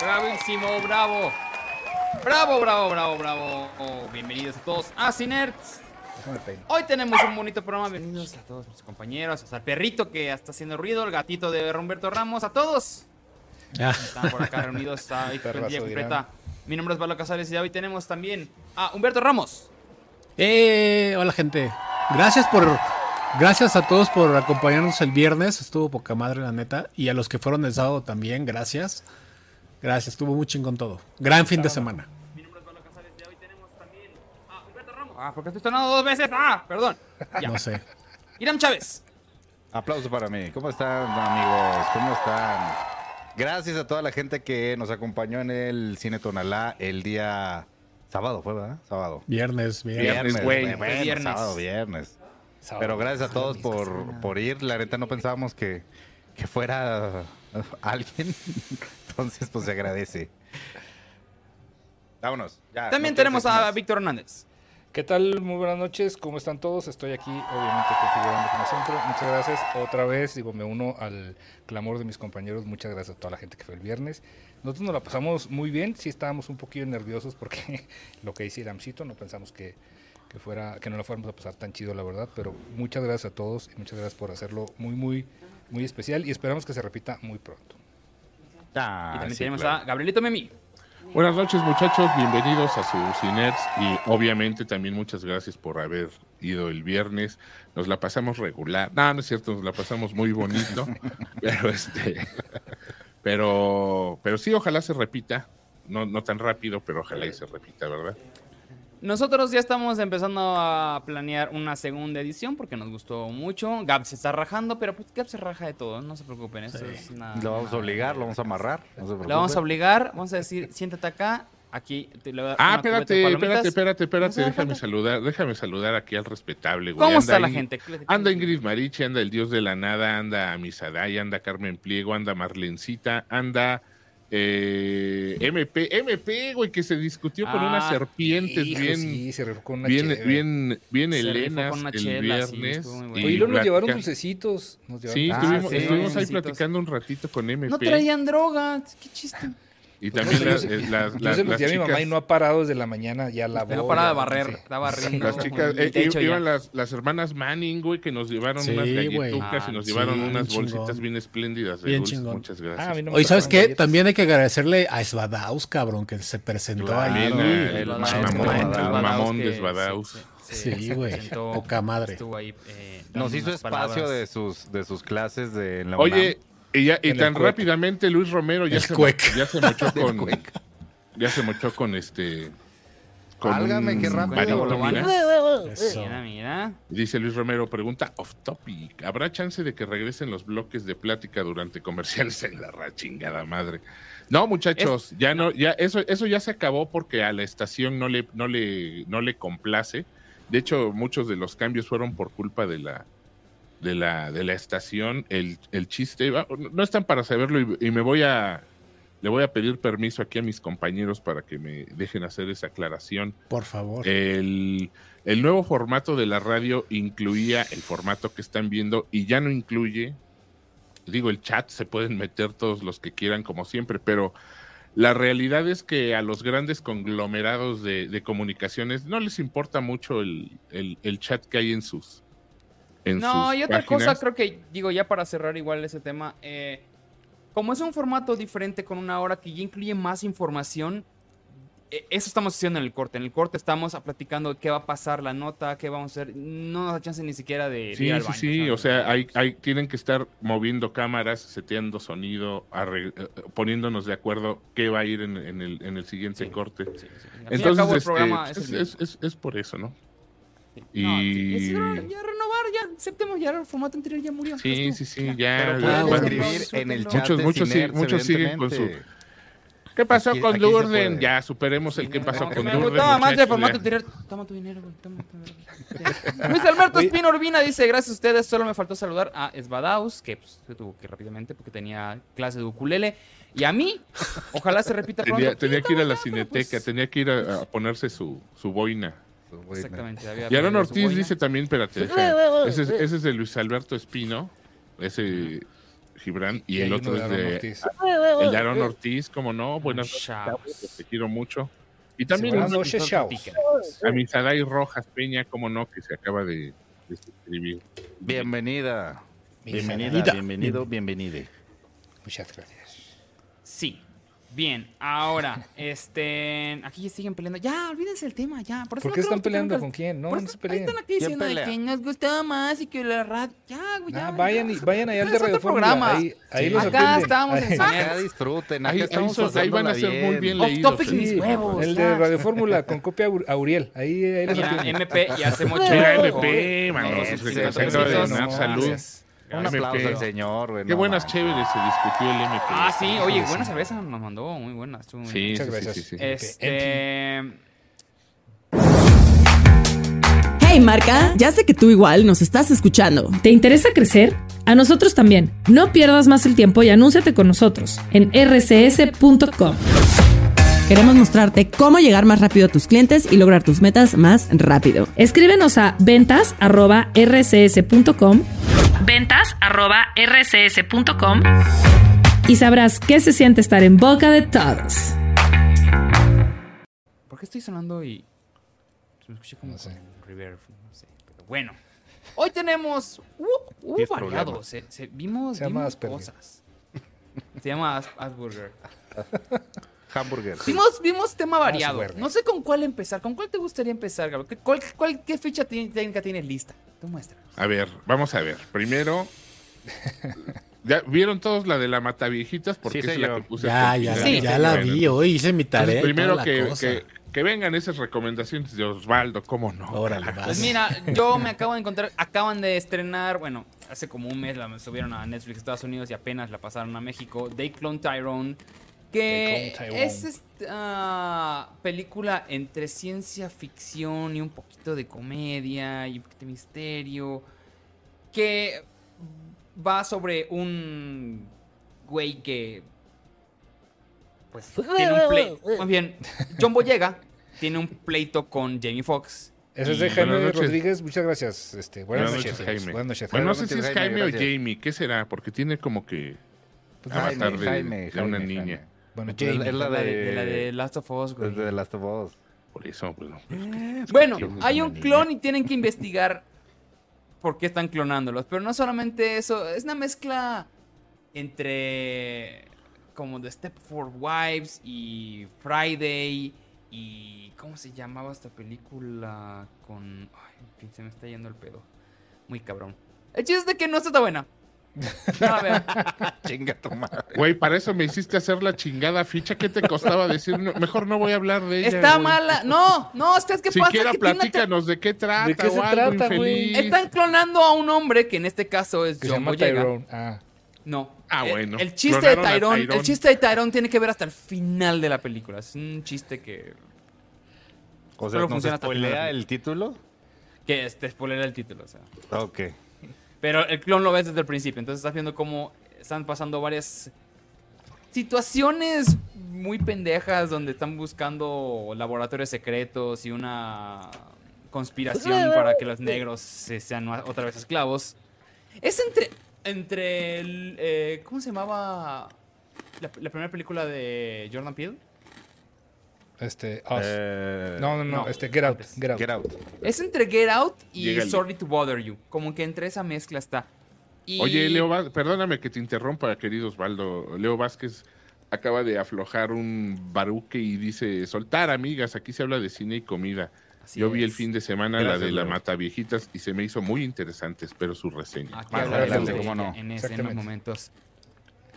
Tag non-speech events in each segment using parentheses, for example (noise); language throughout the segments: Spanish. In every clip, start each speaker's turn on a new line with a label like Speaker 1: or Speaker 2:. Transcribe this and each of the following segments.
Speaker 1: Bravísimo, bravo. Bravo, bravo, bravo, bravo. Oh, bienvenidos a todos a Cinerts.
Speaker 2: Déjame peino.
Speaker 1: Hoy tenemos un bonito programa. Bienvenidos a todos mis compañeros, al perrito que está haciendo ruido, el gatito de Humberto Ramos, a todos. Están por acá reunidos, está ahí
Speaker 2: Ah. (laughs) Perrazo,
Speaker 1: plantilla
Speaker 2: dirán.
Speaker 1: completa. Mi nombre es Pablo Casares y hoy tenemos también a Humberto Ramos.
Speaker 3: Eh, hola gente. Gracias por gracias a todos por acompañarnos el viernes, estuvo poca madre la neta y a los que fueron el sábado también, gracias. Gracias, estuvo muy chingón todo. Gran fin de semana.
Speaker 1: Mi nombre es Pablo Casares y hoy tenemos también a Humberto Ramos. Ah, porque estoy sonando dos veces. Ah, perdón. Ya.
Speaker 3: No sé.
Speaker 1: Irán Chávez.
Speaker 2: Aplauso para mí. ¿Cómo están, amigos? ¿Cómo están? Gracias a toda la gente que nos acompañó en el Cine Tonalá el día sábado, ¿fue, verdad? Sábado.
Speaker 3: Viernes, viernes.
Speaker 1: Viernes, güey,
Speaker 2: bueno,
Speaker 1: fue viernes.
Speaker 2: Sábado, viernes. Pero gracias a todos por, por ir. La neta no pensábamos que, que fuera (laughs) eh, alguien. Entonces, pues se agradece. Vámonos. ya,
Speaker 1: También
Speaker 2: Ah, no
Speaker 1: tenemos
Speaker 2: pienses
Speaker 1: a
Speaker 2: más.
Speaker 1: Víctor Hernández.
Speaker 4: ¿Qué tal? Muy buenas noches, ¿cómo están todos? Estoy aquí, obviamente, configurando como siempre. Muchas gracias otra vez. Digo, me uno al clamor de mis compañeros. Muchas gracias a toda la gente que fue el viernes. Nosotros nos la pasamos muy bien. Sí estábamos un poquillo nerviosos porque (laughs) lo que dice Iramcito, no pensamos que, que fuera, que no la fuéramos a pasar tan chido, la verdad. Pero muchas gracias a todos y muchas gracias por hacerlo muy, muy, muy especial. Y esperamos que se repita muy pronto.
Speaker 2: Ah,
Speaker 1: y también
Speaker 2: sí,
Speaker 1: tenemos
Speaker 2: claro.
Speaker 1: a Gabrielito Memi.
Speaker 5: Buenas noches muchachos, bienvenidos a su Ciners y obviamente también muchas gracias por haber ido el viernes. Nos la pasamos regular, no, no es cierto, nos la pasamos muy bonito, pero este, (laughs) pero, pero sí, ojalá se repita, no, no tan rápido, pero ojalá y se repita, ¿verdad?
Speaker 1: Nosotros ya estamos empezando a planear una segunda edición porque nos gustó mucho. Gab se está rajando, pero pues Gab se raja de todo, no se preocupen. Esto es una-
Speaker 2: Lo vamos a
Speaker 1: una-
Speaker 2: obligar, lo vamos a amarrar. No se
Speaker 1: Lo vamos
Speaker 2: preocupe.
Speaker 1: a obligar, vamos a decir, siéntate acá, aquí te le voy a dar
Speaker 5: Ah,
Speaker 1: una cubeta
Speaker 5: espérate,
Speaker 1: de
Speaker 5: espérate,
Speaker 1: palomitas.
Speaker 5: espérate, espérate,
Speaker 1: No se da
Speaker 5: déjame
Speaker 1: falta.
Speaker 5: saludar, déjame saludar aquí al respetable, güey.
Speaker 1: ¿Cómo
Speaker 5: Anda
Speaker 1: está la
Speaker 5: ahí-
Speaker 1: gente?
Speaker 5: Anda Ingrid Marichi, anda el dios de la nada, anda Misaday, anda Carmen Pliego, anda Marlencita, anda eh, MP, MP, güey, que se discutió con
Speaker 1: Ah,
Speaker 5: unas serpientes
Speaker 4: Hijo,
Speaker 5: bien,
Speaker 4: sí, se rifó con una
Speaker 5: bien,
Speaker 4: chévere.
Speaker 5: bien, bien
Speaker 1: Se rifó
Speaker 5: helenas
Speaker 1: con una
Speaker 5: el
Speaker 1: chela, sí,
Speaker 5: viernes.
Speaker 1: estuvo muy bueno.
Speaker 5: y
Speaker 4: Oye, y luego nos llevaron
Speaker 5: platica-
Speaker 4: dulcecitos. Nos llevaron
Speaker 5: Sí,
Speaker 2: Ah,
Speaker 5: estuvimos,
Speaker 2: sí,
Speaker 5: estuvimos ahí
Speaker 1: dulcecitos.
Speaker 5: platicando un ratito con MP.
Speaker 1: No traían droga, qué chiste.
Speaker 5: Y
Speaker 4: Yo
Speaker 5: también
Speaker 4: se
Speaker 5: las,
Speaker 4: los-
Speaker 5: eh, las,
Speaker 4: Yo
Speaker 5: las-
Speaker 4: se los
Speaker 5: las
Speaker 4: di a mi mamá y no
Speaker 5: chicas,
Speaker 4: ha parado desde la mañana, ya
Speaker 2: Ah,
Speaker 4: la
Speaker 1: No
Speaker 4: voy,
Speaker 1: paraba de
Speaker 4: ya,
Speaker 1: barrer,
Speaker 4: sí.
Speaker 1: estaba barriendo.
Speaker 5: las chicas,
Speaker 1: como en el
Speaker 5: eh,
Speaker 1: techo
Speaker 5: iban
Speaker 1: ya.
Speaker 5: las, las hermanas Manning, güey, que nos llevaron
Speaker 3: Sí,
Speaker 5: unas
Speaker 3: güey.
Speaker 5: galletucas
Speaker 1: Ah,
Speaker 5: y nos
Speaker 3: sí,
Speaker 5: llevaron
Speaker 3: bien
Speaker 5: unas
Speaker 3: chingón.
Speaker 5: bolsitas bien espléndidas de
Speaker 3: Bien
Speaker 5: dulces.
Speaker 3: chingón.
Speaker 5: Muchas
Speaker 4: Ah, a
Speaker 5: gracias.
Speaker 4: mí no me
Speaker 3: Hoy sabes
Speaker 4: tocaron
Speaker 3: qué,
Speaker 4: galletas.
Speaker 3: también hay que agradecerle a Svadaus, cabrón, que se presentó ahí.
Speaker 1: Ah,
Speaker 2: Claro.
Speaker 5: También
Speaker 2: Ay,
Speaker 5: el,
Speaker 2: el
Speaker 5: ma-
Speaker 2: Badaus,
Speaker 5: mamón,
Speaker 2: el
Speaker 5: el
Speaker 2: Badaus
Speaker 5: mamón
Speaker 1: que-
Speaker 5: de Svadaus.
Speaker 1: sí, sí, sí,
Speaker 3: Sí, güey.
Speaker 1: presentó,
Speaker 3: Poca madre.
Speaker 1: estuvo ahí, eh, dando
Speaker 2: Nos hizo
Speaker 1: unas
Speaker 2: espacio
Speaker 1: palabras.
Speaker 2: de sus, de sus clases de en la UNAM.
Speaker 5: Oye, y, ya- y
Speaker 4: En el
Speaker 5: tan
Speaker 4: cuec.
Speaker 5: rápidamente Luis Romero ya
Speaker 3: El
Speaker 5: se,
Speaker 3: cuec.
Speaker 5: ya se mochó con ya se mochó con este con
Speaker 2: Válgame,
Speaker 5: un
Speaker 2: qué rápido,
Speaker 5: varito,
Speaker 1: lo
Speaker 5: mira.
Speaker 1: van a-
Speaker 3: Eso.
Speaker 1: Mira, mira.
Speaker 5: Dice Luis Romero, pregunta off topic. ¿Habrá chance de que regresen los bloques de plática durante comerciales en la ra- chingada madre? No, muchachos, ya no, ya eso, eso ya se acabó porque a la estación no le, no le, no le complace. De hecho, muchos de los cambios fueron por culpa de la, de la, de la estación. El, el chiste, va- no están para saberlo y, y me voy a, le voy a pedir permiso aquí a mis compañeros para que me dejen hacer esa aclaración.
Speaker 3: Por favor.
Speaker 5: Eh, El, el nuevo formato de la radio incluía el formato que están viendo y ya no incluye, digo, el chat se pueden meter todos los que quieran como siempre, pero la realidad es que a los grandes conglomerados de, de comunicaciones no les importa mucho el, el- el chat que hay en sus... En
Speaker 1: No,
Speaker 5: sus
Speaker 1: y otra cosa,
Speaker 5: páginas.
Speaker 1: creo que, digo, ya para cerrar igual ese tema, eh, como es un formato diferente con una hora que ya incluye más información, eh, eso estamos haciendo en el corte. En el corte estamos ah, platicando qué va a pasar, la nota, qué vamos a hacer. No nos da chance ni siquiera de. de
Speaker 5: Sí,
Speaker 1: ir al
Speaker 5: sí,
Speaker 1: baño,
Speaker 5: sí,
Speaker 1: ¿sabes?
Speaker 5: o sea, hay, hay, tienen que estar moviendo cámaras, seteando sonido, arreg- eh, poniéndonos de acuerdo qué va a ir en, en el, en el siguiente
Speaker 1: Sí.
Speaker 5: corte.
Speaker 1: Sí, sí. Al fin y al
Speaker 5: Entonces,
Speaker 1: cabo, el
Speaker 5: este,
Speaker 1: programa es
Speaker 5: es,
Speaker 1: el mismo.
Speaker 5: es- es- es por eso, ¿no?
Speaker 1: Sí. No, sí, es
Speaker 5: y-
Speaker 1: re- ya renovar, ya aceptemos, ya el formato anterior ya murió.
Speaker 5: (laughs) Sí,
Speaker 1: pues tú,
Speaker 5: sí, sí, ya.
Speaker 2: Pero pues,
Speaker 5: ya,
Speaker 3: Ah,
Speaker 2: pueden
Speaker 3: bueno.
Speaker 5: bueno.
Speaker 2: escribir en el chat.
Speaker 5: Muchos-
Speaker 2: de
Speaker 5: muchos sí-
Speaker 2: Sinerts,
Speaker 5: muchos siguen con su-
Speaker 2: evidentemente.
Speaker 5: ¿Qué pasó
Speaker 2: Aquí-
Speaker 5: con
Speaker 2: aquí se
Speaker 5: Durden?
Speaker 2: puede.
Speaker 5: Ya, superemos el
Speaker 1: Sí,
Speaker 5: qué
Speaker 1: no,
Speaker 5: pasó
Speaker 1: como que
Speaker 5: con
Speaker 1: me
Speaker 5: Durden.
Speaker 1: gustaba más el
Speaker 5: muchachos,
Speaker 1: formato
Speaker 5: ya.
Speaker 1: anterior. Toma tu dinero, güey. Toma tu dinero. Ya. Luis Alberto Espino Urbina dice: Gracias a ustedes. Solo me faltó saludar a Esbadaus, que pues, se tuvo que ir rápidamente porque tenía clase de ukulele. Y a mí, ojalá se repita pronto.
Speaker 5: Tenía, tenía que ir a la
Speaker 1: pero
Speaker 5: cineteca,
Speaker 1: pues-
Speaker 5: tenía que ir a, a ponerse su, su boina.
Speaker 1: Exactamente. había
Speaker 5: Y Aaron
Speaker 1: perdido su
Speaker 5: Ortiz
Speaker 1: boina.
Speaker 5: dice también, espérate, deja- ese, es, ese es de Luis Alberto Espino, ese Gibran y
Speaker 4: hay
Speaker 5: el
Speaker 4: uno
Speaker 5: otro es
Speaker 4: Aaron
Speaker 5: de
Speaker 4: Ortiz.
Speaker 1: Ah.
Speaker 5: el de Aaron Ortiz, como no, buenas
Speaker 1: Chavos.
Speaker 5: noches, te quiero mucho. Y también
Speaker 4: Buenas
Speaker 5: un-
Speaker 4: noches, chavos.
Speaker 5: a Misaday Rojas Peña, como no, que se acaba de, de suscribir.
Speaker 2: Bienvenida. Bienvenida,
Speaker 3: Bienvenida.
Speaker 2: bienvenido, bienvenide.
Speaker 4: Muchas gracias.
Speaker 1: Sí. Bien, ahora, este, aquí ya siguen peleando. Ya, olvídense el tema, ya. Por, eso
Speaker 4: ¿Por
Speaker 1: no
Speaker 4: qué están
Speaker 1: queremos Pues que pues
Speaker 4: peleando?
Speaker 1: nunca-
Speaker 4: ¿Con quién? No,
Speaker 1: por
Speaker 4: no
Speaker 1: eso
Speaker 4: se peleen.
Speaker 1: Están aquí
Speaker 2: ¿Quién
Speaker 1: diciendo de
Speaker 2: pelea?
Speaker 1: que nos gustaba más y que la radio. Ya, güey, ya.
Speaker 4: Nah, Ah, vayan,
Speaker 1: ya.
Speaker 4: y, vayan allá al de
Speaker 1: Es otro
Speaker 4: Radio Fórmula,
Speaker 1: programa.
Speaker 4: Ahí, ahí
Speaker 2: Sí.
Speaker 4: los
Speaker 2: Acá
Speaker 4: atienden.
Speaker 1: estábamos en
Speaker 4: (laughs) Ahí.
Speaker 1: San-
Speaker 2: Acá disfruten, acá
Speaker 5: Ahí- ahí
Speaker 2: estamos
Speaker 5: son- ahí van a
Speaker 2: pasándola
Speaker 5: ser muy bien
Speaker 1: Off
Speaker 5: leídos.
Speaker 1: topic mis
Speaker 5: Sí.
Speaker 1: huevos.
Speaker 4: El
Speaker 1: ya.
Speaker 4: de
Speaker 1: (laughs)
Speaker 4: Radio Fórmula con copia Aur- a Uriel. Ahí, ahí los
Speaker 1: Mira,
Speaker 4: atienden.
Speaker 1: MP y (laughs) hacemos
Speaker 5: Mira,
Speaker 1: show.
Speaker 5: MP,
Speaker 1: Nos
Speaker 5: mano,
Speaker 2: sus
Speaker 1: suscribimos.
Speaker 2: que acaba de
Speaker 5: donar, salud.
Speaker 1: Gracias.
Speaker 2: Un
Speaker 5: MP.
Speaker 2: aplauso al señor, güey.
Speaker 5: Qué
Speaker 2: no
Speaker 5: buenas
Speaker 2: manches.
Speaker 5: chéveres se discutió el MP.
Speaker 1: Ah, sí, oye, buena cerveza nos mandó, muy buena. estuvo muy
Speaker 5: Sí,
Speaker 4: Muchas
Speaker 5: sí,
Speaker 4: gracias.
Speaker 5: sí, sí, sí.
Speaker 1: Eh. Este.
Speaker 6: Hey marca, ya sé que tú igual nos estás escuchando.
Speaker 7: ¿Te interesa crecer? A nosotros también. No pierdas más el tiempo y anúnciate con nosotros en rcs.com.
Speaker 6: Queremos mostrarte cómo llegar más rápido a tus clientes y lograr tus metas más rápido.
Speaker 7: Escríbenos a ventas@rcs.com. ventas@rcs.com y sabrás qué se siente estar en boca de todos.
Speaker 1: ¿Por qué estoy sonando y.? Se me escuché como
Speaker 4: No sé.
Speaker 1: con reverb, no sé. Pero bueno. Hoy tenemos. Uh, uh,
Speaker 2: Diez
Speaker 1: variado.
Speaker 2: problemas.
Speaker 1: se- se- vimos
Speaker 4: Se llama
Speaker 1: vimos
Speaker 4: Asperger.
Speaker 1: cosas. Se llama As- Asperger.
Speaker 2: Hamburger.
Speaker 1: Vimos, vimos tema variado.
Speaker 4: Asperger.
Speaker 1: No sé con cuál empezar. ¿Con cuál te gustaría empezar, Gabriel? ¿Qué, cuál, cuál- qué ficha ti- técnica tienes lista? Tú muestra.
Speaker 5: A ver, vamos a ver. Primero, ¿ya ¿vieron todos la de la Mataviejitas? Porque
Speaker 2: Sí,
Speaker 5: es la
Speaker 2: señor.
Speaker 5: que puse.
Speaker 3: Ya,
Speaker 5: al
Speaker 3: ya,
Speaker 5: final.
Speaker 1: Sí.
Speaker 3: ya la
Speaker 5: Bueno,
Speaker 3: vi hoy, hice mi
Speaker 5: entonces,
Speaker 3: tarea. y
Speaker 5: primero
Speaker 3: toda la
Speaker 5: que,
Speaker 3: cosa.
Speaker 5: que, que vengan esas recomendaciones de Osvaldo, ¿cómo no?
Speaker 3: Órale, vas.
Speaker 1: Pues mira, yo me acabo de encontrar, acaban de estrenar, bueno, hace como un mes la subieron a Netflix Estados Unidos y apenas la pasaron a México, They Clone Tyrone, que
Speaker 4: They Clone Tyrone.
Speaker 1: es esta película entre ciencia ficción y un poquito de comedia y un poquito de misterio, que va sobre un güey que pues tiene un pleito, más bien, John Boyega tiene un pleito con Jamie Foxx.
Speaker 4: Ese es de
Speaker 5: Y
Speaker 4: Jaime
Speaker 5: buenas noches.
Speaker 4: Rodríguez. Muchas gracias. Este, buenas, noches, Jaime. Buenas noches,
Speaker 5: Bueno, no
Speaker 4: Jaime. Pues
Speaker 5: sé si es
Speaker 2: Jaime,
Speaker 5: Jaime o
Speaker 2: gracias.
Speaker 5: Jamie, ¿qué será? Porque tiene como que
Speaker 2: Pues, Jaime,
Speaker 5: avatar de,
Speaker 2: Jaime,
Speaker 5: de una
Speaker 2: Jaime,
Speaker 5: niña.
Speaker 2: Jaime.
Speaker 4: Bueno,
Speaker 2: Es
Speaker 4: Jamie.
Speaker 2: es la
Speaker 1: La
Speaker 2: de,
Speaker 1: de, de la de Last of Us, güey.
Speaker 2: es de Last of Us.
Speaker 5: Por eso, pues no.
Speaker 1: ¿Eh? Bueno,
Speaker 5: Discutimos
Speaker 1: hay
Speaker 5: con
Speaker 1: un
Speaker 5: la
Speaker 1: clon y tienen que investigar (laughs) por qué están clonándolos. Pero no solamente eso, es una mezcla entre como The Stepford Wives y Friday y ¿cómo se llamaba esta película? Con... Ay, en fin, se me está yendo el pedo. Muy cabrón. El chiste es de que no está tan
Speaker 2: (laughs)
Speaker 1: buena. No, a ver.
Speaker 2: Chinga tu madre.
Speaker 5: Güey, para eso me hiciste hacer la chingada ficha. ¿Qué te costaba decir? No, mejor no voy a hablar de ella.
Speaker 1: Está
Speaker 5: güey.
Speaker 1: mala. No, no, ¿sabes qué pasa?
Speaker 5: Siquiera
Speaker 1: Que tiene una te-
Speaker 5: platícanos de qué trata
Speaker 4: ¿De qué
Speaker 5: o
Speaker 4: se
Speaker 5: algo
Speaker 4: trata, güey?
Speaker 5: infeliz.
Speaker 1: Están clonando a un hombre que en este caso es
Speaker 4: que se
Speaker 1: John
Speaker 4: llama
Speaker 1: Boyega.
Speaker 4: Tyrone. Ah,
Speaker 1: No.
Speaker 5: Ah,
Speaker 1: El-
Speaker 5: bueno.
Speaker 1: El, chiste de
Speaker 5: Clonaron a
Speaker 1: Tyrone,
Speaker 5: Tyrone.
Speaker 1: el chiste de Tyrone tiene que ver hasta el final de la película. Es un chiste que
Speaker 2: O sea,
Speaker 1: Solo
Speaker 2: ¿nos
Speaker 1: funciona hasta el
Speaker 2: spoilea
Speaker 1: final.
Speaker 2: el título?
Speaker 1: que es- te spoilera el título, o sea.
Speaker 2: Ok.
Speaker 1: Pero el clon lo ves desde el principio, entonces estás viendo cómo están pasando varias situaciones muy pendejas donde están buscando laboratorios secretos y una conspiración para que los negros se- sean otra vez esclavos. Es entre. entre el, eh, ¿Cómo se llamaba la, la primera película de Jordan Peele?
Speaker 4: este, Us.
Speaker 2: Eh,
Speaker 4: no, no, no,
Speaker 1: no.
Speaker 4: Este, Get Out. Get Out.
Speaker 2: Get out.
Speaker 1: Es entre Get Out y
Speaker 5: Llégale.
Speaker 1: Sorry to Bother You. Como que entre esa mezcla está. Y-
Speaker 5: Oye, Leo Vázquez, perdóname que te interrumpa, querido Osvaldo. Leo Vázquez acaba de aflojar un baruque y dice, soltar amigas, aquí se habla de cine y comida.
Speaker 1: Así
Speaker 5: Yo vi el
Speaker 1: es.
Speaker 5: fin de semana la
Speaker 2: Gracias,
Speaker 5: de la
Speaker 2: Leo.
Speaker 5: Mata Viejitas y se me hizo muy interesante, espero su reseña.
Speaker 1: Aquí
Speaker 2: Más
Speaker 1: hablaremos
Speaker 2: adelante,
Speaker 1: de
Speaker 2: cómo
Speaker 1: ella en,
Speaker 2: no.
Speaker 1: ese- en los
Speaker 4: Exactamente.
Speaker 1: momentos.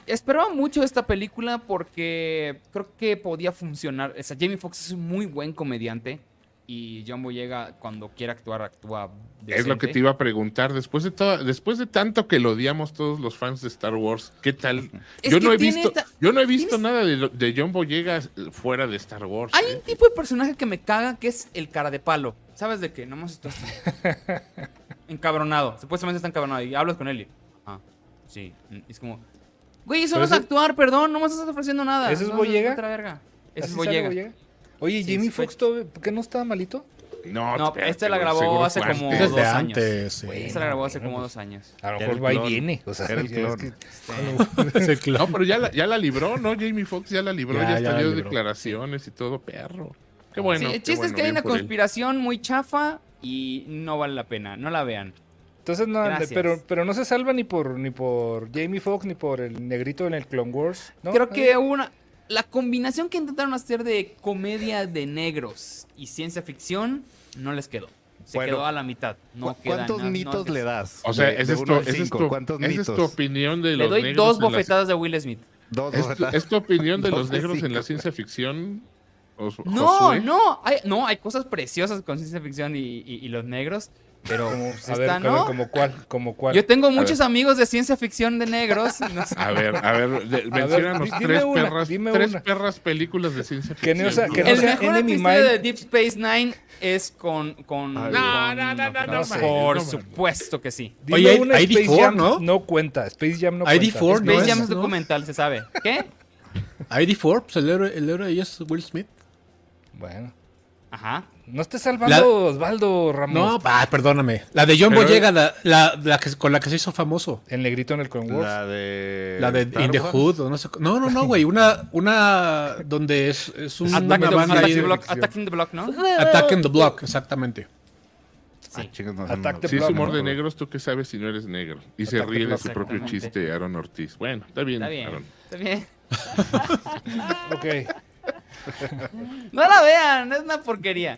Speaker 1: Esperaba mucho esta película porque creo que podía funcionar. O sea, Jamie Foxx es un muy buen comediante y John Boyega cuando quiere actuar actúa
Speaker 5: Es lo que
Speaker 1: decente.
Speaker 5: te iba a preguntar, después de toda, después de tanto que lo odiamos todos los fans de Star Wars, ¿qué tal?
Speaker 1: Es
Speaker 5: yo,
Speaker 1: que
Speaker 5: no he
Speaker 1: tiene
Speaker 5: visto,
Speaker 1: esta-
Speaker 5: yo no he visto
Speaker 1: tienes-
Speaker 5: nada de, lo- de John Boyega eh, fuera de Star Wars.
Speaker 1: Hay
Speaker 5: ¿eh?
Speaker 1: un tipo de personaje que me caga que es el cara de palo. ¿Sabes de qué? Nomás está así.
Speaker 5: (laughs)
Speaker 1: encabronado. Supuestamente está encabronado. Y hablas con él y. Ah, sí. Mm, y Es como. Güey, eso no
Speaker 4: Pero
Speaker 1: es
Speaker 4: ese-
Speaker 1: actuar, perdón. No me estás ofreciendo nada.
Speaker 4: ¿Ese es
Speaker 1: No,
Speaker 4: Boyega?
Speaker 1: otra verga. Ese
Speaker 4: ¿Así
Speaker 1: es
Speaker 4: sale
Speaker 1: Boyega.
Speaker 4: Oye,
Speaker 1: Sí,
Speaker 4: Jimmy
Speaker 1: sí fue.
Speaker 4: Fox, ¿por qué no estaba malito?
Speaker 5: No,
Speaker 1: No,
Speaker 5: espérate,
Speaker 1: esta la
Speaker 5: güey,
Speaker 1: grabó
Speaker 5: seguro
Speaker 1: hace
Speaker 5: fue
Speaker 1: como
Speaker 5: antes.
Speaker 3: Esa es
Speaker 1: dos
Speaker 3: de
Speaker 1: años.
Speaker 3: antes. eh. sí.
Speaker 1: Esa la grabó hace como
Speaker 5: pues.
Speaker 1: dos años.
Speaker 4: A lo
Speaker 2: Era el
Speaker 4: mejor va y
Speaker 2: clon.
Speaker 4: viene. O sea,
Speaker 2: Era el
Speaker 4: ya ves
Speaker 2: clon.
Speaker 3: (laughs)
Speaker 4: que-
Speaker 3: Es el clon.
Speaker 5: No, pero ya la, ya la libró, ¿no? Jamie Foxx ya la libró,
Speaker 3: Ya,
Speaker 5: ya,
Speaker 3: ya la
Speaker 5: salió
Speaker 3: libró.
Speaker 5: declaraciones y todo, perro. Qué bueno.
Speaker 1: Sí, el
Speaker 5: qué
Speaker 1: chiste es
Speaker 5: bueno,
Speaker 1: que hay
Speaker 5: bien
Speaker 1: una
Speaker 5: por él.
Speaker 1: conspiración muy chafa y no vale la pena. No la vean.
Speaker 4: Entonces, no,
Speaker 1: Gracias.
Speaker 4: pero, pero no se salva ni por ni por Jamie Foxx ni por el negrito en el Clone Wars. ¿no?
Speaker 1: Creo que una. La combinación que intentaron hacer de comedia de negros y ciencia ficción no les quedó. Se
Speaker 2: Bueno,
Speaker 1: quedó a la mitad. No
Speaker 2: ¿Cu-
Speaker 1: queda
Speaker 2: ¿Cuántos
Speaker 1: na- no
Speaker 2: mitos
Speaker 1: es-
Speaker 2: le das?
Speaker 5: O sea,
Speaker 2: De-
Speaker 5: esa
Speaker 2: de
Speaker 5: es
Speaker 2: uno
Speaker 5: tu-
Speaker 2: al
Speaker 5: esa es
Speaker 2: cinco,
Speaker 5: tu-
Speaker 2: ¿Cuántos
Speaker 5: esa es
Speaker 2: mitos?
Speaker 5: tu opinión de
Speaker 1: Le
Speaker 5: los
Speaker 1: doy
Speaker 5: negros.
Speaker 1: dos
Speaker 5: en la-
Speaker 1: bofetadas de Will Smith.
Speaker 2: Dos
Speaker 5: ¿Es, tu-
Speaker 2: bofetadas.
Speaker 5: es tu opinión de
Speaker 2: Dos
Speaker 5: los
Speaker 2: de
Speaker 5: negros en
Speaker 2: cinco.
Speaker 5: la ciencia ficción? Jos-
Speaker 1: No,
Speaker 5: Josué?
Speaker 1: no. Hay, no, hay cosas preciosas con ciencia ficción y, y- y los negros. Pero
Speaker 4: Como,
Speaker 1: pues,
Speaker 4: a ver,
Speaker 1: esta
Speaker 4: a ver,
Speaker 1: no.
Speaker 4: como cuál, como cuál.
Speaker 1: Yo tengo muchos
Speaker 5: ver.
Speaker 1: amigos de ciencia ficción de negros. (laughs) no sé.
Speaker 5: A ver, a ver, de-
Speaker 4: ver,
Speaker 5: menciónanos
Speaker 4: di- dime
Speaker 5: tres,
Speaker 4: una,
Speaker 5: perras,
Speaker 4: dime
Speaker 5: tres
Speaker 4: una.
Speaker 5: perras películas de ciencia
Speaker 4: Que
Speaker 5: ficción.
Speaker 4: no sea- este que no
Speaker 5: güey.
Speaker 1: El
Speaker 4: sea
Speaker 1: mejor
Speaker 4: Enemy
Speaker 1: episodio
Speaker 4: Mine.
Speaker 1: de Deep Space Nine es con. con,
Speaker 2: Ay,
Speaker 1: con-
Speaker 5: No, no, no, no, no,
Speaker 4: sé.
Speaker 1: Por
Speaker 5: no,
Speaker 1: supuesto que sí.
Speaker 4: Dime
Speaker 3: Oye,
Speaker 4: una,
Speaker 3: ID4,
Speaker 4: Space Jam
Speaker 3: ¿no?
Speaker 4: No cuenta, Space Jam no cuenta.
Speaker 3: ID4,
Speaker 4: Space
Speaker 3: No
Speaker 1: Space
Speaker 3: es,
Speaker 1: Jam es
Speaker 3: ¿no?
Speaker 1: documental, se sabe. ¿Qué?
Speaker 3: ID4, pues el héroe, el héroe de ellos es Will Smith.
Speaker 4: Bueno,
Speaker 1: Ajá.
Speaker 4: no estés salvando
Speaker 3: La-
Speaker 4: Osvaldo
Speaker 3: No,
Speaker 4: Ramos.
Speaker 3: ah, perdóname. La de John
Speaker 5: Pero-
Speaker 3: Boyega, la, la, la que, con la que se hizo famoso.
Speaker 4: El negrito en el Clone
Speaker 2: (laughs)
Speaker 4: Wars.
Speaker 2: La de.
Speaker 3: La de
Speaker 2: Star
Speaker 3: In the
Speaker 2: Wars.
Speaker 3: Hood, o no sé. cu- No, no, no, güey. Una, una donde es, es
Speaker 4: Mm,
Speaker 3: un, una
Speaker 1: Attack, the,
Speaker 3: banda
Speaker 1: Attack
Speaker 3: ahí
Speaker 1: the
Speaker 3: de-
Speaker 1: block, Attack in the Block, ¿no?
Speaker 3: Attack in the Block, exactamente.
Speaker 1: Sí.
Speaker 2: Chicos, Ah, no,
Speaker 4: Attack
Speaker 2: no,
Speaker 4: the
Speaker 5: Si es
Speaker 4: Block,
Speaker 5: humor de
Speaker 2: ¿no?
Speaker 5: negros, ¿tú qué sabes si no eres negro? Y se
Speaker 4: Ataque
Speaker 5: ríe de
Speaker 4: Block.
Speaker 5: su propio
Speaker 1: Exactamente.
Speaker 5: chiste Aaron Ortiz. Bueno, está bien,
Speaker 1: Está bien.
Speaker 5: Aaron.
Speaker 1: Está bien.
Speaker 4: Ok.
Speaker 1: No la vean, es una porquería.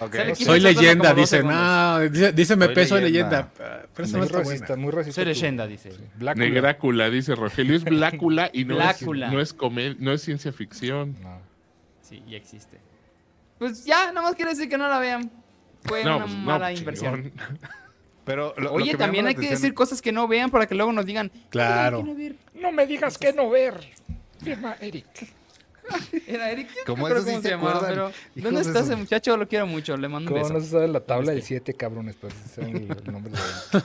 Speaker 2: Ok.
Speaker 1: ¿Sabe quién
Speaker 3: Soy
Speaker 1: me está dando como
Speaker 3: leyenda,
Speaker 1: dos
Speaker 3: dicen.
Speaker 1: segundos?
Speaker 3: No, dice, dice me
Speaker 2: Soy
Speaker 3: peso de leyenda.
Speaker 2: leyenda.
Speaker 3: Ah, Pero esa no
Speaker 4: muy
Speaker 3: está buena.
Speaker 4: racista, muy racista.
Speaker 1: Soy
Speaker 4: tú.
Speaker 1: leyenda, dice.
Speaker 4: Blácula.
Speaker 5: Negrácula, dice Rogelio. Es Blácula y no,
Speaker 1: Blácula.
Speaker 5: Es, no, es comen- no es ciencia ficción.
Speaker 4: No.
Speaker 1: Sí, y existe. Pues ya, nada más quiero decir que no la vean. Fue
Speaker 5: No,
Speaker 1: una
Speaker 5: pues, no,
Speaker 1: mala
Speaker 5: chingón.
Speaker 1: inversión.
Speaker 2: Pero lo- lo
Speaker 1: Oye,
Speaker 2: que me
Speaker 1: también
Speaker 2: llama la
Speaker 1: hay que
Speaker 2: atención-
Speaker 1: decir cosas que no vean para que luego nos digan.
Speaker 3: Claro.
Speaker 1: "Oigan, quiero
Speaker 4: No me digas que no ver. Firma Eric.
Speaker 1: ver". Era Eric, yo no (laughs)
Speaker 2: Como
Speaker 1: me acuerdo
Speaker 2: esos sí
Speaker 1: cómo
Speaker 2: se
Speaker 1: se llamaba,
Speaker 2: acuerdan,
Speaker 1: pero
Speaker 2: hijos
Speaker 1: ¿dónde
Speaker 2: de
Speaker 1: está
Speaker 2: su-
Speaker 1: ese muchacho? Lo quiero mucho, le mando un
Speaker 4: ¿Cómo
Speaker 1: beso.
Speaker 4: no se sabe la tabla del 7, cabrones? Pues saben
Speaker 5: (laughs)
Speaker 4: el nombre de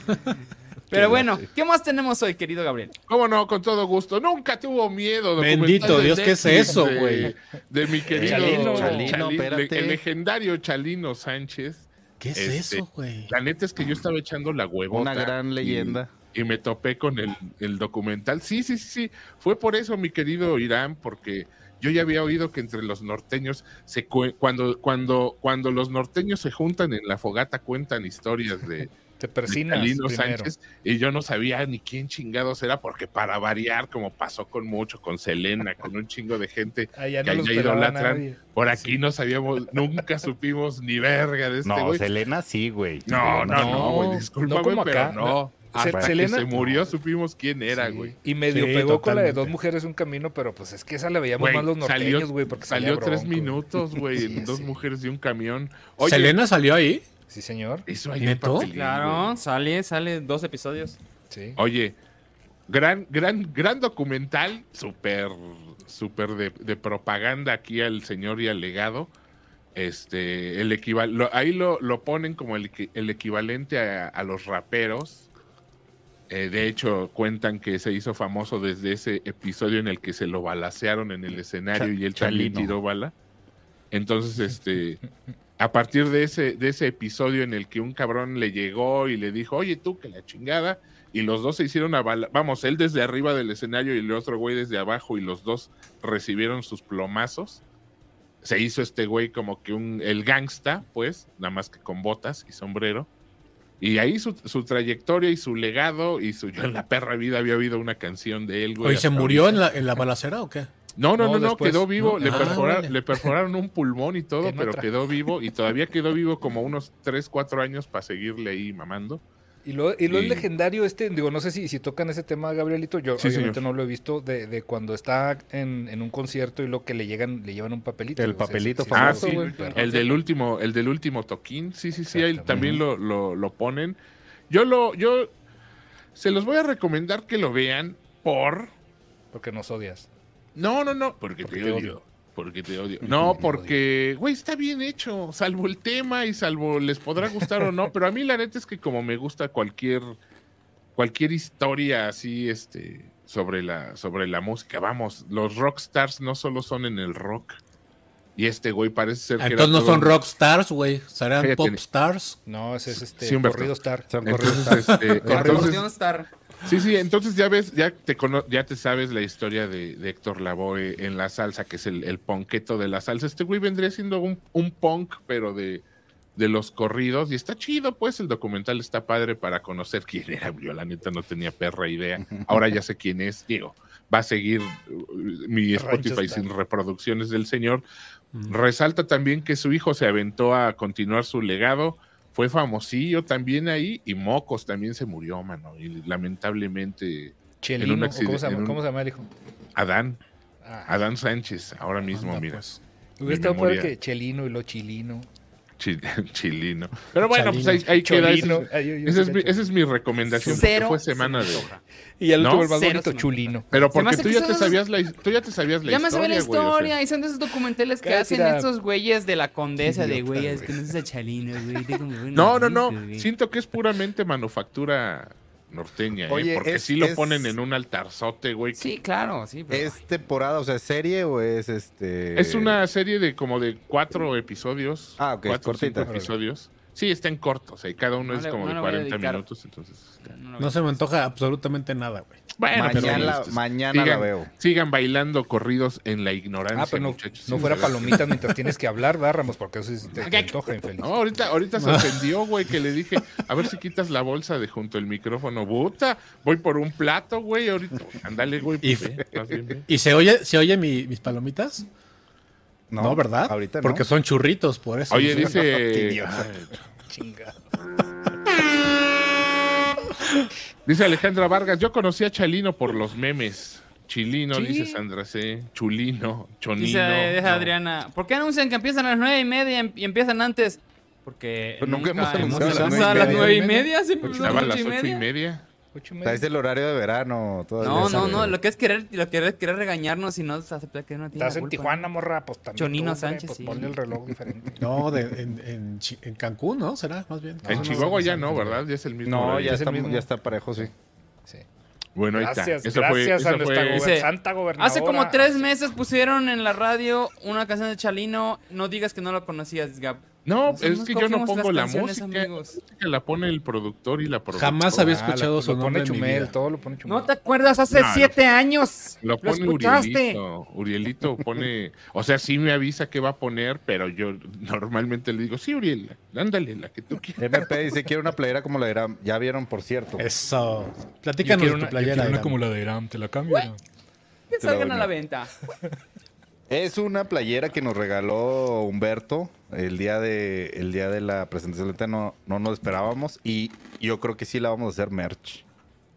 Speaker 1: Pero bueno, ¿qué más tenemos hoy, querido Gabriel?
Speaker 5: ¿Cómo no? Con todo gusto. Nunca tuvo miedo. documental
Speaker 3: Bendito
Speaker 5: de
Speaker 3: Dios, ¿qué es
Speaker 5: Netflix
Speaker 3: eso,
Speaker 5: de-
Speaker 3: güey?
Speaker 5: De mi querido
Speaker 2: Chalino,
Speaker 5: Chalino,
Speaker 2: Chalino,
Speaker 5: le-
Speaker 2: espérate.
Speaker 5: el legendario Chalino Sánchez.
Speaker 3: ¿Qué es
Speaker 5: Este,
Speaker 3: eso, güey?
Speaker 5: La neta es que yo estaba echando la huevota.
Speaker 2: Una gran
Speaker 5: y-
Speaker 2: leyenda.
Speaker 5: Y, me topé con el, el documental. Sí, sí, sí, sí. Fue por eso, mi querido Irán, porque yo ya había oído que entre los norteños, se cue- cuando, cuando, cuando los norteños se juntan en la fogata, cuentan historias de,
Speaker 4: Te persinas
Speaker 5: Lino
Speaker 4: primero.
Speaker 5: Sánchez y yo no sabía ni quién chingados era porque para variar como pasó con mucho con Selena con un chingo de gente
Speaker 4: Ah, (laughs) ya
Speaker 5: que
Speaker 4: no los
Speaker 5: allá
Speaker 4: pelaba
Speaker 5: idolatran
Speaker 4: nadie.
Speaker 5: por aquí no sabíamos nunca supimos ni verga de este
Speaker 2: No,
Speaker 5: güey
Speaker 2: Selena sí, güey.
Speaker 5: no, no
Speaker 2: Selena sí.
Speaker 5: no güey disculpa
Speaker 4: no
Speaker 5: güey
Speaker 4: como
Speaker 5: pero
Speaker 4: acá,
Speaker 5: no
Speaker 4: Se-
Speaker 5: hasta
Speaker 4: Selena-
Speaker 5: que se murió supimos quién era
Speaker 4: Sí,
Speaker 5: güey
Speaker 4: Y medio
Speaker 3: Sí,
Speaker 4: pegó con la de
Speaker 3: totalmente.
Speaker 4: dos mujeres un camino, pero pues es que esa la veíamos
Speaker 5: Güey,
Speaker 4: más los
Speaker 5: salió,
Speaker 4: norteños, güey, porque salía
Speaker 5: salió tres
Speaker 4: bronco.
Speaker 5: minutos, güey,
Speaker 4: (laughs) Sí,
Speaker 5: en dos
Speaker 4: sí.
Speaker 5: mujeres y un camión. Oye,
Speaker 3: ¿Selena salió ahí?
Speaker 4: Sí, señor.
Speaker 5: eso ahí
Speaker 3: ¿Neto?
Speaker 1: Claro, sale, sale dos episodios.
Speaker 4: Sí.
Speaker 5: Oye, gran, gran, gran documental, súper, súper de, de propaganda aquí al señor y al legado. Este, el equival lo- ahí lo, lo ponen como el, equi- el equivalente a, a los raperos. Eh, de hecho, cuentan que se hizo famoso desde ese episodio en el que se lo balacearon en el escenario
Speaker 2: Cha-
Speaker 5: y él también
Speaker 2: Chalino.
Speaker 5: tiró bala. Entonces, este, a partir de ese, de ese episodio en el que un cabrón le llegó y le dijo, oye tú, que la chingada, y los dos se hicieron a bala- vamos, él desde arriba del escenario y el otro güey desde abajo y los dos recibieron sus plomazos. Se hizo este güey como que un, el gangsta, pues, nada más que con botas y sombrero. Y ahí su, su trayectoria y su legado y su yo en la perra vida había habido una canción de él, güey.
Speaker 3: ¿Oye, se
Speaker 5: hasta
Speaker 3: murió en
Speaker 5: ahorita.
Speaker 3: la, en la balacera o qué?
Speaker 5: No,
Speaker 4: No,
Speaker 5: no, no, no,
Speaker 4: después,
Speaker 5: quedó vivo,
Speaker 3: ¿no?
Speaker 5: le,
Speaker 3: Ah,
Speaker 5: perfora-
Speaker 3: órale.
Speaker 5: le perforaron un pulmón y todo,
Speaker 4: Que no
Speaker 5: pero
Speaker 4: tra-
Speaker 5: quedó vivo y todavía quedó vivo como unos 3, 4 años para seguirle ahí mamando.
Speaker 4: Y lo, y lo es
Speaker 5: Y-
Speaker 4: legendario este, digo, no sé si, si tocan ese tema, Gabrielito, yo
Speaker 5: Sí,
Speaker 4: obviamente
Speaker 5: señor.
Speaker 4: no lo he visto, de, de cuando está en, en un concierto y lo que le llegan, le llevan un papelito.
Speaker 2: El
Speaker 4: o sea, sí-
Speaker 2: papelito
Speaker 4: sí,
Speaker 2: famoso,
Speaker 4: sí,
Speaker 5: güey.
Speaker 4: claro.
Speaker 5: El del último, el del último toquín, sí, sí, sí, ahí
Speaker 4: Exactamente.
Speaker 5: también lo, lo, lo ponen. Yo lo, yo se los voy a recomendar que lo vean por
Speaker 4: Porque nos odias.
Speaker 5: no, no, no, porque,
Speaker 4: Porque
Speaker 5: te,
Speaker 4: te
Speaker 5: odio.
Speaker 4: odio.
Speaker 5: Porque te odio.
Speaker 4: me
Speaker 5: No,
Speaker 4: odio.
Speaker 5: porque, güey, está bien hecho. Salvo el tema y salvo les podrá gustar o no. Pero a mí la neta es que como me gusta cualquier, cualquier historia así, este, sobre la, sobre la música. Vamos, los rockstars no solo son en el rock. Y este güey parece ser que era
Speaker 3: Entonces no
Speaker 5: todo
Speaker 3: son
Speaker 5: un-
Speaker 3: rockstars, güey. Serán
Speaker 5: Cállate.
Speaker 3: popstars.
Speaker 4: No, ese es este
Speaker 5: Sí, Humberto.
Speaker 4: corrido Star.
Speaker 2: Son corridos.
Speaker 5: Entonces, este, entonces,
Speaker 1: Acordeón Star.
Speaker 5: Sí, sí, entonces ya ves, ya te cono- ya te sabes la historia de, de Héctor Lavoe en la salsa, que es el, el ponqueto de la salsa. Este güey vendría siendo un, un punk, pero de, de los corridos, y está chido, pues el documental está padre para conocer quién era. Yo la neta no tenía perra idea. Ahora ya sé quién es, digo. Va a seguir uh, mi Spotify
Speaker 4: Star.
Speaker 5: sin reproducciones del señor. Resalta también que su hijo se aventó a continuar su legado fue famosillo también ahí y Mocos también se murió, mano. Y lamentablemente
Speaker 4: Chelino.
Speaker 5: En un
Speaker 4: ¿o ¿cómo, se
Speaker 5: accidente,
Speaker 4: llama,
Speaker 5: en un-
Speaker 4: cómo se llama el hijo?
Speaker 5: Adán,
Speaker 4: Ah,
Speaker 5: Adán Sánchez, ahora mismo,
Speaker 3: Anda,
Speaker 5: mira,
Speaker 3: pues.
Speaker 5: mi
Speaker 4: hubiera estado peor
Speaker 5: memoria.
Speaker 4: que Chelino y lo Chilino.
Speaker 5: chi- (laughs) chilino. Pero bueno, pues
Speaker 3: Chalino.
Speaker 5: ahí, ahí queda. Ese,
Speaker 4: Cholino. Ay, yo- yo
Speaker 5: esa es
Speaker 4: sería
Speaker 5: mi,
Speaker 4: Cholino.
Speaker 5: esa es mi recomendación. porque
Speaker 1: Cero
Speaker 5: fue semana de.
Speaker 4: Y el
Speaker 5: ¿No?
Speaker 4: último, el más
Speaker 1: Cero
Speaker 4: bonito,
Speaker 1: se me-
Speaker 4: Chulino.
Speaker 5: Pero
Speaker 1: Se me
Speaker 5: porque
Speaker 1: hace
Speaker 5: tú
Speaker 1: que
Speaker 5: ya,
Speaker 1: son
Speaker 5: te
Speaker 1: esos-
Speaker 5: sabías la, his- tú ya te sabías la
Speaker 1: Ya me
Speaker 5: historia.
Speaker 1: sabía la
Speaker 5: güey, o sea,
Speaker 1: historia. Y son de esos documentales que
Speaker 4: Cállate,
Speaker 1: hacen
Speaker 4: mira.
Speaker 1: estos güeyes de la condesa de
Speaker 4: Idiota,
Speaker 1: güey, es
Speaker 4: güey.
Speaker 1: que no es Chalino, güey. déjame ver
Speaker 5: no, no,
Speaker 1: una
Speaker 5: no.
Speaker 1: risa, güey.
Speaker 5: Siento que es puramente manufactura norteña, ¿eh?
Speaker 2: Oye,
Speaker 5: porque
Speaker 2: es-
Speaker 5: sí lo
Speaker 2: es-
Speaker 5: ponen en un altarzote, güey.
Speaker 1: Sí, claro, sí. Pero...
Speaker 2: ¿Es temporada, o sea, es serie o es este...?
Speaker 5: Es una serie de como de cuatro episodios.
Speaker 2: Ah, ok,
Speaker 5: cuatro,
Speaker 2: cortita.
Speaker 5: cinco episodios. Sí, están cortos, eh, cada uno
Speaker 1: No
Speaker 5: es
Speaker 1: le-
Speaker 5: como
Speaker 1: no
Speaker 5: de
Speaker 1: le voy a
Speaker 5: 40
Speaker 1: dedicar.
Speaker 5: minutos, entonces. está-
Speaker 1: No,
Speaker 3: No se me antoja absolutamente nada, güey.
Speaker 5: Bueno, pero
Speaker 2: mañana
Speaker 5: este,
Speaker 2: mañana la
Speaker 5: sigan-
Speaker 2: veo.
Speaker 5: Sigan bailando corridos en la ignorancia,
Speaker 4: Ah, pero no,
Speaker 5: muchachos.
Speaker 4: no
Speaker 5: Sí,
Speaker 4: fuera
Speaker 5: de verdad.
Speaker 4: palomitas mientras tienes que hablar, va, Ramos, porque eso sí te, te antoja, infeliz.
Speaker 5: No, ahorita, ahorita
Speaker 4: (laughs)
Speaker 5: se ofendió, güey, que le dije, a ver si quitas la bolsa de junto al micrófono. Buta, voy por un plato, güey, ahorita. Ándale, güey.
Speaker 3: Y-
Speaker 5: pues, ve, estás bien, ve.
Speaker 3: ¿Y se oye, se oye mi- mis palomitas? No, ¿verdad?
Speaker 2: Ahorita no.
Speaker 3: Porque son churritos, por eso.
Speaker 5: Oye,
Speaker 3: Sí.
Speaker 2: Qué
Speaker 5: dice.
Speaker 2: idiota.
Speaker 5: Ay,
Speaker 4: Chinga.
Speaker 5: Dice Alejandra Vargas, yo conocí a Chalino por los memes. Chilino,
Speaker 1: Sí.
Speaker 5: dice Sandra C. Chulino, Chonino.
Speaker 1: Dice, deja
Speaker 5: no.
Speaker 1: Adriana. ¿Por qué anuncian que empiezan a las nueve y media y empiezan antes? Porque
Speaker 2: Pero
Speaker 1: nunca
Speaker 2: nunca
Speaker 1: hemos
Speaker 2: hemos
Speaker 3: anunciado
Speaker 1: anunciado a
Speaker 3: las
Speaker 1: las nueve
Speaker 3: nueve
Speaker 1: y
Speaker 4: y media.
Speaker 1: media, siempre son
Speaker 5: Estaba
Speaker 1: las
Speaker 5: a las
Speaker 1: ocho
Speaker 5: ocho y media.
Speaker 4: Ocho y
Speaker 2: O sea, es
Speaker 4: medio.
Speaker 2: el horario de verano. todavía
Speaker 1: No,
Speaker 2: es
Speaker 1: no,
Speaker 2: el-
Speaker 1: no, lo que es querer, lo que es querer regañarnos y no aceptar que no tiene
Speaker 4: Estás
Speaker 1: la
Speaker 4: en
Speaker 1: culpa.
Speaker 4: Tijuana, morra, pues también.
Speaker 1: Chonino
Speaker 4: tú, hombre,
Speaker 1: Sánchez,
Speaker 4: Pues
Speaker 1: sí.
Speaker 4: ponle el reloj diferente.
Speaker 3: No, de- en, en Chi- en Cancún, ¿no? ¿Será? Más bien.
Speaker 5: En
Speaker 3: No, no,
Speaker 5: Chihuahua
Speaker 3: no,
Speaker 5: ya
Speaker 3: no,
Speaker 5: no, ¿verdad? Ya es el mismo.
Speaker 2: No,
Speaker 5: horario.
Speaker 2: ya
Speaker 4: Es el
Speaker 2: está,
Speaker 4: mismo.
Speaker 2: ya está parejo, sí.
Speaker 4: Sí.
Speaker 5: Bueno, ahí está.
Speaker 4: Gracias,
Speaker 5: Esa fue-
Speaker 4: gracias
Speaker 5: esa
Speaker 4: a nuestra
Speaker 5: fue-
Speaker 4: gober-
Speaker 1: Dice,
Speaker 4: santa gobernadora.
Speaker 1: Hace como tres meses pusieron en la radio una canción de Chalino. No digas que no la conocías, Gab.
Speaker 5: No,
Speaker 1: Nosotros
Speaker 5: es que yo no
Speaker 1: cogemos
Speaker 5: pongo
Speaker 1: las
Speaker 5: la
Speaker 1: canciones,
Speaker 5: música.
Speaker 1: amigos.
Speaker 5: La música la pone el productor y la productora.
Speaker 3: Jamás había
Speaker 4: Ah,
Speaker 3: escuchado
Speaker 4: lo-
Speaker 3: su
Speaker 4: lo
Speaker 3: nombre. en
Speaker 4: pone
Speaker 3: mi
Speaker 4: Chumel,
Speaker 3: vida.
Speaker 4: todo lo pone Chumel.
Speaker 1: ¿No te acuerdas? Hace
Speaker 5: No, no.
Speaker 1: siete años.
Speaker 5: Lo pone
Speaker 1: escuchaste?
Speaker 5: Urielito. Urielito pone. O sea, sí me avisa qué va a poner, pero yo normalmente le digo, sí, Uriel, ándale, la que tú quieras.
Speaker 2: MP dice, quiero una playera como la de Ram. Ya vieron, por cierto.
Speaker 3: Eso. Platícanos de tu playera. Irán.
Speaker 4: la de Iram, te la cambio.
Speaker 1: Que
Speaker 2: Te la
Speaker 1: salgan
Speaker 2: doy,
Speaker 1: a
Speaker 2: no.
Speaker 1: la venta.
Speaker 2: Es una playera que nos regaló Humberto el día de, el día de la presentación. Neta, No, no nos esperábamos y yo creo que sí la vamos a hacer merch.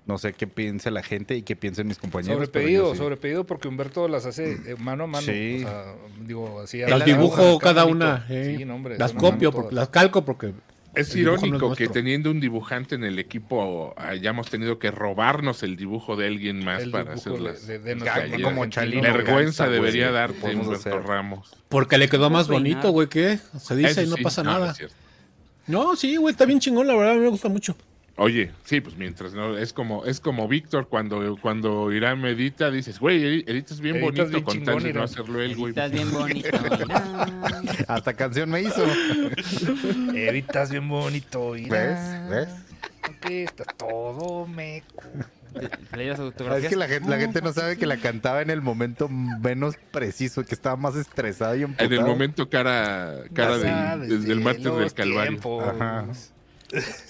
Speaker 2: No sé qué piense la gente y qué piensen mis compañeros.
Speaker 4: Sobre
Speaker 2: pero
Speaker 4: pedido,
Speaker 2: yo sí. (laughs)
Speaker 4: sobre pedido, porque Humberto las hace eh, mano a mano.
Speaker 2: Sí.
Speaker 4: O sea, digo, así.
Speaker 2: la
Speaker 3: Las
Speaker 4: al-
Speaker 3: dibujo
Speaker 4: al-
Speaker 3: cada
Speaker 4: al-
Speaker 3: una. eh.
Speaker 4: Sí, no, hombre,
Speaker 3: las
Speaker 4: son
Speaker 3: copio,
Speaker 4: todas.
Speaker 3: porque, las calco porque.
Speaker 5: Es
Speaker 3: El dibujo no es
Speaker 5: irónico que
Speaker 3: nuestro.
Speaker 5: teniendo un dibujante en el equipo hayamos tenido que robarnos el dibujo de alguien más
Speaker 4: El
Speaker 5: para
Speaker 4: dibujo
Speaker 5: hacerlas.
Speaker 4: de- de- de
Speaker 5: nuestra
Speaker 4: nuestra
Speaker 5: calidad.
Speaker 4: mano
Speaker 2: como
Speaker 4: argentina.
Speaker 2: Chalino.
Speaker 5: vergüenza
Speaker 2: Gansa, güey,
Speaker 5: debería
Speaker 2: lo
Speaker 5: darte
Speaker 2: podemos
Speaker 5: Humberto
Speaker 2: hacer.
Speaker 5: Ramos.
Speaker 3: Porque le quedó más
Speaker 1: Puedo peinar.
Speaker 3: bonito, güey. ¿Qué? Se dice
Speaker 5: Eso
Speaker 3: y no
Speaker 5: sí,
Speaker 3: pasa
Speaker 5: no, no
Speaker 3: nada.
Speaker 5: es cierto.
Speaker 3: No, sí, güey. Está bien chingón, la verdad. Me gusta mucho.
Speaker 5: Oye, sí, pues mientras no, es como, es como Víctor cuando, cuando Irán medita, dices, güey, editas bien
Speaker 4: Editas
Speaker 5: bonito
Speaker 4: bien
Speaker 5: con
Speaker 4: chingón,
Speaker 5: tal de no
Speaker 4: Irán".
Speaker 5: hacerlo él, güey.
Speaker 1: Estás bien bonito. mira.
Speaker 2: Hasta canción me hizo.
Speaker 4: Eh, Editas bien bonito. Irán.
Speaker 2: ¿Ves? ¿Ves?
Speaker 4: Aquí está todo meco.
Speaker 1: Playeras autografiadas.
Speaker 2: Es que la gente, la gente no sabe que la cantaba en el momento menos preciso, que estaba más estresada y
Speaker 5: En
Speaker 2: emputada.
Speaker 5: el momento cara, cara
Speaker 4: Ya
Speaker 5: del,
Speaker 4: sabes,
Speaker 5: del
Speaker 4: de
Speaker 5: mártir del
Speaker 4: los
Speaker 5: Calvario.
Speaker 4: tiempos.
Speaker 2: Ajá.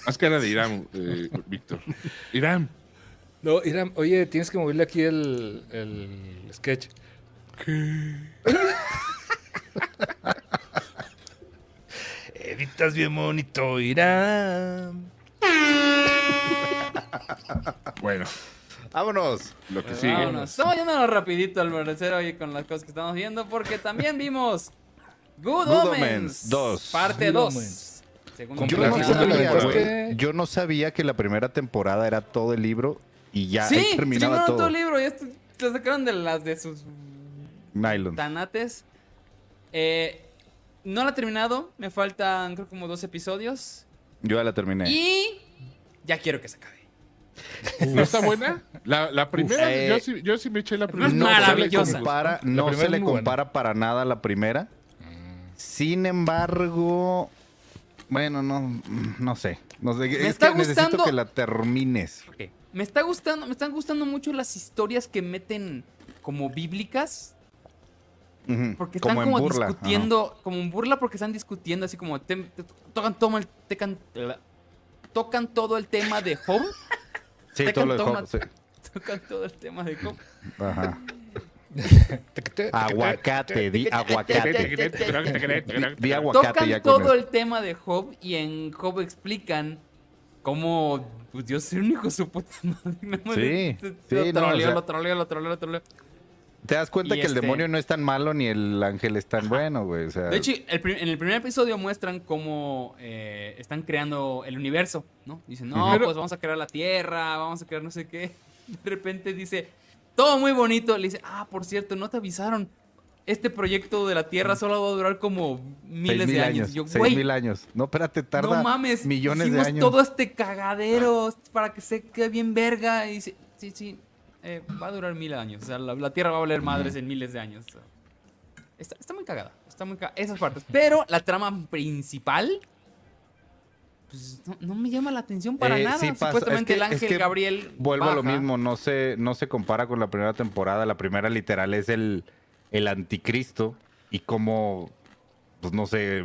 Speaker 5: Más cara de Irán, eh, Víctor. Irán,
Speaker 4: No, Iram, oye, tienes que moverle aquí el, el sketch. ¿Qué? Editas bien bonito, Iram.
Speaker 5: bueno,
Speaker 2: Vámonos.
Speaker 5: lo que
Speaker 1: Pues
Speaker 5: sigue.
Speaker 1: vámonos. Estamos yéndonos rapidito al parecer hoy con las cosas que estamos viendo porque también vimos Good,
Speaker 2: Good
Speaker 1: Omens,
Speaker 2: Omens dos.
Speaker 1: parte
Speaker 4: Good
Speaker 1: 2.
Speaker 4: Omens.
Speaker 1: Segunda
Speaker 4: Con
Speaker 2: Yo
Speaker 4: la
Speaker 2: no,
Speaker 1: temporada.
Speaker 4: razón,
Speaker 2: sabía,
Speaker 4: güey.
Speaker 2: güey. Yo no sabía que la primera temporada era todo el libro y ya ahí
Speaker 1: Sí,
Speaker 2: terminaba
Speaker 1: terminaron todo
Speaker 2: todo.
Speaker 1: el libro y esto lo sacaron de las de sus
Speaker 2: Nylon.
Speaker 1: tanates. Eh, no la he terminado, me faltan creo como dos episodios
Speaker 2: Yo ya la
Speaker 1: Eh.
Speaker 2: terminé.
Speaker 1: y ya quiero que se acabe.
Speaker 5: ¿No está buena? La, la primera,
Speaker 2: Eh,
Speaker 5: yo, sí, yo sí me eché la
Speaker 1: no
Speaker 5: primera.
Speaker 1: es
Speaker 5: No,
Speaker 2: no se le
Speaker 1: maravillosa.
Speaker 2: compara,
Speaker 4: La
Speaker 2: no
Speaker 4: primera
Speaker 2: se
Speaker 4: es
Speaker 2: le
Speaker 4: muy buena.
Speaker 2: compara para nada a la primera. Sin embargo, bueno, no, no sé. No sé, es
Speaker 1: está
Speaker 2: que necesito
Speaker 1: gustando-
Speaker 2: que la termines.
Speaker 1: Ok. Me está gustando, me están gustando mucho las historias que meten como bíblicas.
Speaker 2: Ujú,
Speaker 1: Porque están como,
Speaker 2: ajá.
Speaker 1: discutiendo, como en burla porque están discutiendo así como tem- te- tocan, toma el- tecan- la- tocan todo el tema de Job. (laughs)
Speaker 2: Sí,
Speaker 1: Tekken
Speaker 2: todo lo de
Speaker 1: toma-
Speaker 2: Hobbes, sí.
Speaker 1: tocan todo el tema de Job. (laughs)
Speaker 2: Ajá.
Speaker 4: Tequete,
Speaker 2: Ah, Aguacate, di aguacate. Di- Di aguacate
Speaker 1: Tocan
Speaker 2: ya con
Speaker 1: todo
Speaker 2: eso.
Speaker 1: el tema de Job y en Job explican cómo pues, Dios es un hijo de su puta madre. (laughs) No me-
Speaker 2: Sí,
Speaker 1: te-
Speaker 2: sí,
Speaker 1: te-
Speaker 2: no, o
Speaker 1: troleó,
Speaker 2: sea-
Speaker 1: lo troleó, lo troleó, lo troleó.
Speaker 2: Te das cuenta
Speaker 1: y
Speaker 2: que el
Speaker 1: este-
Speaker 2: demonio no es tan malo ni el ángel es tan bueno, güey. O sea,
Speaker 1: De hecho, el pri- en el primer episodio muestran cómo eh, están creando el universo, ¿no? Dicen, no,
Speaker 5: Ujú.
Speaker 1: pues vamos a crear la Tierra, vamos a crear no sé qué. (laughs) De repente dice, todo muy bonito. Le dice, ah, por cierto, no te avisaron. Este proyecto de la Tierra solo va a durar como
Speaker 2: Mm. seis
Speaker 1: miles
Speaker 2: mil
Speaker 1: de años. Y Yo,
Speaker 2: años. seis
Speaker 1: güey,
Speaker 2: mil años. No, espérate, tarda
Speaker 1: no mames,
Speaker 2: millones de
Speaker 1: hicimos
Speaker 2: años.
Speaker 1: todo este cagadero para que se quede bien verga. Y dice, sí, sí, eh, va a durar mil años. O sea, la, la Tierra va a valer madres en miles de años. O sea, Está, está muy cagada, está muy cagada, esas partes. Pero la trama principal, pues no, no me llama la atención para
Speaker 2: Eh,
Speaker 1: nada.
Speaker 2: sí pasa.
Speaker 1: Supuestamente
Speaker 2: Es
Speaker 1: el
Speaker 2: que-
Speaker 1: ángel
Speaker 2: es que
Speaker 1: Gabriel.
Speaker 2: Vuelvo a lo
Speaker 1: baja.
Speaker 2: mismo, no se, no se compara con la primera temporada. La primera literal es el, el anticristo y cómo, pues no sé,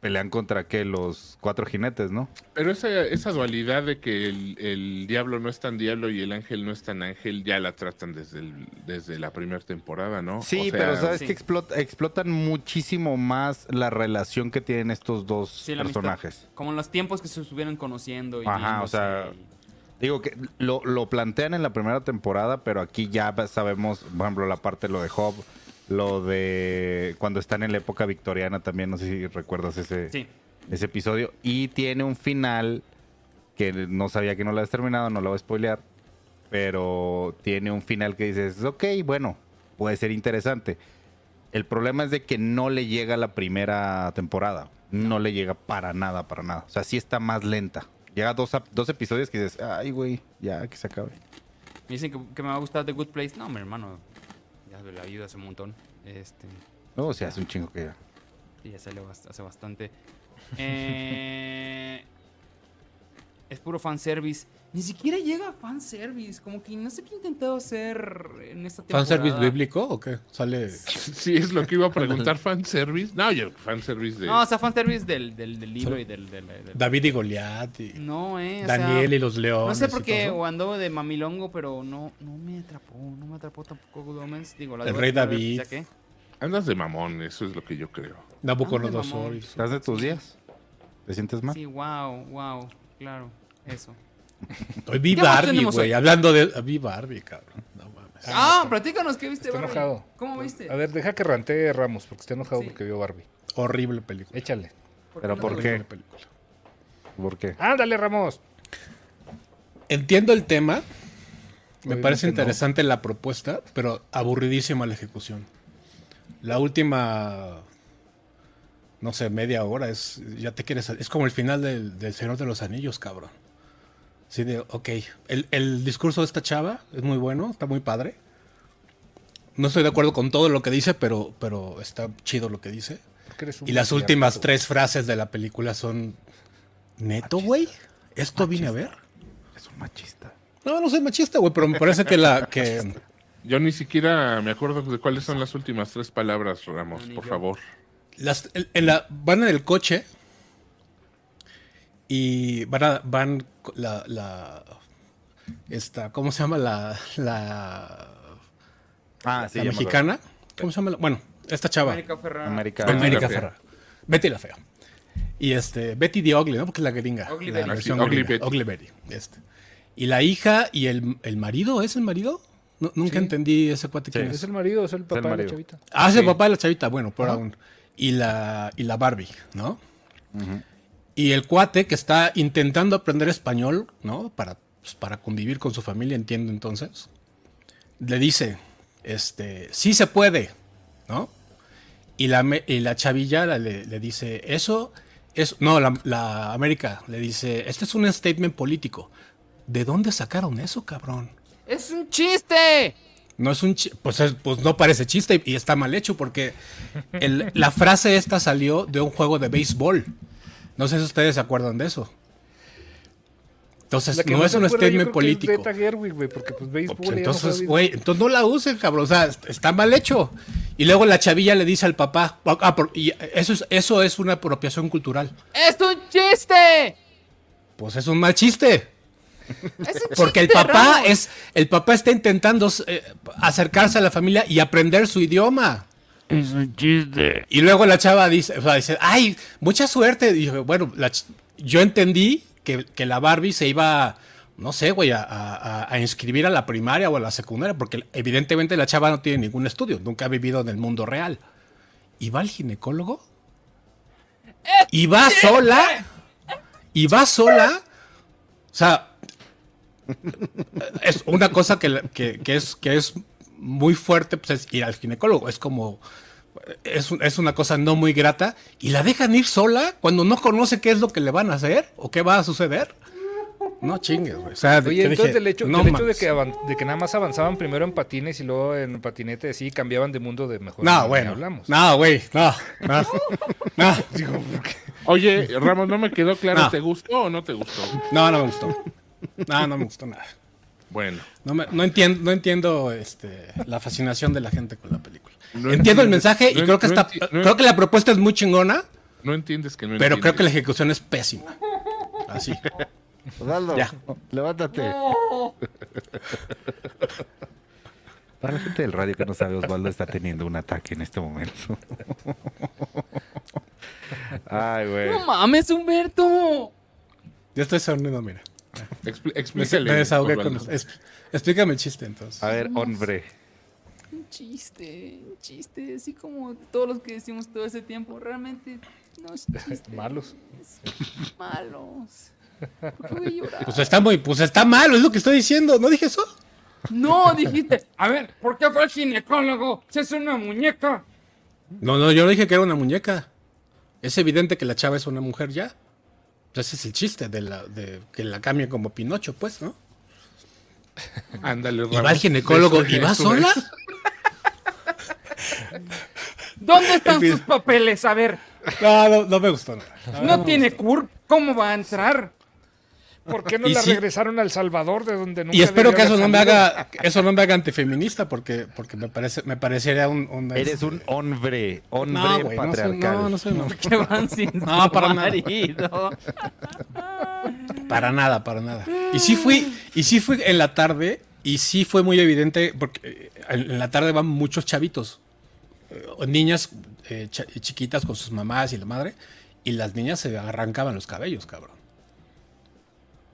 Speaker 2: pelean contra que los cuatro jinetes, ¿no?
Speaker 5: Pero esa, esa dualidad de que el, el diablo no es tan diablo y el ángel no es tan ángel, ya la tratan desde, el- desde la primera temporada, ¿no?
Speaker 2: Sí,
Speaker 5: O sea,
Speaker 2: pero sabes
Speaker 1: sí.
Speaker 2: que explot- explotan muchísimo más la relación que tienen estos dos
Speaker 1: Sí, la amistad.
Speaker 2: personajes.
Speaker 1: Como en los tiempos que se estuvieron conociendo. Y
Speaker 2: Ajá, o
Speaker 1: viéndose
Speaker 2: sea,
Speaker 1: y-
Speaker 2: Digo que lo, lo plantean en la primera temporada, pero aquí ya sabemos, por ejemplo, la parte de lo de Hob, lo de cuando están en la época victoriana también, no sé si recuerdas ese,
Speaker 1: Sí.
Speaker 2: ese episodio. Y tiene un final que no sabía que no lo habías terminado, no lo voy a spoilear. Pero tiene un final que dices, ok, bueno, puede ser interesante. El problema es de que no le llega la primera temporada. No le llega para nada, para nada. O sea, sí está más lenta. Llega dos, ap- dos episodios que dices, ay, güey, ya que se acabe.
Speaker 1: Me dicen que, que me va a gustar The Good Place. No, mi hermano, ya le ayudas un montón. Este,
Speaker 2: No, o sea, es un chingo que ya.
Speaker 1: y ya sale bast- hace bastante. Eh, (laughs) es puro fanservice. Ni siquiera llega a fanservice. Como que no sé qué he intentado hacer en esta temporada.
Speaker 3: ¿Fanservice bíblico o qué? Sale.
Speaker 5: Sí, es lo que iba a preguntar,
Speaker 2: (laughs)
Speaker 5: fanservice. No, yo fanservice de...
Speaker 1: No, o sea, fanservice del, del, del libro y del... del- del-
Speaker 3: David y Goliat y
Speaker 1: No, eh. o sea,
Speaker 3: Daniel y los leones.
Speaker 1: No sé
Speaker 3: y
Speaker 1: por qué
Speaker 3: todo.
Speaker 1: o andaba de mamilongo, pero no, no me atrapó. No me atrapó tampoco Good Omens. Digo, la
Speaker 3: El
Speaker 1: de-
Speaker 3: Rey
Speaker 1: la de-
Speaker 3: David.
Speaker 1: ¿ya qué?
Speaker 5: Andas de mamón, eso es lo que yo creo.
Speaker 3: Nabucodonosor. y-
Speaker 2: ¿Estás de tus días? ¿Te sientes mal?
Speaker 1: Sí, wow, wow. Claro, eso.
Speaker 3: Hoy vi
Speaker 1: ¿Qué más
Speaker 3: Barbie,
Speaker 1: tenemos
Speaker 3: güey.
Speaker 1: hoy?
Speaker 3: Hablando de. Vi Barbie, cabrón. No mames.
Speaker 1: Ah, platícanos qué viste,
Speaker 4: Está
Speaker 1: Barbie?
Speaker 4: enojado.
Speaker 1: ¿Cómo viste?
Speaker 4: A ver, deja que rante Ramos, porque está enojado
Speaker 1: Sí.
Speaker 4: porque vio Barbie.
Speaker 3: Horrible película.
Speaker 4: Échale.
Speaker 1: ¿Por
Speaker 2: ¿Pero
Speaker 1: no
Speaker 2: por
Speaker 1: te
Speaker 2: qué?
Speaker 3: Horrible película.
Speaker 2: ¿Por qué?
Speaker 4: Ándale, Ramos.
Speaker 3: Entiendo el tema. Me
Speaker 4: Obviamente
Speaker 3: parece
Speaker 4: no.
Speaker 3: interesante la propuesta, pero aburridísima la ejecución. La última, no sé, media hora es, ya te quieres, es como el final del, del Señor de los Anillos, cabrón. Sí, de, ok, el, el discurso de esta chava es muy bueno, está muy padre. No estoy de acuerdo con todo lo que dice, pero, pero está chido lo que dice.
Speaker 4: Porque eres un
Speaker 3: Y las
Speaker 4: patriarca,
Speaker 3: últimas
Speaker 4: tú.
Speaker 3: tres frases de la película son, neto, güey, ¿esto vine a ver?
Speaker 2: Es un machista.
Speaker 3: No, no soy machista, güey, pero me parece que la que
Speaker 5: Yo ni siquiera me acuerdo de cuáles son las últimas tres palabras, Ramos,
Speaker 1: No, ni
Speaker 5: por
Speaker 1: yo.
Speaker 5: favor.
Speaker 3: las en- en la van en el coche y van a, van co- la, la esta, ¿cómo se llama la la,
Speaker 2: Ah, sí, ya
Speaker 3: la
Speaker 2: me acordé.
Speaker 3: mexicana? ¿Cómo se llama? la- bueno, esta chava.
Speaker 1: América Ferrara.
Speaker 2: América.
Speaker 5: Betty
Speaker 3: América
Speaker 5: la Fea.
Speaker 3: Ferrara. Betty la fea. Y este, Betty the Ugly, ¿no? Porque es la gringa.
Speaker 1: Ugly
Speaker 3: la
Speaker 1: Betty.
Speaker 3: versión
Speaker 5: Ugly
Speaker 3: gringa.
Speaker 5: Betty.
Speaker 3: Ugly Betty, este. Y la hija y el, el marido, ¿es el marido? No- nunca
Speaker 4: Sí.
Speaker 3: entendí ese cuate quién
Speaker 4: Es
Speaker 3: es.
Speaker 4: el marido, es el papá de la
Speaker 2: marido.
Speaker 4: chavita.
Speaker 3: Ah, sí, el papá de la chavita, bueno, por aún. Y la, y la Barbie, ¿no? Y el cuate que está intentando aprender español, ¿no? Para, pues, para convivir con su familia, entiendo entonces. Le dice, este, sí se puede, ¿no? Y la, me- y la chavilla la- le, le dice, eso es, no, la, la América le dice, este es un statement político. ¿De dónde sacaron eso, cabrón?
Speaker 1: ¡Es un chiste!
Speaker 3: No es un chi- pues, es- pues no parece chiste y, y está mal hecho porque el- la frase esta salió de un juego de béisbol. No sé si ustedes se acuerdan de eso. Entonces,
Speaker 4: La que
Speaker 3: no es
Speaker 4: se
Speaker 3: un
Speaker 4: acuerda, yo
Speaker 3: statement
Speaker 4: creo que es
Speaker 3: político.
Speaker 4: Greta Gerwig, güey, porque pues
Speaker 3: Pues,
Speaker 4: béisbol. ella no
Speaker 3: entonces,
Speaker 4: sabe-
Speaker 3: güey, entonces no la usen, cabrón. O sea, est- está mal hecho. Y luego la chavilla le dice al papá, ah, por- y eso es, eso es una apropiación cultural.
Speaker 1: ¡Es un chiste!
Speaker 3: Pues es un mal chiste.
Speaker 1: ¡Es un
Speaker 3: Porque el
Speaker 1: chiste,
Speaker 3: papá
Speaker 1: Ramos!
Speaker 3: es, el papá está intentando eh, acercarse a la familia y aprender su idioma. Es un chiste. Y luego la chava dice, o sea, dice, ay, mucha suerte. Y dije, bueno, la ch- yo entendí que, que la Barbie se iba, no sé, güey, a, a- a- a inscribir a la primaria o a la secundaria, porque evidentemente la chava no tiene ningún estudio, nunca ha vivido en el mundo real. ¿Y va al ginecólogo?
Speaker 1: (laughs)
Speaker 3: ¿Y va sola? ¿Y va sola? O sea, es una cosa que, la- que- que es, que es muy fuerte, pues es ir al ginecólogo. Es como. Es, un- es una cosa no muy grata. Y la dejan ir sola cuando no conoce qué es lo que le van a hacer o qué va a suceder. No chingues, güey. O sea,
Speaker 4: Oye,
Speaker 3: yo
Speaker 4: entonces
Speaker 3: dije,
Speaker 4: el hecho,
Speaker 3: no
Speaker 4: del hecho de,
Speaker 3: mames.
Speaker 4: que avan- de que nada más avanzaban primero en patines y luego en patinete, sí, cambiaban de mundo de mejor. manera,
Speaker 3: No,
Speaker 4: ni
Speaker 3: bueno.
Speaker 4: Hablamos.
Speaker 3: No, güey. No,
Speaker 4: (laughs)
Speaker 3: no. no, digo,
Speaker 5: Oye, Ramos, no me quedó claro,
Speaker 3: No.
Speaker 5: ¿te gustó o no te gustó?
Speaker 3: no, no me gustó. No, no me gustó nada.
Speaker 5: Bueno,
Speaker 3: No, me- no entiendo, no entiendo este, la fascinación de la gente con la película.
Speaker 5: No
Speaker 3: entiendo el
Speaker 5: entiendes-
Speaker 3: mensaje y
Speaker 5: no
Speaker 3: creo que,
Speaker 5: en- no
Speaker 3: está,
Speaker 5: enti- no
Speaker 3: creo que la propuesta es muy chingona.
Speaker 5: no entiendes que no
Speaker 3: Pero creo que la
Speaker 5: entiendes.
Speaker 3: ejecución es pésima. Así.
Speaker 2: Osvaldo,
Speaker 3: Ya.
Speaker 2: levántate. Para la gente del radio que no sabe, Osvaldo está teniendo un ataque en este momento. Ay, güey.
Speaker 1: ¡No mames, Humberto!
Speaker 3: Yo estoy sonriendo, mira.
Speaker 5: Expl-
Speaker 3: Me,
Speaker 5: explícale,
Speaker 3: me desahogué
Speaker 5: Osvaldo.
Speaker 3: con los- es- Explícame el chiste entonces.
Speaker 2: A ver, hombre.
Speaker 1: Un chiste, un chiste, así como todos los que decimos todo ese tiempo, realmente no
Speaker 4: (laughs)
Speaker 1: es chiste.
Speaker 4: Malos.
Speaker 1: es Malos. ¿Por qué voy a llorar?
Speaker 3: Pues está muy, pues está mal, es lo que estoy diciendo. ¿No dije eso?
Speaker 1: No, dijiste. A ver, ¿por qué fue el ginecólogo? Si es una muñeca.
Speaker 3: No, no, yo no dije que era una muñeca. Es evidente que la chava es una mujer ya. Entonces es el chiste de, la, de que la cambie como Pinocho, pues, ¿no?
Speaker 5: Ándale,
Speaker 3: Y
Speaker 5: Ramos.
Speaker 3: va al ginecólogo
Speaker 5: Eso
Speaker 3: y va
Speaker 5: es,
Speaker 3: sola.
Speaker 5: eso
Speaker 1: ¿Dónde están
Speaker 3: En fin.
Speaker 1: sus papeles? A ver,
Speaker 3: No, no, no me gustó nada.
Speaker 1: no tiene CURP. ¿Cómo va a entrar?
Speaker 4: ¿Por qué no
Speaker 3: Y
Speaker 4: la
Speaker 3: sí.
Speaker 4: regresaron al Salvador de donde nunca
Speaker 3: Y espero
Speaker 4: debió
Speaker 3: que eso
Speaker 4: haber
Speaker 3: no me
Speaker 4: salido?
Speaker 3: haga, eso no me haga antifeminista, porque, porque me parece, me parecería un, un- este,
Speaker 2: Eres un hombre, hombre
Speaker 3: no, güey, no soy,
Speaker 2: patriarcal.
Speaker 3: no, no soy un hombre.
Speaker 1: Que van sin su
Speaker 3: No, para nada.
Speaker 1: marido.
Speaker 3: Para nada, para nada.
Speaker 1: Mm.
Speaker 3: Y sí fui, y sí fui en la tarde, y sí fue muy evidente, porque eh, en la tarde van muchos chavitos, eh, o niñas eh, cha- chiquitas con sus mamás y la madre, y las niñas se arrancaban los cabellos, cabrón.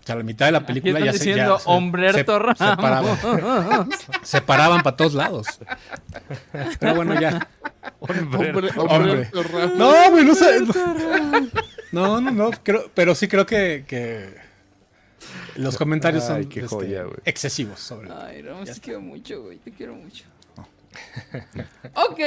Speaker 3: O sea, a la mitad de la película
Speaker 1: están
Speaker 3: ya se,
Speaker 1: diciendo
Speaker 3: ya se-
Speaker 1: Humberto Ramos.
Speaker 3: se paraban, (laughs) se paraban para
Speaker 1: (laughs)
Speaker 3: todos lados. Pero bueno, ya.
Speaker 5: güey. Hombre,
Speaker 3: Hombre.
Speaker 5: hombre, Ramos.
Speaker 3: No, güey, no sé. No, no, no. creo- pero sí creo que, que los comentarios son este,
Speaker 2: Ay, qué joya, güey.
Speaker 3: excesivos sobre.
Speaker 1: Ay, Ramos, te quiero mucho, güey. Te quiero mucho. Ok,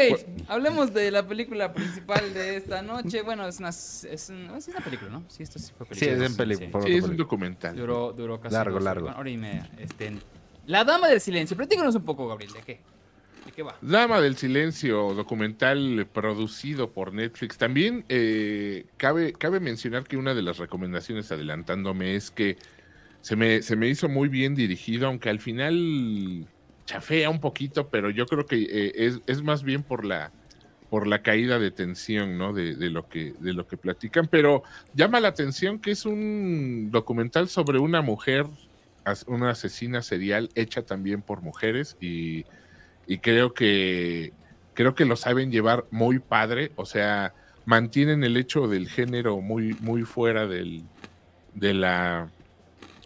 Speaker 1: hablemos de la película principal de esta noche. Bueno, es una, es un- sí es una película, ¿no? Sí, esto sí fue
Speaker 2: Sí,
Speaker 1: película.
Speaker 2: es en película.
Speaker 1: sí.
Speaker 2: por
Speaker 5: Sí,
Speaker 2: favor,
Speaker 5: es un
Speaker 2: película.
Speaker 5: documental.
Speaker 1: Duró, duró casi
Speaker 2: Largo,
Speaker 1: dos-
Speaker 2: largo.
Speaker 1: bueno, hora y media. Este, la dama del silencio. Platícanos un poco, Gabriel, ¿de qué? ¿De qué va?
Speaker 5: Dama del Silencio, documental producido por Netflix. También eh, cabe, cabe mencionar que una de las recomendaciones adelantándome es que se me, se me hizo muy bien dirigido, aunque al final chafea un poquito, pero yo creo que eh, es, es más bien por la por la caída de tensión, ¿no? De, de lo que de lo que platican, pero llama la atención que es un documental sobre una mujer, as- una asesina serial hecha también por mujeres y y creo que creo que lo saben llevar muy padre, o sea, mantienen el hecho del género muy muy fuera del de la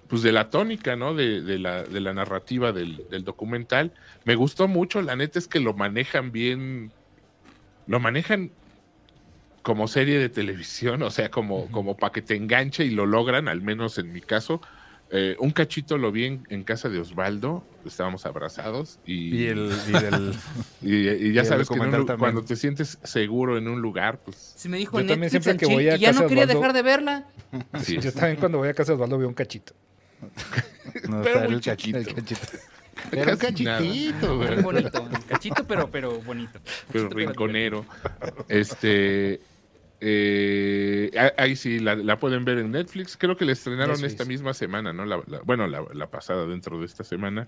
Speaker 5: pues de la tónica, ¿no? De, de la, de la narrativa del, del documental. Me gustó mucho, la neta es que lo manejan bien, lo manejan como serie de televisión, o sea, como, como para que te enganche y lo logran, al menos en mi caso. Eh, un cachito lo vi en, en casa de Osvaldo, estábamos abrazados y,
Speaker 2: Y el, y (laughs) el-
Speaker 5: y, y
Speaker 2: Y
Speaker 5: ya
Speaker 2: el
Speaker 5: sabes que en un
Speaker 2: documental
Speaker 5: lu-
Speaker 2: también.
Speaker 5: cuando te sientes seguro en un lugar, pues
Speaker 1: Si me dijo
Speaker 4: Yo también
Speaker 1: Netflix
Speaker 4: siempre
Speaker 1: al
Speaker 4: que
Speaker 1: chile
Speaker 4: voy a
Speaker 1: y ya no
Speaker 4: casa de
Speaker 1: quería
Speaker 4: Osvaldo-
Speaker 1: dejar de verla.
Speaker 2: Ah,
Speaker 5: así (laughs)
Speaker 4: Yo
Speaker 5: es.
Speaker 4: también cuando voy a casa de Osvaldo veo un cachito.
Speaker 2: no,
Speaker 5: Pero
Speaker 2: está
Speaker 5: muy
Speaker 2: el cachito,
Speaker 5: chiquito.
Speaker 2: el cachito. Era un
Speaker 5: Casi nada.
Speaker 2: cachitito, güey.
Speaker 1: Muy bonito. Cachito, pero, pero bonito.
Speaker 5: pero
Speaker 1: Cachito,
Speaker 5: rinconero. Este. eh, ah, ahí sí, la, la pueden ver en Netflix. Creo que la estrenaron
Speaker 4: Netflix.
Speaker 5: esta misma semana, ¿no? La, la- bueno, la, la pasada dentro de esta semana.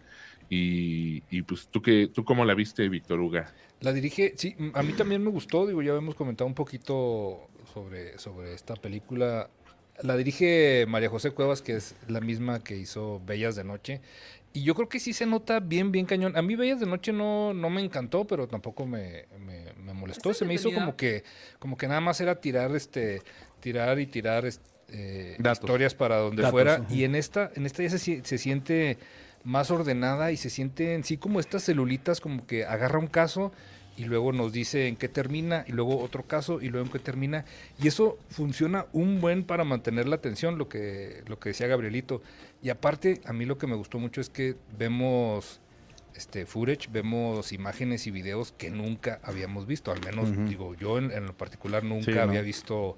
Speaker 5: Y, y, pues tú que tú cómo la viste, Víctor Huga.
Speaker 4: La dirige, sí, m- a mí también me gustó, digo, ya hemos comentado un poquito sobre, sobre esta película. La dirige María José Cuevas, que es la misma que hizo Bellas de Noche. Y yo creo que sí se nota bien, bien cañón. A mí Bellas de Noche no, no me encantó, pero tampoco me, me- me molestó.
Speaker 1: Está
Speaker 4: Se me hizo
Speaker 1: entretenida.
Speaker 4: como que, como que nada más era tirar, este, tirar y tirar este, eh,
Speaker 2: Datos.
Speaker 4: historias para donde
Speaker 3: Datos,
Speaker 4: fuera.
Speaker 3: ajá.
Speaker 4: Y en esta, en esta ya se, si- se siente más ordenada y se sienten, sí, como estas celulitas, como que agarra un caso y luego nos dice en qué termina, y luego otro caso y luego en qué termina. Y eso funciona un buen para mantener la atención, lo que, lo que decía Gabrielito. Y aparte, a mí lo que me gustó mucho es que vemos este footage, vemos imágenes y videos que nunca habíamos visto. Al menos,
Speaker 2: Ujú.
Speaker 4: digo, yo en, en lo particular nunca
Speaker 2: Sí, ¿no?
Speaker 4: había visto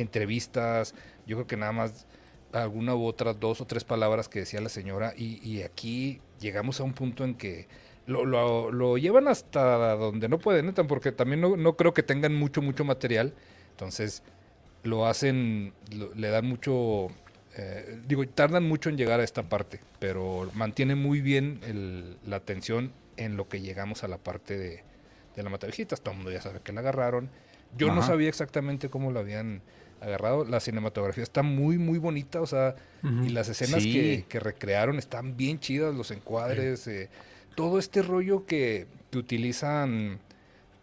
Speaker 4: entrevistas. Yo creo que nada más alguna u otra, dos o tres palabras que decía la señora. Y, y aquí llegamos a un punto en que lo, lo- lo llevan hasta donde no pueden, neta, porque también no, no creo que tengan mucho, mucho material. Entonces, lo hacen, lo- le dan mucho, eh, digo, tardan mucho en llegar a esta parte, pero mantiene muy bien el- la atención en lo que llegamos a la parte de, de la mataviejitas. Todo el mundo ya sabe que la agarraron. Yo no
Speaker 2: Ajá.
Speaker 4: sabía exactamente cómo la habían agarrado. La cinematografía está muy, muy bonita, o sea, y las escenas
Speaker 2: Sí.
Speaker 4: que, que recrearon están bien chidas, los encuadres, eh, todo este rollo que, que utilizan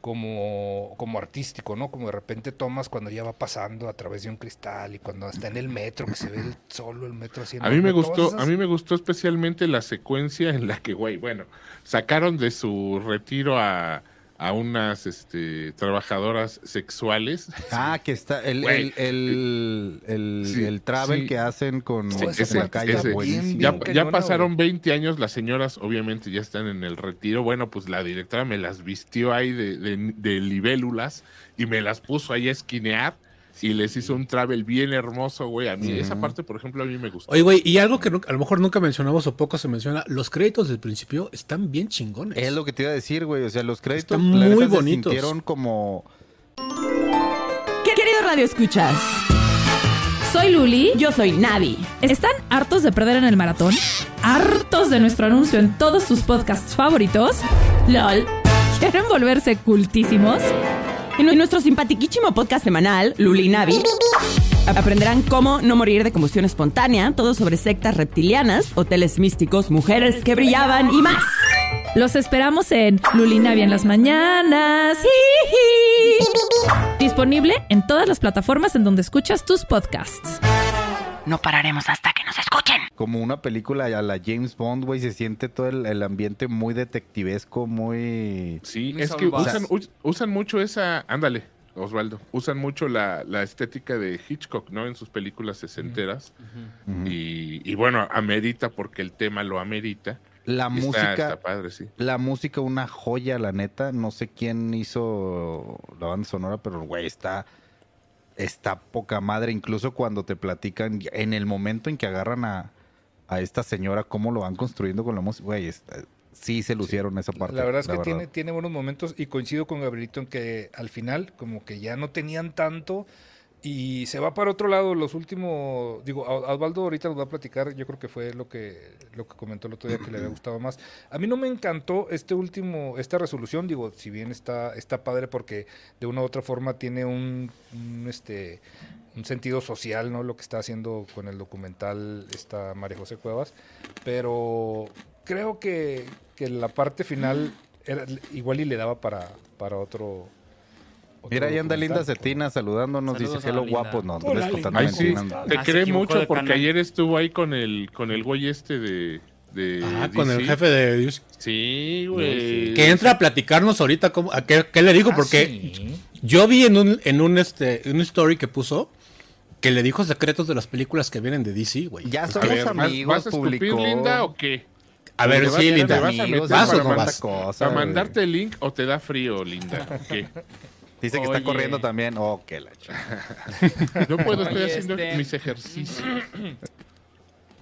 Speaker 4: como, como artístico, ¿no? Como de repente tomas cuando ya va pasando a través de un cristal y cuando está en el metro, que se ve el, solo el metro haciendo.
Speaker 5: A mí me gustó, a mí me gustó especialmente la secuencia en la que, güey, bueno, sacaron de su retiro a, a unas este, trabajadoras sexuales.
Speaker 2: Ah, que está el,
Speaker 5: Güey.
Speaker 2: el, el, el,
Speaker 5: Sí,
Speaker 2: el travel
Speaker 5: sí.
Speaker 2: que hacen con
Speaker 4: Sí,
Speaker 2: con
Speaker 5: ese-
Speaker 2: la calle,
Speaker 5: ese.
Speaker 2: buenísimo.
Speaker 5: Ya,
Speaker 4: Bien
Speaker 5: ya
Speaker 4: cañona,
Speaker 5: pasaron 20 años, las señoras obviamente ya están en el retiro. Bueno, pues la directora me las vistió ahí de, de- de libélulas y me las puso ahí a esquinear y les hizo un travel bien hermoso, güey. A mí,
Speaker 2: Sí.
Speaker 5: esa parte, por ejemplo, a mí me gustó.
Speaker 3: Oye, güey, y algo que nu- a lo mejor nunca mencionamos o poco se menciona, los créditos del principio están bien chingones.
Speaker 2: Es lo que te iba a decir, güey. O sea, los créditos
Speaker 3: Están
Speaker 2: la neta,
Speaker 3: Pues muy
Speaker 2: se
Speaker 3: bonitos.
Speaker 2: sintieron como
Speaker 6: Querido Radio Escuchas,
Speaker 7: Soy Luli.
Speaker 6: yo soy Navi.
Speaker 7: ¿Están hartos de perder en el maratón? ¿Hartos de nuestro anuncio en todos sus podcasts favoritos?
Speaker 6: LOL.
Speaker 7: ¿Quieren volverse cultísimos?
Speaker 6: En nu- nuestro simpatiquísimo podcast semanal, Luli y Navi, aprenderán cómo no morir de combustión espontánea, todo sobre sectas reptilianas, hoteles místicos, mujeres que brillaban y más.
Speaker 7: Los esperamos en Lulinavia en las mañanas. Disponible en todas las plataformas en donde escuchas tus podcasts.
Speaker 6: No pararemos hasta que nos escuchen.
Speaker 2: como una película a la James Bond, güey. Se siente todo el, el ambiente muy detectivesco, muy...
Speaker 5: Sí,
Speaker 1: Muy
Speaker 5: es que
Speaker 1: salvaje.
Speaker 5: usan, us- usan mucho esa, ándale, Osvaldo, usan mucho la, la estética de Hitchcock, ¿no? En sus películas sesenteras. y, y bueno, amerita porque el tema lo amerita.
Speaker 2: La
Speaker 5: Y está-
Speaker 2: música...
Speaker 5: está padre, sí.
Speaker 2: La música, una joya, la neta. No sé quién hizo la banda sonora, pero güey, está. Está poca madre. Incluso cuando te platican, en el momento en que agarran a, a esta señora, cómo lo van construyendo con la música, güey, está- sí se lucieron esa parte.
Speaker 4: La verdad es que Tiene, tiene buenos momentos y coincido con Gabrielito en que al final como que ya no tenían tanto y se va para otro lado los últimos, digo, a- Osvaldo ahorita nos va a platicar, yo creo que fue lo que, lo que comentó el otro día que le había gustado más. A mí no me encantó este último, esta resolución, digo, si bien está, está padre porque de una u otra forma tiene un, un, este, un sentido social, ¿no? Lo que está haciendo con el documental esta María José Cuevas, pero creo que, que la parte final era, igual y le daba para, para otro... otro
Speaker 2: Mira, ahí anda
Speaker 4: documental.
Speaker 2: Linda Cetina saludándonos,
Speaker 1: Saludos
Speaker 2: dice
Speaker 1: a
Speaker 2: hello
Speaker 1: Linda.
Speaker 2: guapo. No,
Speaker 3: Hola,
Speaker 2: no
Speaker 3: Linda.
Speaker 5: Ay, sí,
Speaker 2: anda.
Speaker 5: te
Speaker 1: Ah, se
Speaker 5: cree
Speaker 1: equivocó
Speaker 5: mucho
Speaker 1: de
Speaker 5: porque
Speaker 1: canal.
Speaker 5: ayer estuvo ahí con el con el güey este de, de
Speaker 3: Ah, con
Speaker 5: DC.
Speaker 3: el jefe de Dios.
Speaker 5: Sí, güey.
Speaker 3: Que entra a platicarnos ahorita cómo, a qué, qué le dijo,
Speaker 1: Ah,
Speaker 4: Ah,
Speaker 3: porque yo vi en un, en un este, en un story que puso que le dijo secretos de las películas que vienen de DC, güey.
Speaker 2: Ya
Speaker 5: A
Speaker 2: somos
Speaker 5: ver, ¿vas-
Speaker 2: amigos,
Speaker 5: ¿vas a escupir,
Speaker 2: publicó.
Speaker 5: Linda, o qué?
Speaker 3: A ver,
Speaker 5: ¿Te vas-
Speaker 3: sí,
Speaker 5: te
Speaker 3: Linda.
Speaker 5: vas a meter
Speaker 2: Amigos,
Speaker 5: para
Speaker 3: ¿Vas o no
Speaker 5: mandar-
Speaker 3: vas?
Speaker 2: Cosa,
Speaker 5: ¿Para
Speaker 2: güey.
Speaker 5: mandarte el link o te da frío, Linda? ¿O ¿Qué?
Speaker 2: Dice que
Speaker 1: Oye.
Speaker 2: está corriendo también. Oh, qué la ch-
Speaker 5: No puedo, estoy
Speaker 1: Oye,
Speaker 5: haciendo
Speaker 1: este-
Speaker 5: mis ejercicios.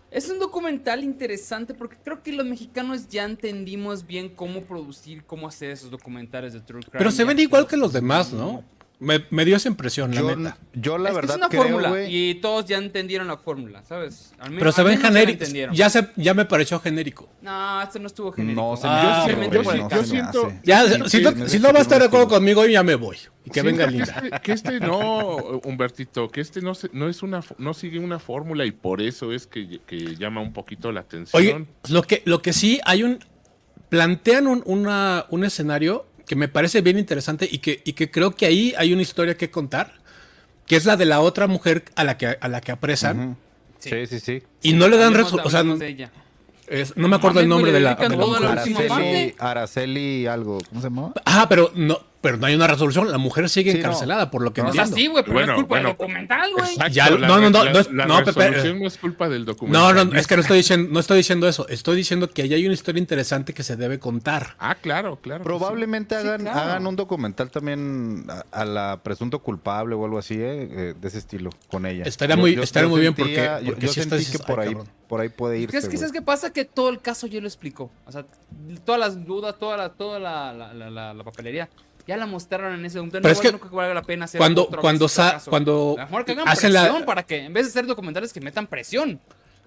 Speaker 1: Es un documental interesante porque creo que los mexicanos ya entendimos bien cómo producir, cómo hacer esos documentales de True Crime.
Speaker 3: Pero se
Speaker 1: Ya
Speaker 3: ven
Speaker 1: que
Speaker 3: igual
Speaker 1: los-
Speaker 3: que los demás, ¿no? Me, me dio esa impresión, la
Speaker 2: Yo,
Speaker 3: neta.
Speaker 2: yo la
Speaker 1: es que
Speaker 2: verdad
Speaker 1: es una
Speaker 2: creo,
Speaker 1: fórmula
Speaker 2: güey,
Speaker 1: y todos ya entendieron la fórmula, ¿sabes? Al men-
Speaker 3: Pero se
Speaker 1: al
Speaker 3: ven
Speaker 1: menos ya la
Speaker 3: genéricos.
Speaker 1: entendieron.
Speaker 3: Ya, se, ya me pareció genérico.
Speaker 1: No, esto no estuvo genérico.
Speaker 2: No, se me
Speaker 3: Ah,
Speaker 2: hace,
Speaker 1: Simplemente
Speaker 2: güey,
Speaker 1: por el
Speaker 2: no
Speaker 1: caso.
Speaker 2: se me
Speaker 5: siento-
Speaker 2: hace.
Speaker 3: Ya,
Speaker 5: Sí,
Speaker 3: si,
Speaker 5: sí,
Speaker 3: no,
Speaker 2: me
Speaker 3: si
Speaker 2: parece
Speaker 3: no va a estar de acuerdo
Speaker 2: buenísimo.
Speaker 3: conmigo, yo ya me voy. Y que venga
Speaker 5: Siento
Speaker 2: (laughs)
Speaker 3: Linda.
Speaker 5: Que este, que este no, Humbertito, que este no, se- no, es una, fo- no sigue una fórmula y por eso es que, que llama un poquito la atención.
Speaker 3: Oye, lo que, lo que sí hay un. Plantean un, una- un escenario que me parece bien interesante y que, y que creo que ahí hay una historia que contar, que es la de la otra mujer a la que, a la que apresan
Speaker 2: Ujú. Sí, sí, sí.
Speaker 3: y no le dan
Speaker 1: Hablemos-
Speaker 3: resultado. O sea, no,
Speaker 1: hablemos de ella.
Speaker 3: es- no me acuerdo el
Speaker 1: Mames,
Speaker 3: nombre
Speaker 1: güey,
Speaker 3: de la,
Speaker 1: dedican
Speaker 3: de la
Speaker 1: toda la
Speaker 3: mujer.
Speaker 1: última
Speaker 2: Araceli,
Speaker 1: parte.
Speaker 2: Araceli algo, ¿cómo se llama?
Speaker 3: Ah, pero no, pero no hay una resolución. La mujer sigue
Speaker 2: Sí, no.
Speaker 3: encarcelada, por lo que
Speaker 1: O sea,
Speaker 3: entiendo.
Speaker 1: sí, güey, pero
Speaker 5: Bueno,
Speaker 1: no es culpa
Speaker 5: bueno.
Speaker 1: del documental, güey.
Speaker 5: Exacto,
Speaker 3: pues, ya-
Speaker 5: la-
Speaker 3: no, no, no,
Speaker 5: la-
Speaker 3: no es-
Speaker 5: la
Speaker 3: no, Pepe,
Speaker 5: resolución no es culpa del
Speaker 3: No,
Speaker 5: documental.
Speaker 3: no, es que no estoy diciendo, no estoy diciendo eso. Estoy diciendo que ahí hay una historia interesante que se debe contar.
Speaker 5: Ah, claro, claro. que sí.
Speaker 2: Probablemente
Speaker 1: Sí,
Speaker 2: hagan,
Speaker 1: claro.
Speaker 2: hagan un documental también a, a la presunto culpable o algo así, ¿eh? Eh, de ese estilo, con ella.
Speaker 3: Estaría muy- estaría muy bien porque-
Speaker 2: yo-
Speaker 3: porque
Speaker 2: yo,
Speaker 3: sí está-
Speaker 2: sentí
Speaker 3: dices,
Speaker 2: que por
Speaker 3: "Ay,
Speaker 2: ahí,
Speaker 3: cabrón".
Speaker 2: por ahí puede irse.
Speaker 1: Es que, ¿sabes qué
Speaker 2: güey.
Speaker 1: pasa? Que todo el caso yo lo explico. O sea, todas las dudas, toda la, toda la, la, la- la- la papelería, ya la mostraron en ese documental.
Speaker 3: Pero
Speaker 1: No,
Speaker 3: es que
Speaker 1: bueno, creo que valga la pena hacer
Speaker 3: cuando-
Speaker 1: otra vez
Speaker 3: cuando
Speaker 1: este
Speaker 3: sa-
Speaker 1: caso.
Speaker 3: cuando
Speaker 1: A lo mejor que hagan
Speaker 3: hacen la-
Speaker 1: presión para que, en vez de hacer documentales, que metan presión.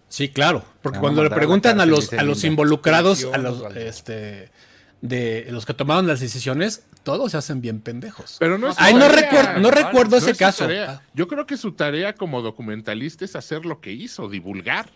Speaker 3: Sí, claro. Porque
Speaker 2: Ah,
Speaker 3: cuando le
Speaker 2: mandar a la
Speaker 3: preguntan a
Speaker 2: cárcel,
Speaker 3: los,
Speaker 2: dice
Speaker 3: a los
Speaker 2: Linda.
Speaker 3: involucrados, a
Speaker 4: Presión,
Speaker 3: los
Speaker 4: Osvaldo.
Speaker 3: este de los que tomaron las decisiones, todos se hacen bien pendejos.
Speaker 5: Pero no es
Speaker 3: Ay,
Speaker 5: su
Speaker 3: no,
Speaker 5: tarea.
Speaker 3: recuerdo, no
Speaker 1: Osvaldo,
Speaker 3: recuerdo
Speaker 5: No
Speaker 3: ese
Speaker 5: es su
Speaker 3: caso.
Speaker 5: tarea.
Speaker 3: Ah,
Speaker 5: Yo creo que su tarea como documentalista es hacer lo que hizo, divulgar.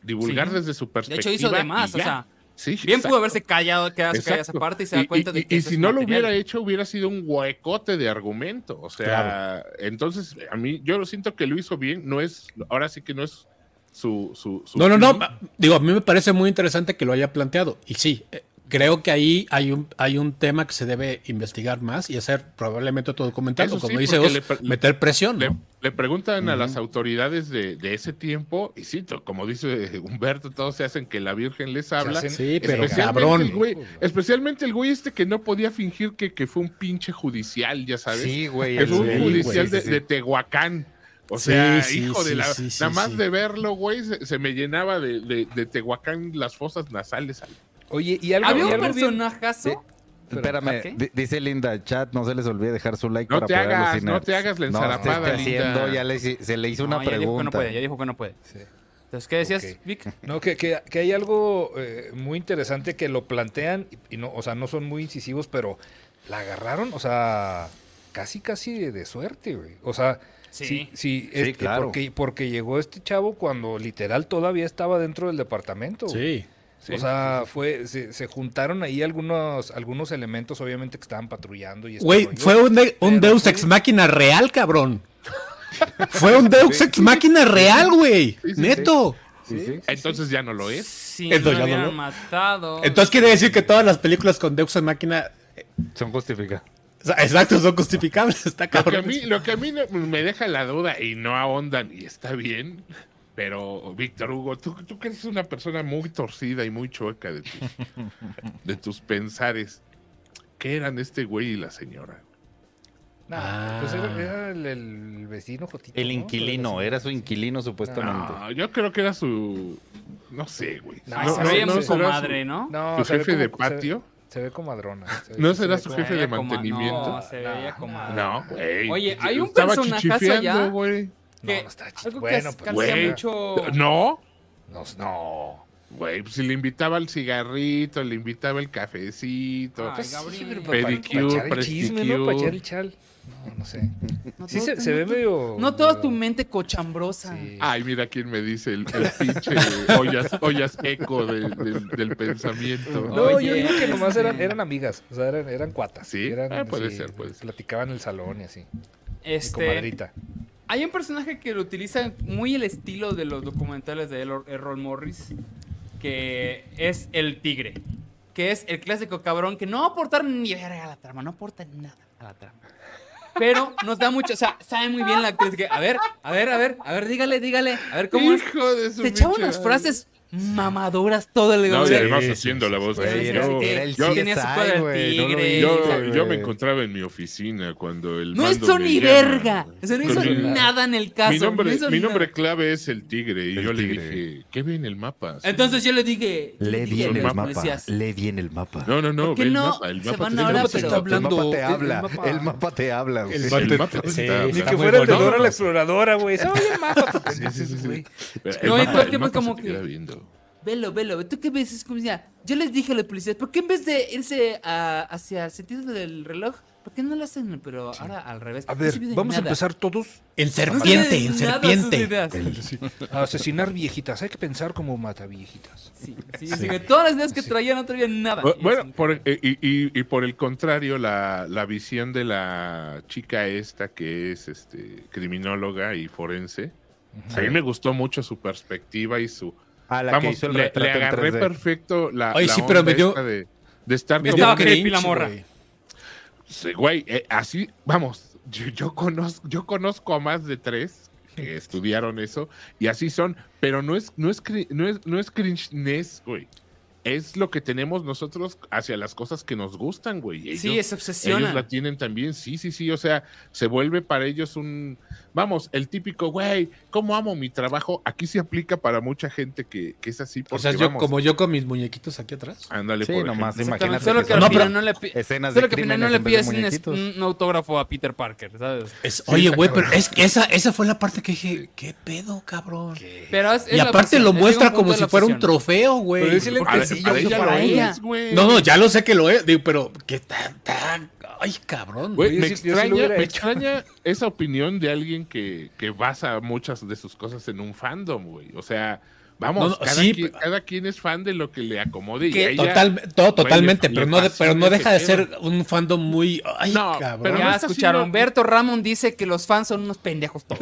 Speaker 5: Divulgar
Speaker 1: Sí.
Speaker 5: desde su
Speaker 1: hizo
Speaker 5: perspectiva.
Speaker 1: de
Speaker 5: y
Speaker 1: más, o
Speaker 5: ya.
Speaker 1: sea,
Speaker 5: Sí,
Speaker 1: Bien
Speaker 5: exacto.
Speaker 1: pudo haberse callado, quedarse callado esa
Speaker 5: Exacto.
Speaker 1: parte y se da
Speaker 5: Y-
Speaker 1: cuenta de
Speaker 5: y-
Speaker 1: que.
Speaker 5: y
Speaker 1: eso
Speaker 5: si
Speaker 1: es
Speaker 5: no lo
Speaker 1: material.
Speaker 5: hubiera hecho, hubiera sido un huecote de argumento. O sea, entonces a mí yo lo siento que lo hizo bien. No es, ahora sí que no es su. su, su
Speaker 3: No, no, no.
Speaker 5: fin.
Speaker 3: Digo, a mí me parece muy interesante que lo haya planteado. Y sí, eh, creo que ahí hay un, hay un tema que se debe investigar más y hacer probablemente otro documental.
Speaker 5: Eso
Speaker 3: o como
Speaker 5: sí,
Speaker 3: dice
Speaker 5: porque
Speaker 3: Oz,
Speaker 5: le pre-
Speaker 3: meter presión.
Speaker 5: Le,
Speaker 3: ¿no?
Speaker 5: le preguntan a las autoridades de, de ese tiempo, y sí, to- como dice (laughs) Humberto, todos se hacen que la Virgen les habla.
Speaker 4: hacen-
Speaker 3: Sí, pero
Speaker 5: Especialmente
Speaker 3: cabrón.
Speaker 5: el güey- especialmente el güey este que no podía fingir que, que fue un pinche judicial, ya sabes.
Speaker 2: Sí, güey.
Speaker 5: que fue
Speaker 2: el-
Speaker 5: un
Speaker 3: güey,
Speaker 5: judicial
Speaker 2: sí,
Speaker 5: de,
Speaker 2: sí,
Speaker 5: de
Speaker 2: sí.
Speaker 5: Tehuacán. O
Speaker 3: Sí,
Speaker 5: sea,
Speaker 3: sí,
Speaker 5: hijo
Speaker 3: sí,
Speaker 5: de la.
Speaker 3: sí, sí,
Speaker 5: nada más
Speaker 3: sí.
Speaker 5: de verlo, güey, se, se me llenaba de, de, de Tehuacán las fosas nasales.
Speaker 4: Oye, y algo,
Speaker 1: Había
Speaker 4: y
Speaker 1: un
Speaker 4: algo bien-
Speaker 1: personajazo.
Speaker 2: Sí. Espérame,
Speaker 1: ¿Ah, qué?
Speaker 2: di- dice Linda, chat, no se les olvide dejar su like
Speaker 5: No
Speaker 2: para
Speaker 5: te
Speaker 2: apoyar a los
Speaker 5: hagas, no
Speaker 2: Inerts.
Speaker 5: te hagas la
Speaker 2: No, se
Speaker 5: ensalapada,
Speaker 2: está haciendo,
Speaker 5: Linda.
Speaker 2: ya le hice- se le hizo
Speaker 1: No,
Speaker 2: una
Speaker 1: ya dijo que no
Speaker 2: pregunta.
Speaker 1: puede, ya dijo que no puede.
Speaker 4: Sí.
Speaker 1: Entonces, ¿qué decías,
Speaker 4: Ok.
Speaker 3: (laughs)
Speaker 1: Vic?
Speaker 4: No, que, que- que hay algo eh, muy interesante que lo plantean y, y no, o sea, no son muy incisivos, pero la agarraron, o sea, casi casi de, de suerte, güey. O sea,
Speaker 1: Sí.
Speaker 4: sí, sí,
Speaker 2: Sí,
Speaker 4: este,
Speaker 2: claro.
Speaker 4: porque, porque llegó este chavo cuando literal todavía estaba dentro del departamento. güey.
Speaker 3: Sí.
Speaker 5: Sí,
Speaker 4: o sea, fue, se, se juntaron ahí algunos, algunos elementos, obviamente, que estaban patrullando y este
Speaker 3: Güey,
Speaker 4: rollo.
Speaker 3: fue un, de- un
Speaker 4: Pero
Speaker 3: Deus
Speaker 4: fue-
Speaker 3: Ex Máquina real,
Speaker 5: (laughs)
Speaker 3: cabrón. Fue un Deus Ex Máquina real, güey.
Speaker 5: Sí, sí, sí.
Speaker 3: Neto.
Speaker 2: Sí, sí.
Speaker 5: Entonces ya no lo es.
Speaker 1: Si
Speaker 3: Esto
Speaker 1: no
Speaker 3: ya no
Speaker 1: lo hubieran
Speaker 3: lo-
Speaker 1: matado.
Speaker 3: Entonces quiere decir que todas las películas con Deus Ex Máquina, eh,
Speaker 2: Son justificadas.
Speaker 3: o sea, exacto, son justificables. (laughs) Está
Speaker 5: Lo que a
Speaker 3: cabrón.
Speaker 5: mí, lo que a mí no- me deja la duda y no ahondan y está bien, pero Víctor Hugo, tú, tú que eres una persona muy torcida y muy chueca
Speaker 3: (laughs)
Speaker 5: de tus, de tus pensares, ¿qué eran este güey y la señora?
Speaker 4: Nah, pues era,
Speaker 3: Ah.
Speaker 4: era el, el vecino Jotito.
Speaker 2: El
Speaker 4: ¿no?
Speaker 2: inquilino, era su inquilino supuestamente.
Speaker 5: No, yo creo que era su... No sé, güey.
Speaker 4: No,
Speaker 1: Ay,
Speaker 4: no,
Speaker 1: se veía
Speaker 4: no,
Speaker 1: muy
Speaker 5: será su-
Speaker 1: comadre, ¿no?
Speaker 4: No,
Speaker 5: ¿Tu
Speaker 4: se ve
Speaker 5: jefe de
Speaker 4: como- se ve-
Speaker 5: patio?
Speaker 4: Se ve comadrona. se ve-
Speaker 5: ¿No
Speaker 4: se
Speaker 5: será
Speaker 4: ve
Speaker 5: su
Speaker 4: como-
Speaker 5: jefe de
Speaker 1: Era como-
Speaker 5: mantenimiento?
Speaker 1: No, se veía como.
Speaker 4: Ah.
Speaker 5: No, güey.
Speaker 1: Oye, hay un
Speaker 5: Estaba
Speaker 1: personajazo
Speaker 5: chichifeando,
Speaker 1: allá.
Speaker 5: güey.
Speaker 4: No,
Speaker 1: que-
Speaker 4: no está chido.
Speaker 1: Algo
Speaker 4: Bueno,
Speaker 1: que
Speaker 4: pues,
Speaker 1: hacía
Speaker 5: güey.
Speaker 1: mucho.
Speaker 5: (laughs) No,
Speaker 4: No, no.
Speaker 5: güey, pues si le invitaba el cigarrito, le invitaba el cafecito.
Speaker 1: Ay,
Speaker 5: pues,
Speaker 1: Gabriel.
Speaker 4: pero para-
Speaker 5: Pedicure,
Speaker 4: para echar el chisme, ¿no? Para echar el
Speaker 5: presticure.
Speaker 4: chal. No, no sé.
Speaker 1: No
Speaker 4: Sí,
Speaker 1: todo-
Speaker 4: se, se ve
Speaker 1: no-
Speaker 4: medio.
Speaker 1: No toda tu
Speaker 4: medio-
Speaker 1: mente cochambrosa.
Speaker 4: Sí.
Speaker 5: Ay, mira quién me dice el, el pinche ollas, ollas eco del, del- del pensamiento.
Speaker 4: No,
Speaker 1: Oye,
Speaker 4: yo digo que nomás
Speaker 1: este-
Speaker 4: eran, eran amigas. O sea, eran, eran cuatas.
Speaker 5: Sí,
Speaker 4: eran,
Speaker 5: ah, puede ser, puede ser. pues,
Speaker 4: Platicaban en el salón y así. Mi
Speaker 1: Este,
Speaker 4: comadrita.
Speaker 1: hay un personaje que lo utiliza muy el estilo de los documentales de Errol- Errol Morris, que es el tigre, que es el clásico cabrón que no aporta ni verga a la trama, no aporta nada a la trama. Pero nos da mucho, o sea, sabe muy bien la actriz que, a ver, a ver, a ver, a ver, dígale, dígale, a ver cómo es.
Speaker 5: Hijo de su
Speaker 1: Se echaba
Speaker 5: pinche
Speaker 1: unas
Speaker 5: madre.
Speaker 1: frases mamadoras todo el
Speaker 5: No, y
Speaker 1: güey.
Speaker 5: además
Speaker 2: sí,
Speaker 5: haciendo
Speaker 2: sí,
Speaker 5: la voz.
Speaker 2: güey,
Speaker 5: así,
Speaker 2: era-
Speaker 5: yo,
Speaker 2: era el
Speaker 5: yo-
Speaker 1: Tenía su
Speaker 2: CSI,
Speaker 1: cola de
Speaker 2: güey, no lo
Speaker 1: tigre.
Speaker 2: vi,
Speaker 5: yo,
Speaker 2: güey.
Speaker 5: yo me encontraba en mi oficina cuando el.
Speaker 1: No
Speaker 5: mando
Speaker 1: hizo
Speaker 5: me
Speaker 1: ni
Speaker 5: llama.
Speaker 1: verga. O sea, no hizo
Speaker 5: Entonces,
Speaker 1: nada en el caso.
Speaker 5: Mi
Speaker 1: no
Speaker 5: nombre,
Speaker 1: hizo
Speaker 5: mi
Speaker 1: nada.
Speaker 5: nombre clave es el tigre. Y
Speaker 2: El
Speaker 5: yo
Speaker 2: tigre.
Speaker 5: le dije, ¿qué ve en el mapa?
Speaker 1: Entonces yo le dije.
Speaker 2: Le vi
Speaker 5: el
Speaker 2: en el
Speaker 5: mapa,
Speaker 2: mapa. Le vi en el mapa.
Speaker 5: No, no, no,
Speaker 1: ¿Por qué
Speaker 5: ve el
Speaker 1: no?
Speaker 5: mapa. El
Speaker 1: Se
Speaker 5: mapa
Speaker 1: van
Speaker 5: te
Speaker 1: ahora,
Speaker 5: está
Speaker 1: pero-
Speaker 2: te-
Speaker 1: está
Speaker 5: hablando.
Speaker 2: El mapa
Speaker 1: hablando-
Speaker 2: te
Speaker 1: el
Speaker 2: habla.
Speaker 1: mapa.
Speaker 2: El mapa te habla. güey.
Speaker 5: El
Speaker 4: mapa
Speaker 5: mapa
Speaker 4: te-
Speaker 5: te
Speaker 4: sí,
Speaker 5: está
Speaker 4: ni
Speaker 5: hablando.
Speaker 4: que
Speaker 3: muy
Speaker 4: fuera el de
Speaker 3: bueno.
Speaker 4: Dora la exploradora, güey. Soy el mapa. tú te
Speaker 5: Sí, sí, sí, sí.
Speaker 4: güey.
Speaker 5: Pero
Speaker 1: No, y
Speaker 5: el
Speaker 1: todo
Speaker 5: mapa,
Speaker 1: el
Speaker 5: el
Speaker 1: tiempo
Speaker 5: mapa
Speaker 1: como
Speaker 5: se
Speaker 1: que-
Speaker 5: queda viendo.
Speaker 1: Velo, velo. ¿Tú qué ves? Es como decía, Yo les dije a los policías, ¿por qué en vez de irse a- hacia el sentido del reloj, ¿por qué no lo hacen? Pero ahora al revés.
Speaker 4: A
Speaker 1: No
Speaker 4: ver,
Speaker 1: sirve de
Speaker 4: vamos a
Speaker 1: nada.
Speaker 4: empezar todos
Speaker 3: En
Speaker 1: No
Speaker 3: serpiente,
Speaker 1: sirve
Speaker 3: en
Speaker 1: de nada sus
Speaker 3: serpiente.
Speaker 1: ideas.
Speaker 4: a asesinar viejitas. Hay que pensar como mata viejitas.
Speaker 1: Sí, sí, sí, que Todas las ideas que traían no traían nada.
Speaker 5: Bu- Bueno, por- eh, y, y- y por el contrario, la, la visión de la chica esta que es este criminóloga y forense, a mí me gustó mucho su perspectiva y su...
Speaker 2: A Ah, la que
Speaker 5: vamos,
Speaker 2: hizo el
Speaker 5: le- le,
Speaker 2: retrato en
Speaker 5: agarré
Speaker 2: 3D.
Speaker 5: perfecto la,
Speaker 3: Oye,
Speaker 5: la
Speaker 3: sí, pero me
Speaker 5: onda
Speaker 3: dio-
Speaker 5: esta de, de estar
Speaker 3: Me
Speaker 5: como-
Speaker 3: dio
Speaker 1: Estaba
Speaker 3: cringe,
Speaker 1: creepy la morra.
Speaker 3: güey.
Speaker 5: Sí, güey, eh, así, vamos, yo, yo conozco, yo conozco a más de tres que estudiaron eso y así son, pero no es, no es, cri- no es, no es cringeness, güey. Es lo que tenemos nosotros hacia las cosas que nos gustan, güey. Ellos-
Speaker 1: sí, se
Speaker 5: ellos
Speaker 1: obsesionan.
Speaker 5: la tienen también, sí, sí, sí. O sea, se vuelve para ellos un. Vamos, el típico, güey, ¿cómo amo mi trabajo? Aquí se aplica para mucha gente que, que es así.
Speaker 3: O
Speaker 5: Porque,
Speaker 3: sea, yo,
Speaker 5: vamos,
Speaker 3: como yo con mis muñequitos aquí atrás.
Speaker 5: Ándale,
Speaker 2: Sí,
Speaker 5: por
Speaker 2: nomás,
Speaker 5: ejemplo.
Speaker 1: Exactamente,
Speaker 2: imagínate.
Speaker 1: Solo
Speaker 2: que
Speaker 1: que
Speaker 2: son
Speaker 1: al
Speaker 3: No, pero-
Speaker 1: final no le pi-
Speaker 2: escenas
Speaker 1: solo
Speaker 2: de
Speaker 1: que al final no
Speaker 2: crímenes
Speaker 1: le mm,
Speaker 2: en vez de
Speaker 1: pides un, es-
Speaker 2: muñequitos.
Speaker 1: un autógrafo a Peter Parker, ¿sabes?
Speaker 3: Es- oye, güey, pero es que esa, esa fue la parte que dije, ¿qué pedo, cabrón?
Speaker 1: Pero es- es
Speaker 3: Y
Speaker 1: la
Speaker 3: aparte
Speaker 1: obsesión,
Speaker 3: lo
Speaker 1: es
Speaker 3: muestra
Speaker 1: un punto
Speaker 3: como
Speaker 1: de
Speaker 3: si
Speaker 1: la
Speaker 3: fuera un
Speaker 1: obsesión.
Speaker 3: trofeo,
Speaker 4: Pero
Speaker 3: güey.
Speaker 4: es el
Speaker 5: A ver,
Speaker 4: lentecillo
Speaker 5: para
Speaker 4: que
Speaker 5: ella
Speaker 1: para
Speaker 5: lo
Speaker 1: ella.
Speaker 5: es, güey.
Speaker 3: No, no, ya lo sé que lo es, digo, pero qué tan, tan, ay, cabrón.
Speaker 5: Güey,
Speaker 4: Oye,
Speaker 5: me,
Speaker 4: sí, yo sí lo
Speaker 5: extraña,
Speaker 4: hubiera
Speaker 5: me
Speaker 4: hecho.
Speaker 5: extraña esa opinión de alguien que, que basa muchas de sus cosas en un fandom, güey. O sea, vamos,
Speaker 3: No, no,
Speaker 5: cada,
Speaker 3: sí,
Speaker 5: quien,
Speaker 3: pero-
Speaker 5: cada quien es fan de lo que le acomode. Y
Speaker 1: Que
Speaker 5: a ella,
Speaker 3: Total, todo,
Speaker 5: güey,
Speaker 3: totalmente,
Speaker 5: le-
Speaker 3: pero
Speaker 5: le
Speaker 3: no, de- pero
Speaker 5: fascina
Speaker 3: no deja de
Speaker 5: ese
Speaker 3: ser un fandom muy, ay,
Speaker 5: No,
Speaker 3: cabrón.
Speaker 5: pero
Speaker 1: Ya
Speaker 5: no está
Speaker 1: escucharon,
Speaker 5: haciendo-
Speaker 1: Humberto Ramón dice que los fans son unos pendejos todos.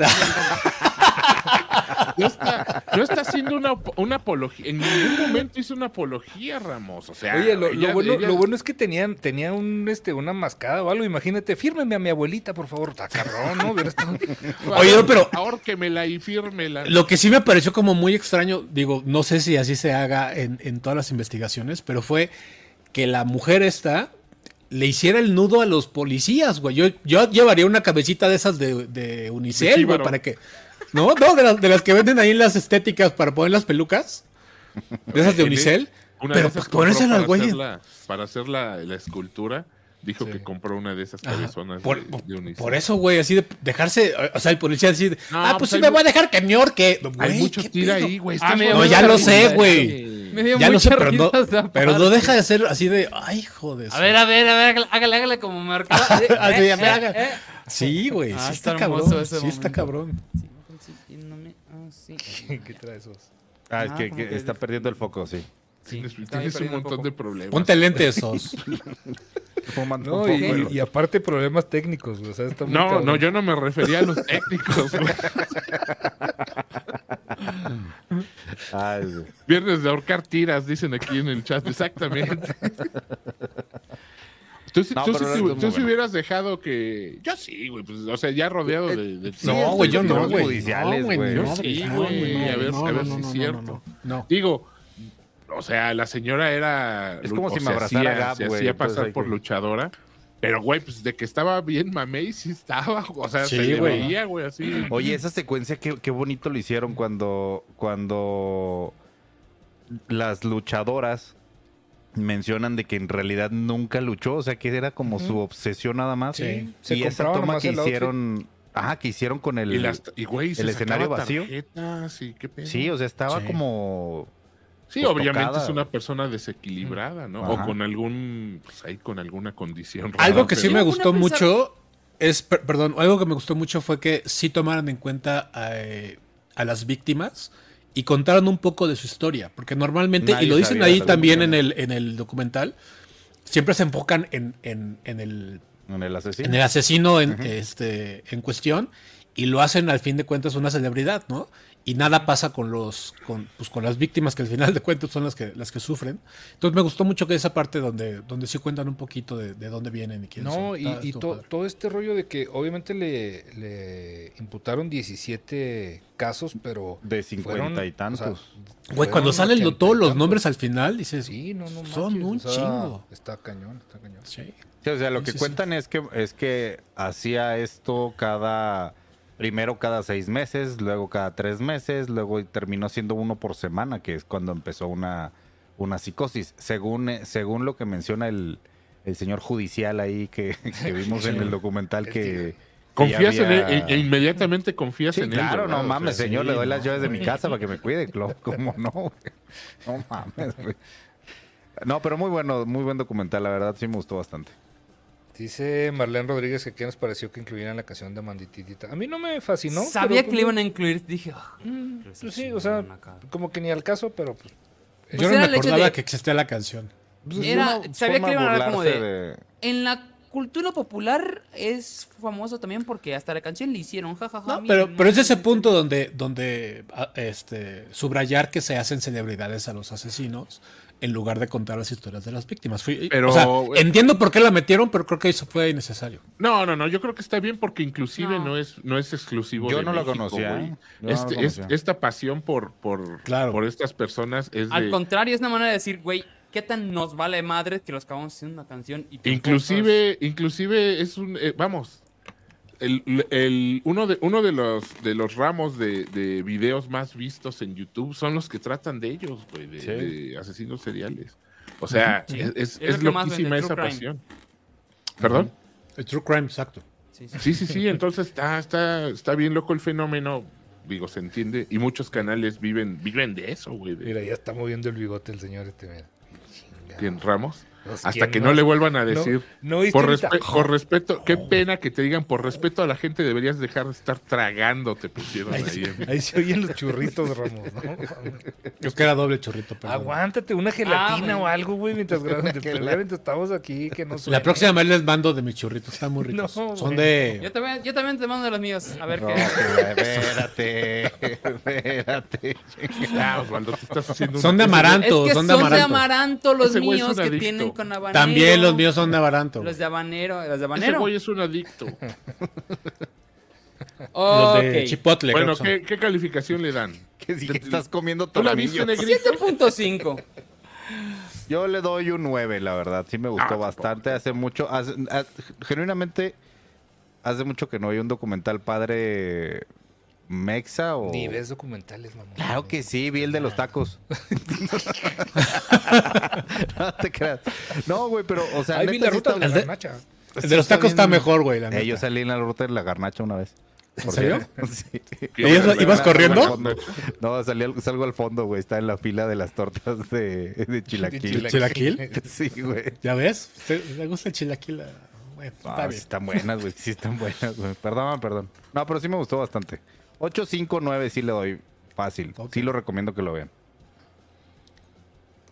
Speaker 5: No está, no está haciendo una, op- una apología. En ningún momento hizo una apología, Ramos. O sea,
Speaker 4: Oye, lo, lo
Speaker 5: ella-
Speaker 4: bueno,
Speaker 5: ella-
Speaker 4: lo bueno es que tenían, tenía un, este, una mascada o algo. Imagínate, fírmeme a mi abuelita, por favor. Está cabrón, ¿no? Hubiera
Speaker 3: (laughs)
Speaker 4: estado-
Speaker 3: Oye, no, pero-
Speaker 5: Ahórquemela y fírmela.
Speaker 3: Lo que sí me pareció como muy extraño, digo, no sé si así se haga en, en todas las investigaciones, pero fue que la mujer esta le hiciera el nudo a los policías, güey. Yo, yo llevaría una cabecita de esas de, de
Speaker 5: De
Speaker 3: Unicel, güey,
Speaker 5: jíbaro.
Speaker 3: para que... No, no, de las, de las que venden ahí en las estéticas para poner las pelucas. De esas de
Speaker 5: Oye,
Speaker 3: Unicel.
Speaker 5: Una
Speaker 3: Pero
Speaker 5: de esas
Speaker 3: pa- ponérsela
Speaker 5: compró
Speaker 3: al güey.
Speaker 5: Para hacer, la, para hacer la, la escultura, dijo
Speaker 4: Sí.
Speaker 5: que compró una de esas
Speaker 3: Ajá,
Speaker 5: cabezonas
Speaker 3: Por,
Speaker 5: de,
Speaker 3: por-
Speaker 5: de Unicel.
Speaker 3: por eso, güey, así de dejarse, o sea, el policía así, de,
Speaker 5: No,
Speaker 3: ah, pues,
Speaker 5: pues
Speaker 3: sí
Speaker 5: hay
Speaker 3: me
Speaker 5: mu-
Speaker 3: voy a dejar que New York, que,
Speaker 5: Hay
Speaker 3: güey,
Speaker 5: mucho
Speaker 3: qué
Speaker 5: tira
Speaker 3: pedo.
Speaker 5: ahí, güey.
Speaker 1: Ah,
Speaker 5: Estás
Speaker 1: me-
Speaker 5: jodiendo
Speaker 3: No, ya
Speaker 5: la
Speaker 3: lo sé,
Speaker 5: vida,
Speaker 3: güey.
Speaker 1: Me dio
Speaker 3: Ya lo
Speaker 1: mucha
Speaker 3: sé, pero
Speaker 1: risa
Speaker 3: no,
Speaker 1: esa
Speaker 3: pero no
Speaker 1: parte.
Speaker 3: deja de ser así de, ay, joder.
Speaker 1: A ver, a ver, a ver, hágale, hágale, hágale como marca. (laughs) Eh,
Speaker 3: Así,
Speaker 1: eh,
Speaker 3: a ver,
Speaker 1: eh,
Speaker 3: hágale.
Speaker 1: eh.
Speaker 3: Sí, güey,
Speaker 1: Ah,
Speaker 3: sí
Speaker 1: está
Speaker 3: está,
Speaker 1: hermoso
Speaker 3: cabrón.
Speaker 1: ese
Speaker 3: Sí está
Speaker 1: momento.
Speaker 3: cabrón.
Speaker 1: Sí, sí, y no me- ah, sí.
Speaker 4: ¿Qué trae esos?
Speaker 2: Ah, es
Speaker 1: Ah,
Speaker 2: que,
Speaker 1: como
Speaker 2: que
Speaker 1: que-
Speaker 2: está perdiendo el foco, sí.
Speaker 5: Tienes,
Speaker 1: Sí, está ahí
Speaker 5: tienes un
Speaker 1: perdiendo un
Speaker 5: montón
Speaker 1: poco.
Speaker 5: de problemas.
Speaker 3: Ponte lentes, Sos.
Speaker 2: Fumando
Speaker 4: No,
Speaker 2: un
Speaker 4: y,
Speaker 2: poco,
Speaker 4: y-
Speaker 2: güey.
Speaker 4: y aparte problemas técnicos, güey, o sea, está muy
Speaker 5: No,
Speaker 4: cabrón.
Speaker 5: no, yo no me refería a los
Speaker 2: (laughs)
Speaker 5: técnicos, güey.
Speaker 2: Ay, güey.
Speaker 5: Viernes de ahorcar tiras, dicen aquí en el chat, exactamente. Tú, si-
Speaker 2: No,
Speaker 5: tú,
Speaker 2: pero
Speaker 5: si-
Speaker 2: no es
Speaker 5: tú
Speaker 2: muy
Speaker 5: si
Speaker 2: bueno.
Speaker 5: hubieras dejado que. Yo sí, güey. Pues, o sea, ya rodeado de. de-
Speaker 2: Eh, Sí,
Speaker 3: No, güey, yo
Speaker 2: de
Speaker 3: no,
Speaker 2: los
Speaker 3: güey.
Speaker 2: judiciales,
Speaker 3: No, güey,
Speaker 2: güey.
Speaker 3: no,
Speaker 5: Yo sí,
Speaker 3: no,
Speaker 5: güey,
Speaker 3: no,
Speaker 5: a ver-
Speaker 3: no,
Speaker 5: a ver
Speaker 3: no,
Speaker 5: si es
Speaker 3: no,
Speaker 5: cierto.
Speaker 3: no, No.
Speaker 5: Digo, o sea, la señora era.
Speaker 2: Es como
Speaker 5: o
Speaker 2: si me
Speaker 5: se
Speaker 2: abrazara
Speaker 5: hacía-
Speaker 2: Gap,
Speaker 5: se
Speaker 2: güey,
Speaker 5: hacía
Speaker 2: entonces
Speaker 5: pasar
Speaker 2: hay
Speaker 5: por
Speaker 2: que-
Speaker 5: luchadora. Pero, güey, pues de que estaba bien mamey, sí estaba. (laughs) O sea,
Speaker 3: Sí,
Speaker 5: se le
Speaker 3: güey.
Speaker 5: veía, güey, así.
Speaker 2: Oye, esa secuencia, qué, qué bonito lo hicieron cuando, cuando las luchadoras mencionan de que en realidad nunca luchó, o sea que era como su obsesión nada más.
Speaker 3: Sí.
Speaker 4: Se
Speaker 2: y esa
Speaker 4: compraba
Speaker 2: toma
Speaker 4: nomás
Speaker 2: que
Speaker 4: el outfit.
Speaker 2: hicieron, ah, que hicieron con el,
Speaker 5: y, las, y, güey, se
Speaker 2: el
Speaker 5: sacaba
Speaker 2: escenario vacío.
Speaker 5: tarjetas y qué pedo.
Speaker 2: sí, o sea, estaba
Speaker 3: Sí.
Speaker 2: como
Speaker 5: Sí,
Speaker 2: pues,
Speaker 5: obviamente
Speaker 2: tocada,
Speaker 5: es una
Speaker 2: güey.
Speaker 5: persona desequilibrada, ¿no?
Speaker 2: Ajá.
Speaker 5: O con algún, pues ahí con alguna
Speaker 2: (laughs)
Speaker 5: condición. rara,
Speaker 3: Algo que sí
Speaker 5: pero-
Speaker 3: me
Speaker 1: Yo me
Speaker 3: gustó
Speaker 1: puse a pensar-
Speaker 3: mucho es, per- perdón, algo que me gustó mucho fue que sí tomaran en cuenta eh, a las víctimas y contaron un poco de su historia, porque normalmente,
Speaker 2: Nadie
Speaker 3: y lo dicen
Speaker 2: sabía
Speaker 3: ahí
Speaker 2: la
Speaker 3: también en
Speaker 2: historia.
Speaker 3: el, en el documental, siempre se enfocan en, en, en el,
Speaker 2: en el asesino.
Speaker 3: en el asesino en, este, en cuestión y lo hacen al fin de cuentas una celebridad, ¿no? y nada pasa con los con, pues, con las víctimas que al final de cuentas son las que las que sufren. Entonces me gustó mucho que esa parte donde donde sí cuentan un poquito de, de dónde vienen y quiénes
Speaker 4: No,
Speaker 3: son.
Speaker 4: y,
Speaker 3: Está-
Speaker 4: y
Speaker 3: Ah, estuvo
Speaker 4: to-
Speaker 3: padre.
Speaker 4: todo este rollo de que obviamente le, le imputaron 17 casos, pero...
Speaker 2: De
Speaker 4: fueron,
Speaker 2: 50 y
Speaker 4: o sea,
Speaker 2: tantos.
Speaker 3: Güey, cuando
Speaker 4: fueron
Speaker 3: salen lo-
Speaker 4: 80 y
Speaker 3: todos los
Speaker 4: tantos.
Speaker 3: nombres al final dices,
Speaker 4: Sí, no, no
Speaker 3: son
Speaker 4: manches,
Speaker 3: un
Speaker 4: o sea,
Speaker 3: chingo.
Speaker 4: Está cañón, está cañón.
Speaker 3: Sí.
Speaker 2: Sí, o sea, lo
Speaker 3: Sí,
Speaker 2: que
Speaker 3: sí, sí.
Speaker 2: cuentan es que es que hacía esto cada primero cada seis meses, luego cada tres meses, luego terminó siendo uno por semana, que es cuando empezó una, una psicosis. Según eh, según lo que menciona el, el señor judicial ahí que, (laughs) que vimos en el documental que
Speaker 5: Confías
Speaker 2: que ya
Speaker 5: en él
Speaker 2: había-
Speaker 5: e, e inmediatamente confías
Speaker 2: Sí,
Speaker 5: en él.
Speaker 2: claro,
Speaker 5: ¿verdad?
Speaker 2: no
Speaker 5: O
Speaker 2: mames,
Speaker 5: sea,
Speaker 2: señor,
Speaker 3: sí,
Speaker 2: le doy
Speaker 3: no,
Speaker 2: las llaves de mi casa para que me cuide, Clo. (laughs) ¿Cómo no? güey? No mames, güey. No, pero muy bueno, muy buen documental, la verdad sí me gustó bastante.
Speaker 4: Dice Marlene Rodríguez que qué nos pareció que incluyeran la canción de Mandititita. A mí no me fascinó.
Speaker 1: Sabía
Speaker 4: pero,
Speaker 1: que le iban a incluir, dije. "Ah,
Speaker 4: pues, pues sí, o sea,
Speaker 1: acá".
Speaker 4: como que ni al caso, pero pues,
Speaker 3: Yo
Speaker 1: Pues
Speaker 3: no
Speaker 1: era
Speaker 3: me
Speaker 1: el hecho
Speaker 3: acordaba
Speaker 1: de-
Speaker 3: que existía la canción.
Speaker 2: Pues, es
Speaker 1: Era-
Speaker 2: una
Speaker 1: sabía que
Speaker 2: forma
Speaker 1: le iban a hablar como
Speaker 2: burlarse
Speaker 1: de- En la cultura popular es famoso también porque hasta la canción le hicieron, jajaja.
Speaker 3: No,
Speaker 1: mira,
Speaker 3: pero,
Speaker 1: no
Speaker 3: pero es
Speaker 1: sé
Speaker 3: ese
Speaker 1: qué".
Speaker 3: punto donde, donde a- este, subrayar que se hacen celebridades a los asesinos en lugar de contar las historias de las víctimas. Fui-
Speaker 5: Pero-
Speaker 3: o sea, entiendo por qué la metieron, pero creo que eso fue innecesario.
Speaker 5: No, no, no, yo creo que está bien porque inclusive
Speaker 1: No.
Speaker 5: no, es, no es exclusivo.
Speaker 2: Yo
Speaker 5: de
Speaker 2: no lo
Speaker 5: México,
Speaker 2: conocía,
Speaker 5: güey.
Speaker 2: ¿eh? Yo no lo
Speaker 5: Este- es-
Speaker 2: conocía.
Speaker 5: esta pasión por, por,
Speaker 3: Claro.
Speaker 5: por estas personas es
Speaker 1: Al
Speaker 5: de-
Speaker 1: contrario, es una manera de decir, güey, ¿qué tan nos vale madre que los acabamos haciendo una canción? Y te
Speaker 5: Inclusive, inclusive es un, eh, vamos, el, el- uno, de, uno de los de los ramos de, de videos más vistos en YouTube son los que tratan de ellos, güey, de,
Speaker 2: Sí.
Speaker 5: de asesinos seriales. O sea,
Speaker 1: Sí.
Speaker 5: es, es,
Speaker 1: Es lo
Speaker 5: es
Speaker 1: que más
Speaker 5: loquísima
Speaker 1: vende,
Speaker 5: esa
Speaker 1: true crime.
Speaker 5: pasión. ¿Perdón?
Speaker 3: El true crime, exacto.
Speaker 1: Sí, sí.
Speaker 5: Sí, sí, sí, entonces está, está, está bien loco el fenómeno, digo, se entiende, y muchos canales viven, viven de eso, güey, de-
Speaker 4: mira, ya está moviendo el bigote el señor este, mira. Chinga.
Speaker 5: Tien Ramos.
Speaker 4: Los
Speaker 5: Hasta
Speaker 4: pues, quién
Speaker 5: que no
Speaker 4: más.
Speaker 5: le vuelvan a
Speaker 4: No,
Speaker 5: decir.
Speaker 4: no oíste
Speaker 5: por,
Speaker 4: ahorita.
Speaker 5: respe- por respeto, qué pena que te digan, por respeto a la gente deberías dejar de estar tragando, te pusieron
Speaker 4: Ahí,
Speaker 5: ahí.
Speaker 4: se- ahí se oyen los churritos, Ramos.
Speaker 3: (laughs)
Speaker 4: ¿no?
Speaker 3: Creo que era doble chorrito, pero.
Speaker 4: Aguántate una
Speaker 2: Ah,
Speaker 4: gelatina
Speaker 1: bueno.
Speaker 4: o algo, güey, mientras, gra- mientras mientras estamos aquí. Que no
Speaker 3: La
Speaker 4: suene.
Speaker 3: próxima vez les mando de mis churritos, están muy ricos.
Speaker 4: No,
Speaker 3: Son
Speaker 4: güey.
Speaker 1: Yo
Speaker 3: de.
Speaker 1: también, yo también te mando de los míos. A ver
Speaker 2: No,
Speaker 1: qué.
Speaker 2: que- (laughs) espérate,
Speaker 5: (laughs)
Speaker 2: espérate.
Speaker 5: Ya, Osvaldo, te estás haciendo un-
Speaker 3: Son de amaranto,
Speaker 1: es que
Speaker 3: son de amaranto.
Speaker 1: amaranto los
Speaker 5: Ese güey es
Speaker 1: míos
Speaker 5: un
Speaker 1: que
Speaker 5: adicto.
Speaker 1: tienen con habanero.
Speaker 3: También los míos son de amaranto.
Speaker 1: Los de habanero, los de
Speaker 5: Ese
Speaker 1: habanero.
Speaker 5: güey es un
Speaker 3: (laughs)
Speaker 5: adicto.
Speaker 3: Los
Speaker 1: Ok.
Speaker 3: de chipotle.
Speaker 5: Bueno,
Speaker 3: creo que son.
Speaker 5: ¿qué, qué calificación le dan?
Speaker 2: Que si estás comiendo
Speaker 5: ¿Tú la viste,
Speaker 2: tornillos.
Speaker 5: negrito?
Speaker 1: 7.5.
Speaker 2: Yo le doy un 9, la verdad. Sí me gustó
Speaker 5: Ah,
Speaker 2: bastante. Hace mucho, hace- ha- genuinamente, hace mucho que no hay un documental padre mexa o...
Speaker 4: Ni ves documentales, mamón.
Speaker 2: Claro que sí, vi el de los
Speaker 3: (laughs)
Speaker 2: tacos. (laughs) no te creas. No, güey, pero, o sea,
Speaker 4: Ahí vi
Speaker 2: neta,
Speaker 4: la
Speaker 2: sí
Speaker 4: ruta de
Speaker 2: está-
Speaker 4: la garnacha.
Speaker 3: El de los tacos está mejor, güey. la neta.
Speaker 2: Eh, yo salí en la ruta de la garnacha una vez. ¿En
Speaker 3: serio?
Speaker 2: (laughs) sí.
Speaker 3: ¿Y eso- ibas corriendo?
Speaker 2: No, salí al- salgo al fondo, güey. Está en la fila de las tortas de,
Speaker 3: (laughs)
Speaker 2: de chilaquil.
Speaker 4: Chilaquil.
Speaker 3: ¿Chilaquil?
Speaker 2: Sí, güey.
Speaker 3: ¿Ya ves? ¿Te, te gusta el chilaquil? Ah, bueno,
Speaker 2: No,
Speaker 3: está
Speaker 2: sí
Speaker 3: bien.
Speaker 2: están buenas, güey. Sí están buenas, güey. Perdón, perdón. No, pero sí me gustó bastante. 8, 5, 9 sí le doy fácil.
Speaker 3: Ok.
Speaker 2: Sí lo recomiendo que lo vean.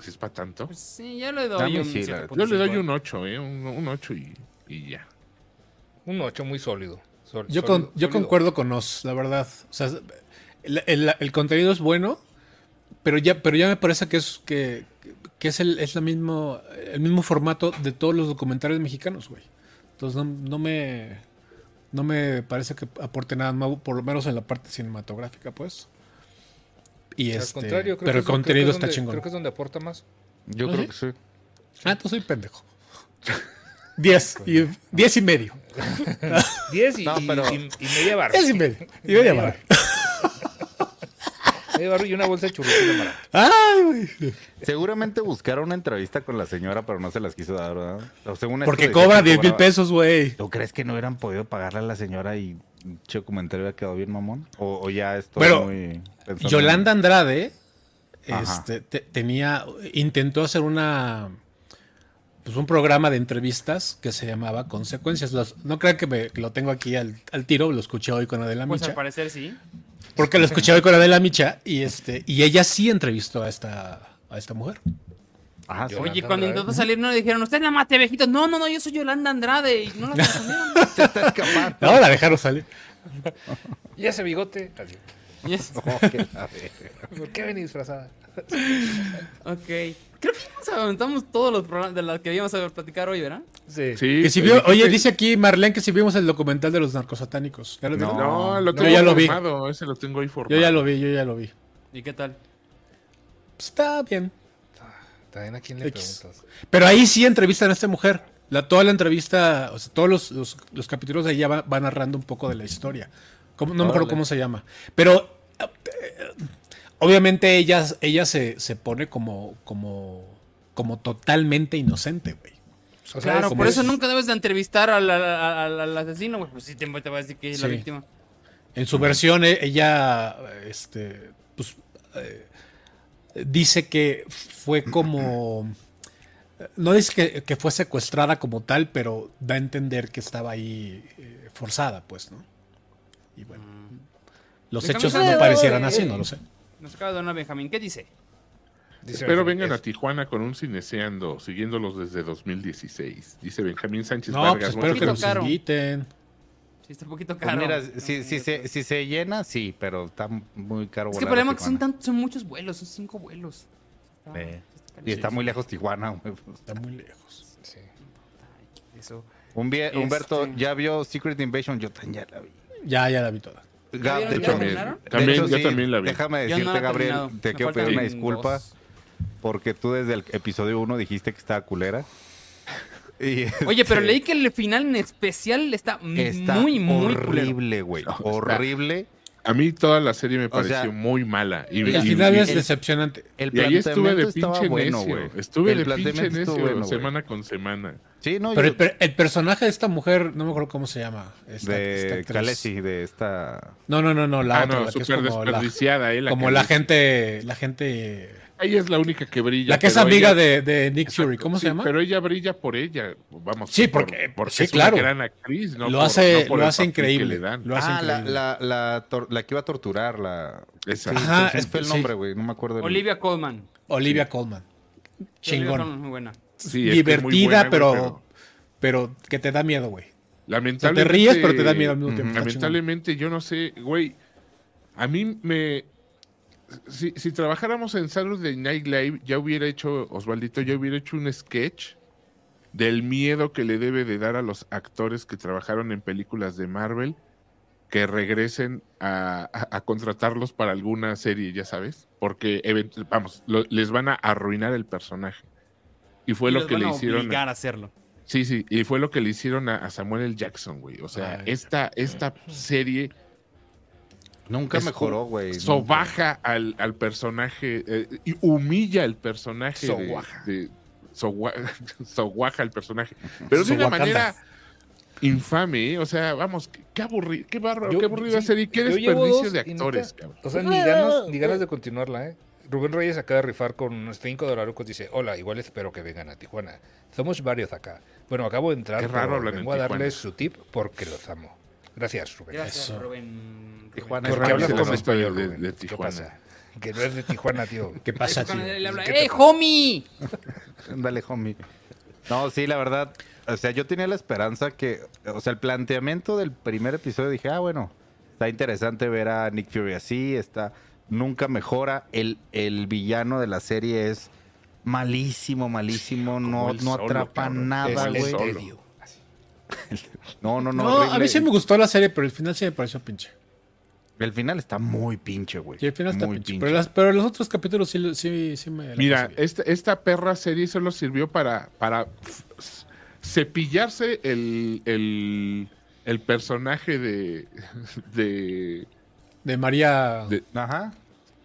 Speaker 5: Si es para tanto.
Speaker 1: Pues sí, yo le doy
Speaker 2: Dame
Speaker 1: un
Speaker 2: sí, la-
Speaker 4: pues,
Speaker 1: 7.5.
Speaker 5: Yo le doy un 8, ¿eh? Un, un 8 y, y ya.
Speaker 4: Un 8 muy sólido. Sol-
Speaker 3: Yo,
Speaker 4: sólido,
Speaker 3: con- yo
Speaker 4: sólido.
Speaker 3: concuerdo con Oz, la verdad. O sea, el, el- el contenido es bueno, pero ya, pero ya me parece que es que, que es el, es la mismo, el mismo formato de todos los documentales mexicanos, güey. Entonces no, no me no me parece que aporte nada nuevo, por lo menos en la parte cinematográfica, pues. Y
Speaker 4: Al
Speaker 3: este,
Speaker 4: contrario,
Speaker 3: pero el
Speaker 4: creo que es- creo que es
Speaker 3: contenido está
Speaker 4: donde-
Speaker 3: chingón.
Speaker 4: Creo que es donde aporta más.
Speaker 2: Yo
Speaker 3: ¿Ah,
Speaker 2: creo
Speaker 3: sí?
Speaker 2: que sí.
Speaker 3: Ah, tú soy pendejo. (laughs) Diez y, diez y medio.
Speaker 4: 10 y,
Speaker 2: No, pero-
Speaker 4: y, y media barra.
Speaker 3: Diez y medio. Y media madre.
Speaker 4: Media barra y una bolsa de churritos de amaranto.
Speaker 3: Ay, güey.
Speaker 2: Seguramente buscaron una entrevista con la señora, pero no se las quiso dar, ¿verdad? O según esto
Speaker 3: Porque
Speaker 2: decía que
Speaker 3: cobra 10 mil
Speaker 2: cobraba-
Speaker 3: pesos, güey.
Speaker 2: ¿Tú crees que no hubieran podido pagarle a la señora y che comentario había quedado bien mamón? ¿O, o ya esto
Speaker 3: Bueno,
Speaker 2: muy... pensando-
Speaker 3: Yolanda Andrade
Speaker 2: Ajá.
Speaker 3: este, te- tenía, intentó hacer una, pues un programa de entrevistas que se llamaba Consecuencias. Los- no crean que, me- que lo tengo aquí al, al tiro, lo escuché hoy con Adela
Speaker 1: Pues al
Speaker 3: Micha.
Speaker 1: parecer sí.
Speaker 3: Porque lo escuché hoy con Adela Micha y, este, y ella sí entrevistó a esta, a esta mujer.
Speaker 2: Ajá, sí.
Speaker 4: Yolanda
Speaker 1: Oye, cuando
Speaker 4: Andrade.
Speaker 1: intentó salir no le dijeron, usted la mate, viejito. No, no, no, yo soy Yolanda Andrade. Y no la confundieron.
Speaker 2: (laughs) Se está escapando.
Speaker 3: No, la dejaron salir.
Speaker 4: Y ese bigote. Así. ¿Por qué venís disfrazada?
Speaker 1: Ok. Creo que ya nos aventamos todos los programas de los que íbamos a platicar hoy, ¿verdad?
Speaker 4: Sí.
Speaker 5: Sí,
Speaker 3: Que si
Speaker 5: eh,
Speaker 3: vio-
Speaker 5: dijiste-
Speaker 3: oye, dice aquí Marlene que si vimos el documental de los narcosatánicos. ¿Ya lo vieron?
Speaker 5: No, lo
Speaker 3: Yo
Speaker 5: tengo
Speaker 3: ya lo vi.
Speaker 5: formado, ese lo tengo ahí formado.
Speaker 3: Yo ya lo vi, yo ya lo vi.
Speaker 1: ¿Y qué tal?
Speaker 3: Pues está bien.
Speaker 4: También a quién le
Speaker 3: X.
Speaker 4: preguntas.
Speaker 3: Pero ahí sí entrevistan a esta mujer. La, toda la entrevista, o sea, todos los, los- los capítulos de ella va, va narrando un poco de la historia. Como- no me acuerdo cómo se llama. Pero eh, obviamente ella, ella se, se pone como, como, como totalmente inocente, güey.
Speaker 5: Pues
Speaker 4: O sea,
Speaker 1: claro,
Speaker 4: es-
Speaker 1: por eso
Speaker 3: es-
Speaker 1: nunca debes de entrevistar al, al- al- al asesino, güey. Pues sí, te, te va a decir que es la
Speaker 3: Sí.
Speaker 1: víctima.
Speaker 3: En su versión, e- ella este, pues, eh, dice que fue como. (clears throat) No dice que, que fue secuestrada como tal, pero da a entender que estaba ahí eh, forzada, pues, ¿no? Y bueno. Los
Speaker 1: De
Speaker 3: hechos
Speaker 1: camisa
Speaker 3: no
Speaker 1: de-
Speaker 3: parecieran así, no lo sé.
Speaker 1: Nos acaba de donar Benjamín. ¿Qué dice?
Speaker 4: dice
Speaker 5: Espero
Speaker 4: Benjamín,
Speaker 5: vengan a
Speaker 4: es-
Speaker 5: Tijuana con un cineseando, siguiéndolos desde 2016. Dice Benjamín Sánchez
Speaker 3: No, pues
Speaker 5: Vargas.
Speaker 3: espero
Speaker 5: muchas
Speaker 3: que los
Speaker 5: gracias.
Speaker 1: caro.
Speaker 3: inviten.
Speaker 1: Sí, está un poquito
Speaker 2: Pues
Speaker 1: caro.
Speaker 2: mira,
Speaker 1: No,
Speaker 2: si, si
Speaker 1: no,
Speaker 2: se, si se llena, sí, pero está muy caro
Speaker 1: Es que el
Speaker 2: volar a
Speaker 1: problema es que son,
Speaker 2: Tijuana.
Speaker 1: tantos, son muchos vuelos, son cinco vuelos. Está-
Speaker 2: Eh,
Speaker 1: está
Speaker 2: Y está muy lejos Tijuana. güey.
Speaker 3: Está muy lejos.
Speaker 4: sí.
Speaker 1: carísimo. Eso.
Speaker 2: Un vie- Humberto,
Speaker 1: Este-
Speaker 2: ¿ya vio Secret Invasion? Yo también ya la vi.
Speaker 3: Ya, ya la vi toda.
Speaker 2: Gab-
Speaker 1: vieron?
Speaker 2: de
Speaker 1: ¿Ya
Speaker 2: hecho-
Speaker 1: la terminaron?
Speaker 2: de
Speaker 5: También-
Speaker 2: hecho,
Speaker 5: yo
Speaker 2: sí,
Speaker 5: también la vi.
Speaker 1: Yo no
Speaker 2: Déjame decirte,
Speaker 1: la he
Speaker 2: Gabriel,
Speaker 1: terminado.
Speaker 2: te
Speaker 1: Me
Speaker 2: quiero pedir
Speaker 1: faltan
Speaker 2: una disculpa
Speaker 1: dos.
Speaker 2: porque tú desde el episodio 1 dijiste que estaba culera. (laughs) Y,
Speaker 1: Oye, pero
Speaker 2: este,
Speaker 1: leí que el final en especial está, m-
Speaker 2: está
Speaker 1: muy, muy culero.
Speaker 2: horrible, güey.
Speaker 5: No, está-
Speaker 2: horrible.
Speaker 5: A mí toda la serie me
Speaker 2: O sea,
Speaker 5: pareció muy mala. Y,
Speaker 3: El
Speaker 5: y-
Speaker 3: final
Speaker 5: y-
Speaker 3: es
Speaker 5: y-
Speaker 3: decepcionante.
Speaker 2: El
Speaker 5: y ahí estuve de
Speaker 2: planteamiento estaba
Speaker 5: pinche
Speaker 2: bueno,
Speaker 5: necio.
Speaker 2: güey.
Speaker 5: Estuve
Speaker 2: El
Speaker 5: de pinche
Speaker 2: planteamiento
Speaker 5: necio
Speaker 2: estuvo bueno, güey.
Speaker 5: semana con semana.
Speaker 2: Sí, no,
Speaker 3: Pero
Speaker 2: yo-
Speaker 3: el, per- el personaje de esta mujer, no me acuerdo cómo se llama. esta- esta
Speaker 2: de
Speaker 3: actriz.
Speaker 2: Khaleesi, de esta...
Speaker 3: No, no, no, no, la
Speaker 5: ah,
Speaker 3: otra,
Speaker 5: no,
Speaker 3: la que es
Speaker 5: súper
Speaker 3: como la,
Speaker 5: desperdiciada. eh,
Speaker 3: como la
Speaker 5: que-
Speaker 3: gente, la gente,
Speaker 5: Ella es la única que brilla.
Speaker 3: la que es
Speaker 5: pero
Speaker 3: amiga
Speaker 5: ella-
Speaker 3: de, de Nick Fury,
Speaker 5: Exacto,
Speaker 3: ¿cómo
Speaker 5: sí,
Speaker 3: se llama?
Speaker 5: Pero ella brilla por ella. Vamos.
Speaker 3: Sí,
Speaker 5: por-
Speaker 3: porque-
Speaker 5: porque
Speaker 3: sí,
Speaker 5: es
Speaker 3: claro.
Speaker 5: una gran actriz. No
Speaker 3: lo
Speaker 5: por-
Speaker 3: hace,
Speaker 5: no por
Speaker 3: lo
Speaker 5: el
Speaker 3: hace
Speaker 5: papel que
Speaker 3: increíble,
Speaker 5: le dan.
Speaker 3: lo hace
Speaker 2: ah, la,
Speaker 3: increíble.
Speaker 2: la, la, tor- la que iba a torturar, la...
Speaker 5: Esa.
Speaker 3: Ajá,
Speaker 2: se me fue el
Speaker 3: es- sí.
Speaker 2: nombre, güey, no me acuerdo. el-
Speaker 1: Olivia Colman.
Speaker 3: Olivia Colman,
Speaker 1: Olivia
Speaker 3: chingón,
Speaker 1: Colman es muy buena.
Speaker 5: Sí, es que es muy
Speaker 3: divertida,
Speaker 5: buena, güey,
Speaker 3: pero, pero que te da miedo, güey.
Speaker 5: Lamentablemente,
Speaker 3: te ríes, pero te da miedo al mismo
Speaker 5: Ujú.
Speaker 3: tiempo, está
Speaker 5: Lamentablemente, yo no sé, güey. A mí me. Si, si trabajáramos en Saturday Night Live, ya hubiera hecho, Osvaldito, ya hubiera hecho un sketch del miedo que le debe de dar a los actores que trabajaron en películas de Marvel que regresen a, a- a contratarlos para alguna serie, ya sabes, porque event- vamos, lo- les van a arruinar el personaje. Y fue
Speaker 1: Y
Speaker 5: lo
Speaker 1: los
Speaker 5: que
Speaker 1: van
Speaker 5: le
Speaker 1: a
Speaker 5: hicieron. a-
Speaker 1: obligar a hacerlo.
Speaker 5: Sí, sí, y fue lo que le hicieron a, a Samuel L. Jackson, güey. O sea,
Speaker 3: Ay.
Speaker 5: esta, esta serie
Speaker 2: Nunca
Speaker 5: Es
Speaker 2: mejoró, güey. nunca.
Speaker 5: sobaja al, al personaje eh, y humilla al personaje. de-
Speaker 2: Sobaja.
Speaker 5: de- soba- (laughs) sobaja al personaje. Pero de una
Speaker 3: Sobacanda.
Speaker 5: manera infame, ¿eh? O sea, vamos, qué, qué aburri- qué barro-
Speaker 4: Yo-
Speaker 5: qué aburrida
Speaker 4: sí,
Speaker 5: serie, qué
Speaker 4: yo llevo
Speaker 5: desperdicio
Speaker 4: dos
Speaker 5: de
Speaker 4: y
Speaker 5: actores,
Speaker 4: neta,
Speaker 5: cabrón.
Speaker 4: O sea, ni ganas, ni ganas de continuarla, ¿eh? Rubén Reyes acaba de rifar con unos 5 dolarucos. Dice: Hola, igual espero que vengan a Tijuana. Somos varios acá. Bueno, acabo de entrar.
Speaker 5: Qué raro
Speaker 4: pero
Speaker 5: hablan en
Speaker 4: Vengo a darles
Speaker 5: Tijuana.
Speaker 4: su tip porque los amo. Gracias, Rubén.
Speaker 1: Gracias,
Speaker 3: Eso.
Speaker 1: Rubén.
Speaker 2: Tijuana
Speaker 5: Qué
Speaker 4: Porque
Speaker 5: raro
Speaker 4: hablas
Speaker 5: se
Speaker 4: como
Speaker 5: las
Speaker 4: español,
Speaker 5: de- de-
Speaker 4: Rubén.
Speaker 5: de
Speaker 4: ¿Qué
Speaker 5: Tijuana.
Speaker 4: pasa? Que no es de Tijuana,
Speaker 5: (laughs)
Speaker 4: tío.
Speaker 3: ¿Qué pasa, tío?
Speaker 1: Rubén. Él habla,
Speaker 4: ¿Qué te
Speaker 1: ¡Eh,
Speaker 4: pasa?
Speaker 1: homie!
Speaker 2: Ándale, homie. No, sí, la verdad. O sea, yo tenía la esperanza que. O sea, el planteamiento del primer episodio dije, ah, bueno, está interesante ver a Nick Fury así, está. Nunca mejora. El, el villano de la serie es malísimo, malísimo.
Speaker 5: Como
Speaker 2: No,
Speaker 5: él
Speaker 2: no
Speaker 5: solo,
Speaker 2: atrapa
Speaker 5: cabrón.
Speaker 2: nada,
Speaker 5: Es él
Speaker 2: güey.
Speaker 5: solo.
Speaker 2: No, no, no.
Speaker 3: No, a
Speaker 2: horrible.
Speaker 3: mí sí me gustó la serie, pero el final sí me pareció pinche.
Speaker 2: El final está muy pinche, güey.
Speaker 3: Sí, el final está
Speaker 2: Muy
Speaker 3: pinche. Pero, las- pero los otros capítulos sí, lo- sí, sí me. la
Speaker 5: Mira,
Speaker 3: pasé bien.
Speaker 5: esta, esta perra serie solo sirvió para, para f- cepillarse el, el, el personaje de, de,
Speaker 3: de María.
Speaker 5: de-
Speaker 2: Ajá.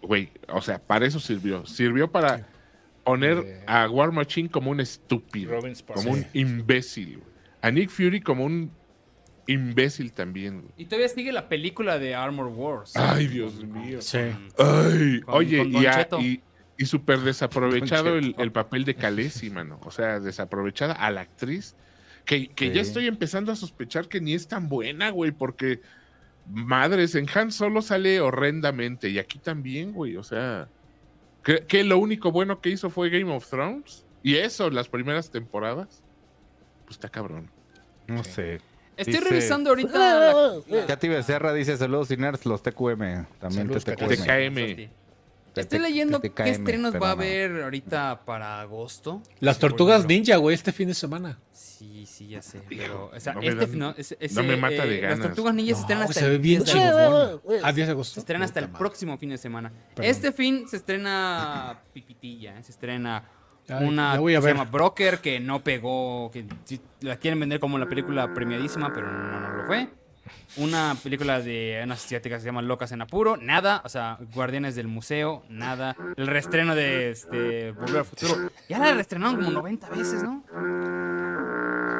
Speaker 5: Güey, o sea, para eso sirvió. Sirvió para poner
Speaker 4: Eh.
Speaker 5: a War Machine como un estúpido,
Speaker 4: Robin Sparks.
Speaker 5: como un imbécil. güey. A Nick Fury como un imbécil también. güey.
Speaker 1: Y todavía sigue la película de Armor Wars. Mm.
Speaker 5: Ay, Dios mío.
Speaker 3: Sí.
Speaker 5: Ay,
Speaker 1: Con-
Speaker 5: oye,
Speaker 1: con
Speaker 5: y, a-
Speaker 1: Don Cheto.
Speaker 5: y- y súper desaprovechado
Speaker 2: Don
Speaker 5: el,
Speaker 2: Cheto.
Speaker 5: el papel de Calesi, mano. O sea, desaprovechada a la actriz. Que, que ya
Speaker 2: Sí.
Speaker 5: estoy empezando a sospechar que ni es tan buena, güey, porque madres, en Han solo sale horrendamente. Y aquí también, güey. O sea, que, que lo único bueno que hizo fue Game of Thrones. Y eso, las primeras temporadas. Pues está cabrón.
Speaker 2: No sé.
Speaker 1: Estoy
Speaker 2: Dice-
Speaker 1: revisando ahorita. la-
Speaker 2: Katy Becerra dice saludos Iners, los TQM. También
Speaker 4: Saludos,
Speaker 2: te
Speaker 4: Katy.
Speaker 2: TQM.
Speaker 5: TKM.
Speaker 2: Te-
Speaker 1: Estoy
Speaker 2: te-
Speaker 1: leyendo
Speaker 2: te-
Speaker 1: qué
Speaker 2: TKM,
Speaker 1: estrenos
Speaker 2: pero
Speaker 1: va a
Speaker 2: no.
Speaker 1: haber ahorita para agosto.
Speaker 3: Las
Speaker 1: Por
Speaker 3: tortugas
Speaker 1: ejemplo.
Speaker 3: ninja, güey, este fin de semana.
Speaker 1: Sí, sí, ya sé.
Speaker 5: Hijo,
Speaker 1: Pero, o sea,
Speaker 5: no me
Speaker 1: este,
Speaker 5: dan-
Speaker 1: no, ese-
Speaker 5: no me
Speaker 1: ese, eh,
Speaker 5: mata de ganas.
Speaker 1: Las tortugas ninjas se estrenan
Speaker 3: No,
Speaker 1: hasta
Speaker 3: se ve
Speaker 1: el
Speaker 3: bien
Speaker 1: 10 de agosto.
Speaker 3: chingón. Ah, 10 de agosto.
Speaker 1: Se estrena hasta el
Speaker 3: Puta madre.
Speaker 1: próximo fin de semana.
Speaker 3: Perdón.
Speaker 1: Este fin se estrena (laughs) Pipitilla, ¿eh? se estrena
Speaker 3: Ay,
Speaker 1: una
Speaker 3: la voy a
Speaker 1: que se
Speaker 3: ver.
Speaker 1: llama Broker que no pegó, que sí la quieren vender como la película premiadísima, pero no, no lo fue. Una película de unas asiáticas que se llama Locas en Apuro, nada, o sea, Guardianes del Museo, nada. El reestreno de este, Volver al Futuro, ya la reestrenaron como 90 veces, ¿no?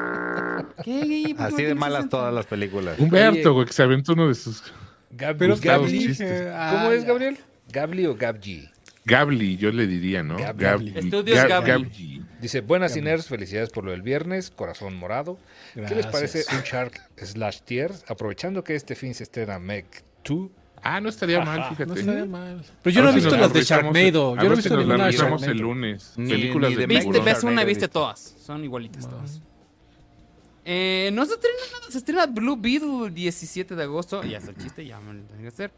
Speaker 1: ¿Qué? ¿Por qué no
Speaker 2: Así de
Speaker 1: tienes
Speaker 2: malas
Speaker 1: acento?
Speaker 2: todas las películas.
Speaker 5: Humberto, güey, que se aventó uno de sus.
Speaker 4: Gabriel.
Speaker 5: Gustavo,
Speaker 4: Gabli.
Speaker 5: pues chistes.
Speaker 4: ¿Cómo
Speaker 5: Ah,
Speaker 4: es, Gabriel? ¿Gabli o Gabji?
Speaker 5: Gabli, yo le diría, ¿no?
Speaker 4: Gabli.
Speaker 5: Gabli.
Speaker 1: Estudios
Speaker 5: Gab-
Speaker 1: Gabli.
Speaker 5: Gabli.
Speaker 4: Dice, buenas Iners, felicidades por lo del viernes, corazón morado. ¿Qué les parece un Shark slash tier? Aprovechando que este fin se estrena Mech 2.
Speaker 5: Ah, no estaría mal,
Speaker 3: No
Speaker 5: fíjate.
Speaker 3: está de mal. Pero yo no
Speaker 5: A
Speaker 3: he
Speaker 5: ver si
Speaker 3: visto
Speaker 5: nos
Speaker 3: las de
Speaker 5: revisamos el-
Speaker 3: Sharknado.
Speaker 5: a
Speaker 3: Yo no he
Speaker 5: ver
Speaker 3: visto
Speaker 5: si nos
Speaker 3: ninguna
Speaker 5: las
Speaker 3: de
Speaker 5: revisamos
Speaker 3: Sharknado.
Speaker 5: el lunes.
Speaker 2: Ni-
Speaker 5: películas
Speaker 2: ni
Speaker 5: de
Speaker 2: de
Speaker 1: Viste,
Speaker 5: tiburón.
Speaker 2: Mac-
Speaker 1: ves una,
Speaker 2: Sharknado,
Speaker 1: viste
Speaker 2: viste.
Speaker 1: todas. Son igualitas todas. Eh, no se estrena nada. Se estrena Blue Beetle el 17 de agosto. Ya está el chiste, ya me lo tengo que hacer.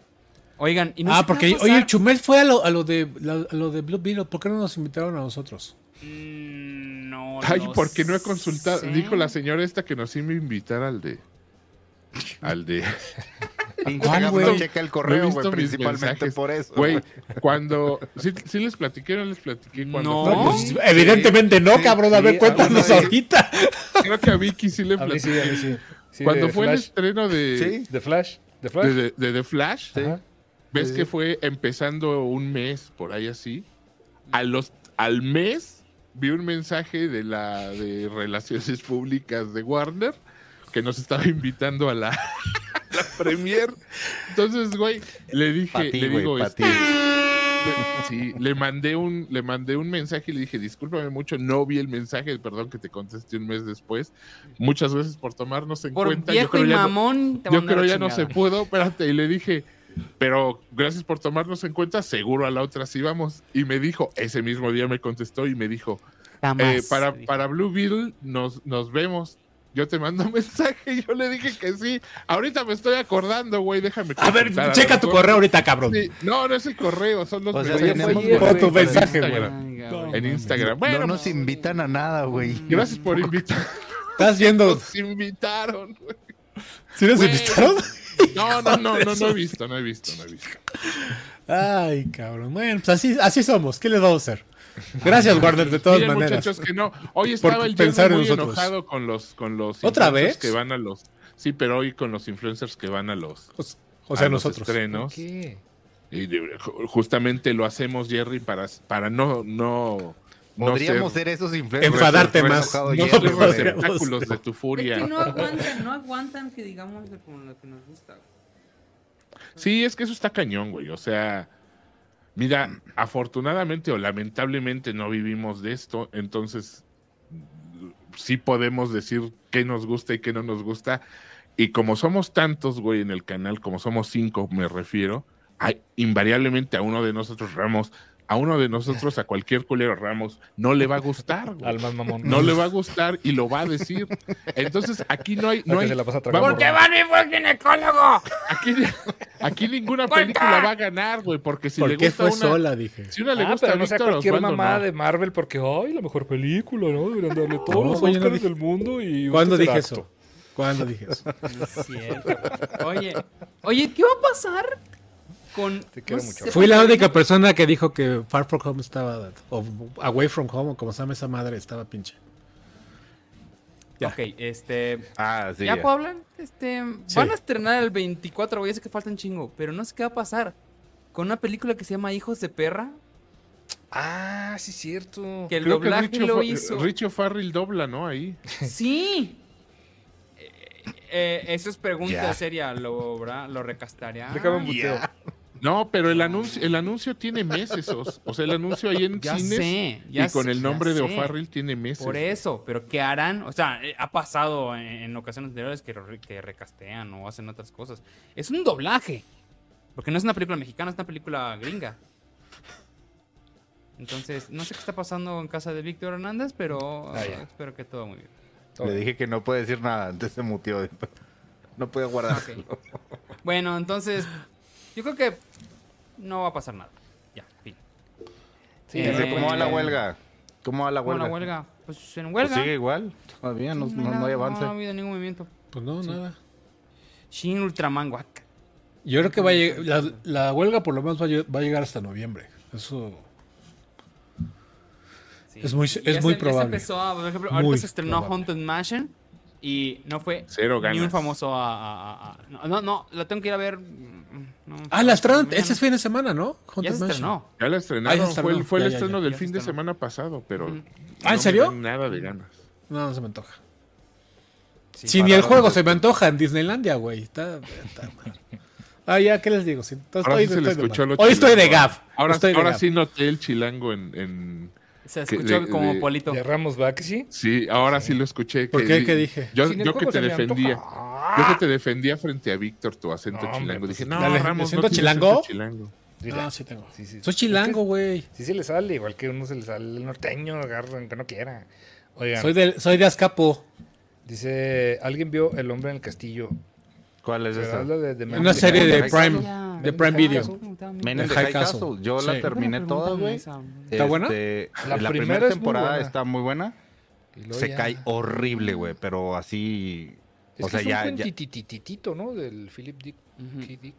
Speaker 1: Oigan, y no sé
Speaker 3: Ah,
Speaker 1: qué
Speaker 3: porque,
Speaker 1: va a
Speaker 3: oye, el
Speaker 1: pasar.
Speaker 3: Chumel fue a lo, a lo de, la- a lo de Blue Beetle. ¿Por qué no nos invitaron a nosotros?
Speaker 1: Mm, No.
Speaker 5: (laughs) Ay,
Speaker 1: lo
Speaker 5: porque no he consultado.
Speaker 1: sé.
Speaker 5: Dijo la señora esta que nos iba a invitar al de. Al de. (laughs)
Speaker 2: Pinche
Speaker 3: ¿Cuál,
Speaker 2: gato,
Speaker 3: güey?
Speaker 2: checa el
Speaker 5: No
Speaker 2: (laughs)
Speaker 5: he
Speaker 2: correo,
Speaker 5: visto
Speaker 2: güey,
Speaker 5: mis
Speaker 2: principalmente
Speaker 5: mensajes.
Speaker 2: por eso.
Speaker 5: Güey, cuando. Sí, sí les platiqué, no les platiqué. Cuando
Speaker 1: No.
Speaker 5: fue-
Speaker 1: No, pues,
Speaker 3: evidentemente no,
Speaker 2: cabrón, a ver, cuéntanos
Speaker 3: ahorita.
Speaker 5: Creo que a Vicky sí le
Speaker 4: A mí
Speaker 5: platiqué.
Speaker 4: sí, a mí sí. Sí,
Speaker 5: cuando
Speaker 4: de
Speaker 5: fue este- el
Speaker 4: Flash.
Speaker 5: estreno de.
Speaker 2: Sí.
Speaker 4: ¿De Flash? ¿De Flash?
Speaker 5: de, de- de The Flash,
Speaker 4: Ajá.
Speaker 5: ves que fue empezando un mes, por ahí así. A los, al mes vi un mensaje de la de Relaciones Públicas de Warner que nos estaba invitando a la, (laughs) a la premier. Entonces, güey, le dije,
Speaker 2: Pa' ti,
Speaker 5: le
Speaker 2: güey,
Speaker 5: digo,
Speaker 2: pa'
Speaker 5: este,
Speaker 2: ti.
Speaker 5: sí, le mandé un, le mandé un mensaje y le dije, discúlpame mucho, no vi el mensaje, perdón que te contesté un mes después. Muchas gracias por tomarnos en
Speaker 1: Por
Speaker 5: cuenta. Yo
Speaker 1: viejo
Speaker 5: creo
Speaker 1: y
Speaker 5: ya no-
Speaker 1: mamón. te
Speaker 5: yo
Speaker 1: mandé
Speaker 5: creo
Speaker 1: la
Speaker 5: ya no se
Speaker 1: chingada.
Speaker 5: pudo, espérate, y le dije, pero gracias por tomarnos en cuenta, seguro a la otra sí vamos. Y me dijo, ese mismo día me contestó y me dijo,
Speaker 1: Jamás,
Speaker 5: eh, para,
Speaker 1: le dije.
Speaker 5: para Blue Beetle nos, nos vemos. Yo te mando (laughs) un mensaje, yo le dije que sí. Ahorita me estoy acordando, güey, déjame.
Speaker 3: A ver,
Speaker 5: consultar a
Speaker 3: checa
Speaker 5: lo
Speaker 3: tu
Speaker 5: mejor".
Speaker 3: correo ahorita, cabrón.
Speaker 5: Sí, No, no es el correo, son los
Speaker 2: O sea,
Speaker 5: mensajes
Speaker 2: tenemos
Speaker 5: en
Speaker 3: por tu
Speaker 5: Instagram.
Speaker 3: mensaje, güey.
Speaker 1: Ay, cabrón.
Speaker 5: En Instagram.
Speaker 2: no
Speaker 5: Bueno,
Speaker 3: pues,
Speaker 2: nos invitan a nada, güey.
Speaker 5: gracias por invitar.
Speaker 3: Estás viendo.
Speaker 5: Nos invitaron. güey.
Speaker 3: ¿Sí nos
Speaker 5: Güey.
Speaker 3: invitaron?
Speaker 5: No, no, no, no, no he visto, no he visto, no he visto.
Speaker 3: Ay, cabrón. Bueno, pues así, así somos. ¿Qué les vamos a hacer? Gracias, Warner, de todas
Speaker 5: Miren,
Speaker 3: maneras.
Speaker 5: muchachos, que no. Hoy estaba el
Speaker 3: pensar
Speaker 5: Jerry
Speaker 3: en
Speaker 5: muy
Speaker 3: nosotros.
Speaker 5: enojado con los con los
Speaker 3: ¿Otra
Speaker 5: influencers
Speaker 3: vez?
Speaker 5: que van a los Sí, pero hoy con los influencers que van a los
Speaker 3: O- O sea,
Speaker 5: a los
Speaker 3: nosotros.
Speaker 4: ¿Por
Speaker 5: estrenos
Speaker 4: qué?
Speaker 5: y de- ju- justamente lo hacemos Jerry para para no no no
Speaker 2: Podríamos
Speaker 5: ser
Speaker 2: ser esos influencers.
Speaker 3: Enfadarte
Speaker 5: Fue
Speaker 3: más.
Speaker 2: enojado
Speaker 3: No,
Speaker 2: ayer,
Speaker 5: los
Speaker 2: güey.
Speaker 3: pero-
Speaker 5: receptáculos de tu
Speaker 1: Es
Speaker 5: furia.
Speaker 1: que no
Speaker 4: (laughs)
Speaker 1: aguantan, no aguantan que digamos de como lo que nos gusta.
Speaker 5: Sí, es que eso está cañón, güey. O sea, mira, afortunadamente o lamentablemente no vivimos de esto, entonces sí podemos decir qué nos gusta y qué no nos gusta. Y como somos tantos, güey, en el canal, como somos cinco, me refiero, hay- invariablemente a uno de nosotros, Ramos, a uno de nosotros, a cualquier culero Ramos, no le va a gustar, güey.
Speaker 4: Al más mamón.
Speaker 5: No le va a gustar y lo va a decir. Entonces, aquí no hay...
Speaker 4: Al
Speaker 5: No
Speaker 4: que
Speaker 5: hay
Speaker 4: se la pasa tragando.
Speaker 5: vamos,
Speaker 4: Porque Barney
Speaker 5: Aquí, aquí ninguna
Speaker 1: Pues
Speaker 5: película va a ganar, güey, porque si le
Speaker 3: ¿Por qué
Speaker 5: gusta
Speaker 3: fue
Speaker 5: una,
Speaker 3: sola? Dije.
Speaker 5: si una le
Speaker 4: Ah,
Speaker 5: gusta
Speaker 4: pero
Speaker 5: a
Speaker 4: no sea
Speaker 5: Víctor
Speaker 4: cualquier
Speaker 5: Osvaldo,
Speaker 4: mamá
Speaker 5: no.
Speaker 4: de Marvel porque, ay, la mejor película, ¿no? Deberían darle todos
Speaker 3: No,
Speaker 4: los
Speaker 3: oye, no
Speaker 4: Óscares
Speaker 3: dije-
Speaker 4: del mundo y... un
Speaker 3: ¿Cuándo dije
Speaker 4: tercer acto.
Speaker 3: eso? ¿Cuándo dije eso?
Speaker 1: No es cierto. Oye, oye, ¿qué va a pasar con. pues,
Speaker 4: Te quiero
Speaker 1: no
Speaker 4: mucho.
Speaker 1: sé,
Speaker 3: Fui la
Speaker 1: porque-
Speaker 3: única persona que dijo que Far From Home estaba, o Away From Home, o como se llama esa madre, estaba pinche. Ya.
Speaker 1: Ok, este.
Speaker 2: Ah, sí.
Speaker 1: ¿Ya
Speaker 2: ya.
Speaker 1: puedo hablar? Este,
Speaker 3: Sí.
Speaker 1: Van a estrenar el 24, güey. Ya sé que faltan chingo, pero no sé qué va a pasar. Con una película que se llama Hijos de Perra,
Speaker 4: Ah, sí, cierto.
Speaker 1: que el
Speaker 5: Creo que
Speaker 1: doblaje
Speaker 5: Richo,
Speaker 1: lo
Speaker 5: Fa-
Speaker 1: hizo.
Speaker 5: Richo Farrell dobla, ¿no? Ahí.
Speaker 1: ¡Sí! Eh, eh, eso es pregunta
Speaker 2: Ya.
Speaker 1: seria, lo, ¿verdad? lo recastaría.
Speaker 4: Déjame muteo.
Speaker 5: No, pero el anuncio, el anuncio tiene meses. os- O sea, el anuncio ahí en
Speaker 1: Ya
Speaker 5: cines
Speaker 1: sé, ya
Speaker 5: y con
Speaker 1: sé,
Speaker 5: el nombre
Speaker 1: ya
Speaker 5: de
Speaker 1: sé.
Speaker 5: O'Farrell tiene meses.
Speaker 1: Por eso, pero ¿qué harán? O sea, eh, ha pasado en, en ocasiones anteriores que, re- que recastean o hacen otras cosas. Es un doblaje. Porque no es una película mexicana, es una película gringa. Entonces, no sé qué está pasando en casa de Víctor Hernández, pero
Speaker 4: Ah, ya.
Speaker 1: espero que todo muy bien.
Speaker 4: Todo
Speaker 2: Le
Speaker 4: bien.
Speaker 2: dije que no puede decir nada, antes se mutió. No puede guardar.
Speaker 1: Ok. Bueno, entonces, yo creo que no va a pasar nada. Ya, fin.
Speaker 4: Sí,
Speaker 1: Eh,
Speaker 2: Dice, ¿Cómo va la
Speaker 1: eh,
Speaker 2: huelga? ¿Cómo va la
Speaker 1: ¿Cómo
Speaker 2: huelga?
Speaker 1: la huelga? Pues en
Speaker 2: Pues
Speaker 1: huelga.
Speaker 2: sigue igual, todavía no,
Speaker 1: Sí,
Speaker 2: no- no
Speaker 1: nada,
Speaker 2: hay avance.
Speaker 1: No, ha habido ningún movimiento.
Speaker 3: Pues no, nada.
Speaker 1: Shin Ultraman, guaca.
Speaker 3: Yo creo que va a lleg- la, la huelga por lo menos va a, lle- va a llegar hasta noviembre. Eso.
Speaker 1: Sí.
Speaker 3: Es muy-
Speaker 1: Y
Speaker 3: es muy
Speaker 1: se-
Speaker 3: probable.
Speaker 1: empezó a- por ejemplo, ahorita
Speaker 3: Muy
Speaker 1: se estrenó
Speaker 3: probable.
Speaker 1: Haunted Mansion y no fue
Speaker 5: Cero
Speaker 1: ni un
Speaker 5: ganas.
Speaker 1: famoso a, a- a- a- no, no, no, la tengo que ir a ver. mm, no,
Speaker 3: Ah, la estrenan.
Speaker 1: mañana.
Speaker 3: Ese es fin de semana, ¿no?
Speaker 1: Ya
Speaker 3: Haunted
Speaker 1: se
Speaker 3: Mansion.
Speaker 1: estrenó.
Speaker 5: Ya la
Speaker 3: Ah, ya
Speaker 5: estrenaron,
Speaker 3: se
Speaker 5: fue, el-
Speaker 3: estrenó.
Speaker 5: fue el
Speaker 3: Ya, ya,
Speaker 5: estreno
Speaker 1: ya.
Speaker 5: del
Speaker 1: Ya se
Speaker 5: fin de
Speaker 1: estrenó.
Speaker 5: semana pasado, pero.
Speaker 1: Ujú.
Speaker 5: no me
Speaker 3: serio?
Speaker 5: dan Nada de ganas.
Speaker 3: No, no se me antoja.
Speaker 1: Sí,
Speaker 3: si ni el juego se me antoja en Disneylandia, güey. Está, está mal. Ah, ya, ¿qué les digo? Sí, entonces,
Speaker 5: Ahora
Speaker 3: hoy
Speaker 5: sí se
Speaker 3: no
Speaker 5: le
Speaker 3: estoy de
Speaker 5: escuchó a
Speaker 3: mal.
Speaker 5: los
Speaker 3: Hoy estoy de
Speaker 5: chilangos.
Speaker 3: gaf.
Speaker 5: Ahora,
Speaker 3: estoy de
Speaker 5: ahora
Speaker 3: gaf.
Speaker 5: sí noté el chilango en. en-
Speaker 1: Se
Speaker 5: que-
Speaker 1: escuchó
Speaker 5: de-
Speaker 1: como
Speaker 5: de-
Speaker 1: Polito.
Speaker 4: ¿De Ramos Baxi?
Speaker 5: sí, ahora sí, lo escuché.
Speaker 3: ¿Por qué? ¿Qué dije?
Speaker 5: Yo,
Speaker 4: Sin el
Speaker 5: yo que
Speaker 4: juego
Speaker 5: te
Speaker 4: se me
Speaker 5: defendía. Yo que te defendía frente a Víctor, tu acento
Speaker 4: No, hombre,
Speaker 5: chilango.
Speaker 4: pues,
Speaker 5: Dije, no,
Speaker 3: dale, ¿me
Speaker 5: Ramos,
Speaker 3: siento
Speaker 5: no tienes
Speaker 3: chilango?
Speaker 5: acento chilango.
Speaker 3: Ah, sí tengo.
Speaker 4: Sí, sí.
Speaker 3: Soy chilango, güey.
Speaker 4: Sí se le sale, igual que uno se le sale el norteño, agarran que no quiera. Oigan,
Speaker 3: Soy de, soy de Azcapo.
Speaker 4: dice, ¿alguien vio El Hombre en el Castillo?
Speaker 2: ¿Cuál es
Speaker 4: ¿Será
Speaker 2: esa?
Speaker 4: la de- de
Speaker 3: Una
Speaker 4: Mandy?
Speaker 3: serie de
Speaker 2: Ay,
Speaker 3: Prime,
Speaker 1: ya.
Speaker 3: de Prime Video.
Speaker 2: Men
Speaker 3: El
Speaker 2: in the
Speaker 3: High
Speaker 2: High
Speaker 3: Castle.
Speaker 2: Castle. Yo
Speaker 3: Sí.
Speaker 2: la terminé
Speaker 1: Buena
Speaker 2: toda,
Speaker 1: pregunta,
Speaker 2: güey. Este,
Speaker 1: esa.
Speaker 3: ¿Está buena?
Speaker 2: La, primera,
Speaker 4: es muy
Speaker 2: temporada
Speaker 4: buena.
Speaker 2: está muy buena.
Speaker 4: Y luego
Speaker 2: Se
Speaker 4: ya-
Speaker 2: cae horrible, güey, pero así...
Speaker 4: Es
Speaker 2: o
Speaker 4: que
Speaker 2: sea,
Speaker 4: es un
Speaker 2: ya, ya-
Speaker 4: cuentitititito, ¿no? Del Philip Dick,
Speaker 1: Ujú.
Speaker 4: K. Dick.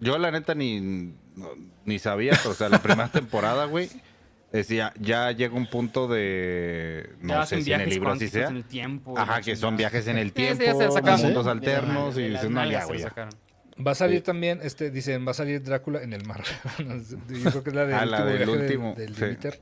Speaker 2: Yo la neta ni, no- ni sabía, pero, o sea, la
Speaker 4: (laughs)
Speaker 2: primera temporada, güey, decía, ya llega un punto de... No
Speaker 1: Ya
Speaker 2: sé
Speaker 1: hacen
Speaker 2: si en el
Speaker 1: viajes
Speaker 2: libro así
Speaker 1: cuánticos
Speaker 2: sea.
Speaker 1: en el tiempo, la
Speaker 2: Ajá, que son
Speaker 1: chingada.
Speaker 2: viajes en el
Speaker 1: Sí, sí, ya se
Speaker 2: tiempo,
Speaker 1: la sacaron.
Speaker 2: mundos
Speaker 1: De
Speaker 2: alternos
Speaker 1: la- de
Speaker 2: y
Speaker 1: las
Speaker 2: dices, no,
Speaker 1: nalgas
Speaker 2: ya,
Speaker 1: se
Speaker 2: güey,
Speaker 1: la
Speaker 2: ya".
Speaker 1: sacaron.
Speaker 4: Va a salir también, este, dicen, va a salir Drácula en el mar. (laughs) Yo creo que es la, del
Speaker 2: Ah, la
Speaker 4: último
Speaker 2: del
Speaker 4: viaje del
Speaker 2: último,
Speaker 4: del
Speaker 2: sí.
Speaker 4: Demeter. Sí,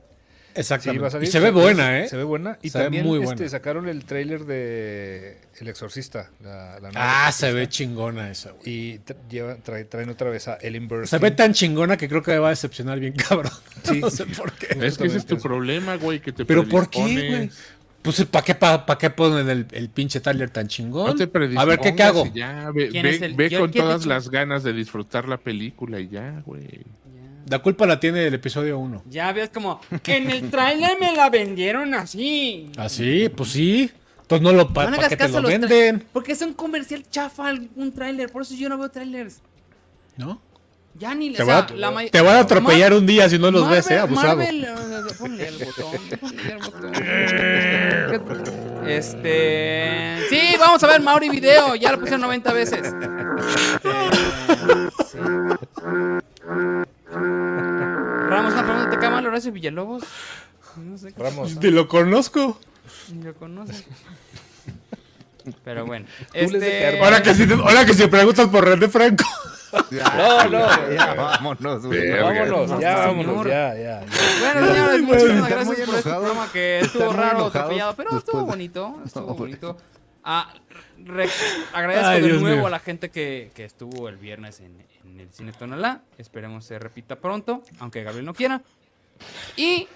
Speaker 3: Exactamente.
Speaker 4: va a salir.
Speaker 3: y se ve buena, ¿eh?
Speaker 4: Se ve buena. Y
Speaker 3: Se ve
Speaker 4: también
Speaker 3: muy
Speaker 4: este,
Speaker 3: buena.
Speaker 4: sacaron el tráiler de El Exorcista. La, la nueva
Speaker 3: Ah, se ve
Speaker 4: Exorcista.
Speaker 3: chingona esa, güey.
Speaker 4: Y tra- lleva, trae- traen otra vez a Ellen Burstyn.
Speaker 3: Se ve tan chingona que creo que me va a decepcionar bien, (laughs) cabrón.
Speaker 4: Sí.
Speaker 3: No sé por qué.
Speaker 5: Es que ese es tu
Speaker 4: Justamente.
Speaker 5: problema, güey, que te
Speaker 3: ¿Pero por qué,
Speaker 5: predispones.
Speaker 3: güey? Pues, ¿para qué, pa, pa' qué ponen el, el pinche Tyler tan
Speaker 5: No
Speaker 3: chingón?
Speaker 5: te
Speaker 3: a ver, ¿qué,
Speaker 5: predispongas
Speaker 3: qué hago?
Speaker 5: y Ya, ve
Speaker 1: ¿Quién
Speaker 5: ve-
Speaker 1: es el-
Speaker 5: ve
Speaker 1: quién-
Speaker 5: con
Speaker 1: quién
Speaker 5: todas
Speaker 1: dijo?
Speaker 5: las ganas de disfrutar la película y ya, güey.
Speaker 3: La culpa la tiene el episodio 1.
Speaker 1: Ya ves como que en el trailer me la vendieron así.
Speaker 3: ¿Ah, sí? Pues sí. Entonces no lo pa-
Speaker 1: No le
Speaker 3: ¿para
Speaker 1: hagas
Speaker 3: qué te
Speaker 1: caso
Speaker 3: lo
Speaker 1: a los tra-
Speaker 3: venden?
Speaker 1: Porque es un comercial chafa un tráiler, por eso yo no veo trailers.
Speaker 3: ¿No?
Speaker 1: Ya ni
Speaker 3: Te
Speaker 1: o
Speaker 3: va
Speaker 1: sea,
Speaker 3: a-
Speaker 1: la may-
Speaker 3: Te van a atropellar un día si no los
Speaker 1: Marvel-
Speaker 3: ves, ¿eh? Abusado.
Speaker 1: Marvel, eh, ponle el botón, ponle el botón. Este. Sí, vamos a ver Mauri Video. Ya lo puse 90 veces. Eh, sí. Ramos, una pregunta. ¿Te cama Horacio Villalobos? No sé qué
Speaker 4: Ramos,
Speaker 3: Te lo conozco.
Speaker 1: ni lo conoce. Pero bueno.
Speaker 4: les de
Speaker 1: Este...
Speaker 4: caer-
Speaker 3: Ahora que, si te- ahora que si preguntas por René Franco.
Speaker 4: No, no.
Speaker 2: (laughs) Ya, vámonos, güey.
Speaker 5: Verga.
Speaker 4: vámonos, Pues ya,
Speaker 1: señor.
Speaker 4: vámonos, ya, ya. ya.
Speaker 1: Bueno, señores, muchísimas
Speaker 2: están muy
Speaker 1: gracias por este
Speaker 2: enojados.
Speaker 1: programa que
Speaker 2: Están
Speaker 1: estuvo
Speaker 2: muy
Speaker 1: raro,
Speaker 2: enojados
Speaker 1: atropellado, pero estuvo
Speaker 2: después de-
Speaker 1: bonito, estuvo
Speaker 2: No, güey.
Speaker 1: bonito. Ah, re- agradezco
Speaker 3: Ay,
Speaker 1: de
Speaker 3: Dios
Speaker 1: nuevo
Speaker 3: mío.
Speaker 1: a la gente que, que estuvo el viernes en, en el Cine Tonalá. Esperemos se repita pronto, aunque Gabriel no quiera. Y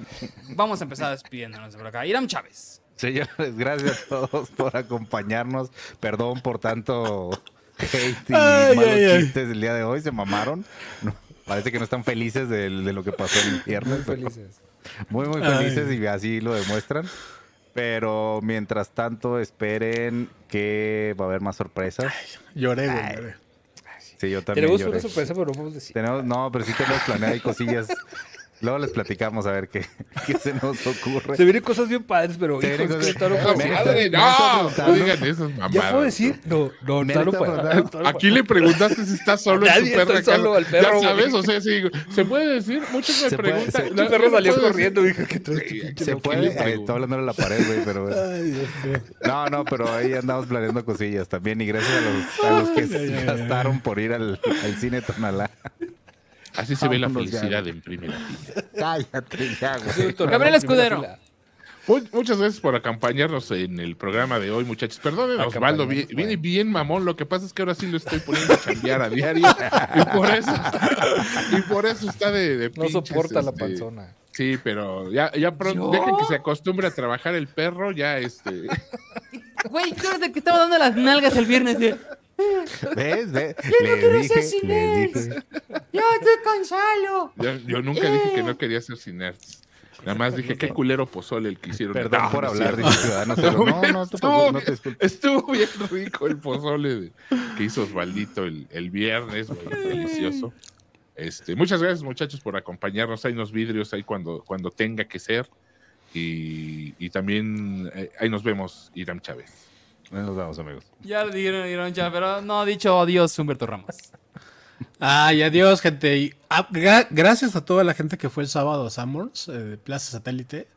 Speaker 1: vamos a empezar despidiéndonos por acá. Iram Chávez.
Speaker 2: Señores, gracias a todos por acompañarnos. Perdón por tanto hate y
Speaker 3: Ay,
Speaker 2: malos
Speaker 3: ay, ay.
Speaker 2: chistes el día de hoy. Se mamaron. No, parece que no están felices del- de, lo que pasó el viernes.
Speaker 4: Muy
Speaker 2: pero
Speaker 4: felices.
Speaker 2: Muy, muy
Speaker 3: Ay.
Speaker 2: felices y así lo demuestran. Pero mientras tanto, esperen que va a haber más sorpresas.
Speaker 3: Lloré, güey.
Speaker 2: Ay.
Speaker 3: lloré.
Speaker 2: Sí, yo también.
Speaker 4: Tenemos
Speaker 2: lloré.
Speaker 4: una sorpresa, pero no podemos decir.
Speaker 2: Tenemos, no, pero sí tenemos planeado y cosillas. Luego les platicamos a ver qué, qué se nos ocurre.
Speaker 4: Se vienen cosas bien padres, pero
Speaker 2: Se
Speaker 4: hijos,
Speaker 2: vienen
Speaker 4: que
Speaker 2: cosas-
Speaker 4: está loco.
Speaker 2: Me-
Speaker 5: Madre,
Speaker 2: me está
Speaker 5: no,
Speaker 2: preguntando.
Speaker 5: no digan esas mamadas.
Speaker 4: ¿Ya puedo decir? No,
Speaker 2: Me
Speaker 4: no, está
Speaker 2: está
Speaker 4: loco.
Speaker 2: preguntando.
Speaker 4: Está loco.
Speaker 5: Aquí le preguntaste si está solo en
Speaker 4: Nadie,
Speaker 5: su perra
Speaker 4: estoy solo,
Speaker 5: casa.
Speaker 4: el perro,
Speaker 5: ya sabes,
Speaker 4: güey.
Speaker 5: o sea, sí, se puede decir, muchos me
Speaker 2: Se puede-
Speaker 5: preguntan.
Speaker 2: se-
Speaker 5: no,
Speaker 4: Tu perro
Speaker 5: yo no
Speaker 4: salió
Speaker 5: puedo decir.
Speaker 4: corriendo, dijo que todo este pinche
Speaker 2: Se
Speaker 4: loco.
Speaker 2: puede,
Speaker 5: le pregunto?
Speaker 4: eh,
Speaker 2: está hablando de la pared, güey, pero bueno. No, no, pero ahí andamos planeando cosillas también. Y gracias a los, a los que se
Speaker 3: ay, ay.
Speaker 2: gastaron por ir al, al cine Tonalá.
Speaker 5: Así se ve la
Speaker 2: Vámonos ya,
Speaker 5: felicidad en primera. fila.
Speaker 2: Cállate ya, güey.
Speaker 1: Gabriel Escudero.
Speaker 5: Mu- Muchas gracias por acompañarnos en el programa de hoy, muchachos. Perdonen, a Osvaldo, vi-
Speaker 4: Acompañarnos,
Speaker 5: viene bien mamón. Lo que pasa es que ahora sí lo estoy poniendo a cambiar a diario. Y por eso, y por eso está de, de
Speaker 4: No
Speaker 5: pinches,
Speaker 4: soporta la
Speaker 5: este,
Speaker 4: panzona.
Speaker 5: Sí, pero ya, ya pronto, dejen que se acostumbre a trabajar el perro, ya este.
Speaker 1: Güey, tú eres el que estaba dando las nalgas el viernes. de,
Speaker 2: ¿Ves? ¿Ves?
Speaker 1: no
Speaker 2: Les
Speaker 1: quiero ser
Speaker 2: dije,
Speaker 1: sin
Speaker 2: les
Speaker 1: él.
Speaker 2: dije.
Speaker 1: Yo estoy con Salo. Eh.
Speaker 5: Yo, yo nunca dije que no quería ser sin nerds. Nada más dije, qué culero pozole el que hicieron.
Speaker 2: Perdón
Speaker 5: No,
Speaker 2: por
Speaker 5: no es (laughs)
Speaker 2: hablar de
Speaker 5: cierto.
Speaker 2: ciudadanos.
Speaker 5: No,
Speaker 2: No, no, no, te preocupes,
Speaker 5: estuvo,
Speaker 2: no te
Speaker 5: bien,
Speaker 2: disculpes.
Speaker 5: estuvo bien rico el pozole de- que hizo Osvaldito el, el viernes, güey, delicioso. Este, muchas gracias, muchachos, por acompañarnos. Hay unos vidrios ahí cuando, cuando tenga que ser. Y, y también eh, ahí nos vemos, Irán Chávez.
Speaker 2: Nos vemos, amigos.
Speaker 1: Ya le dieron, dieron ya, pero no ha dicho adiós Humberto Ramos.
Speaker 3: Ay, adiós, gente. Y, ah, gra- gracias a toda la gente que fue el sábado a Summers, eh, de Plaza Satélite.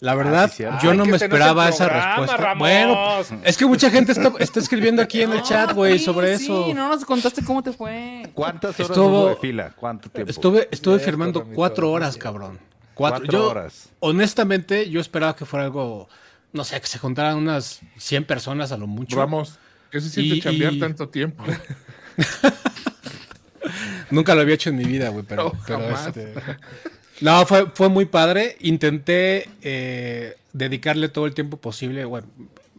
Speaker 3: La verdad,
Speaker 2: sí, cierto.
Speaker 3: yo
Speaker 4: Ah, Ay,
Speaker 3: no
Speaker 4: que
Speaker 3: me
Speaker 4: este no es el
Speaker 3: esperaba esa
Speaker 4: programa,
Speaker 3: respuesta.
Speaker 4: Ramos.
Speaker 3: Bueno, es que mucha gente está, está escribiendo aquí en el chat, güey, sobre
Speaker 1: Ah, Sí,
Speaker 3: eso.
Speaker 1: Sí, no nos contaste cómo te fue.
Speaker 2: ¿Cuántas horas
Speaker 3: Estuvo-
Speaker 2: hubo de fila? ¿Cuánto tiempo?
Speaker 3: Estuve, estuve
Speaker 4: Cierto,
Speaker 3: firmando
Speaker 4: Ramito,
Speaker 3: cuatro
Speaker 4: sí,
Speaker 3: horas,
Speaker 4: cierto.
Speaker 3: cabrón. Cuatro,
Speaker 2: Cuatro
Speaker 3: yo,
Speaker 2: horas.
Speaker 3: Honestamente, yo esperaba que fuera algo, no sé, que se juntaran unas 100 personas a lo mucho.
Speaker 5: Vamos. ¿Qué se siente
Speaker 3: Y-
Speaker 5: chambear
Speaker 3: y- (laughs)
Speaker 5: tanto tiempo?
Speaker 3: Nunca lo había hecho en mi vida, güey, pero,
Speaker 5: No,
Speaker 3: pero
Speaker 5: jamás.
Speaker 3: este. No, fue, fue muy padre. Intenté eh, dedicarle todo el tiempo posible, bueno,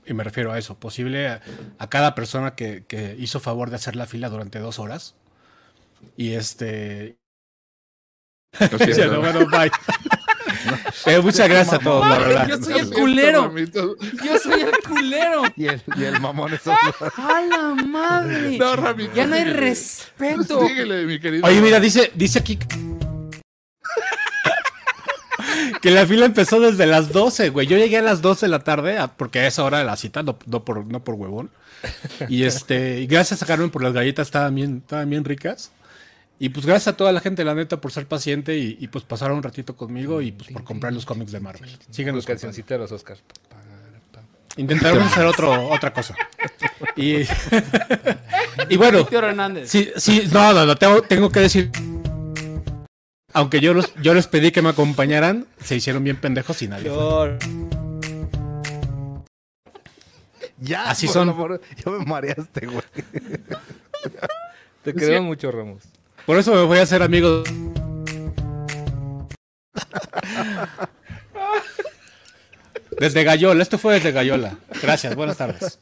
Speaker 3: y me refiero a eso, posible a, a cada persona que, que hizo favor de hacer la fila durante dos horas. Y este.
Speaker 5: Lo siento.
Speaker 3: ya, no, (laughs) bueno, bye. Eh, muchas gracias a todos, la verdad.
Speaker 1: Yo soy
Speaker 5: Lo
Speaker 1: el
Speaker 5: siento,
Speaker 1: culero.
Speaker 5: Ramito.
Speaker 1: Yo soy el culero.
Speaker 2: Y el, y el mamón es
Speaker 1: ¡A la madre!
Speaker 5: No, Ramito.
Speaker 1: ya no hay
Speaker 5: síguele.
Speaker 1: respeto.
Speaker 5: Síguele, mi querido.
Speaker 3: Oye, mira, dice, dice aquí. Que la fila empezó desde las 12, güey. Yo llegué a las 12 de la tarde, a- porque a esa hora de la cita, no, no por, no por huevón. Y este, y gracias a Carmen por las galletas, estaban bien, estaban bien ricas. Y pues gracias a toda la gente, la neta, por ser paciente y, y, pues pasar un ratito conmigo y pues por comprar los cómics de Marvel. Síguenos.
Speaker 4: Los
Speaker 3: comprando.
Speaker 4: cancioncita de los Oscars.
Speaker 3: Intentaron hacer otro, otra cosa. Y, (laughs) y bueno,
Speaker 1: Víctor Hernández.
Speaker 3: Sí, sí, no, no, no, tengo, tengo que decir. Aunque yo, los, yo les pedí que me acompañaran, se hicieron bien pendejos y nadie. fue.
Speaker 2: Ya,
Speaker 3: Así
Speaker 2: por
Speaker 3: son.
Speaker 2: el amor- Ya me mareaste, güey.
Speaker 4: Te queremos mucho, Ramos.
Speaker 3: Por eso me voy a hacer amigo. Desde Gallola, esto fue desde Gallola. Gracias, buenas tardes.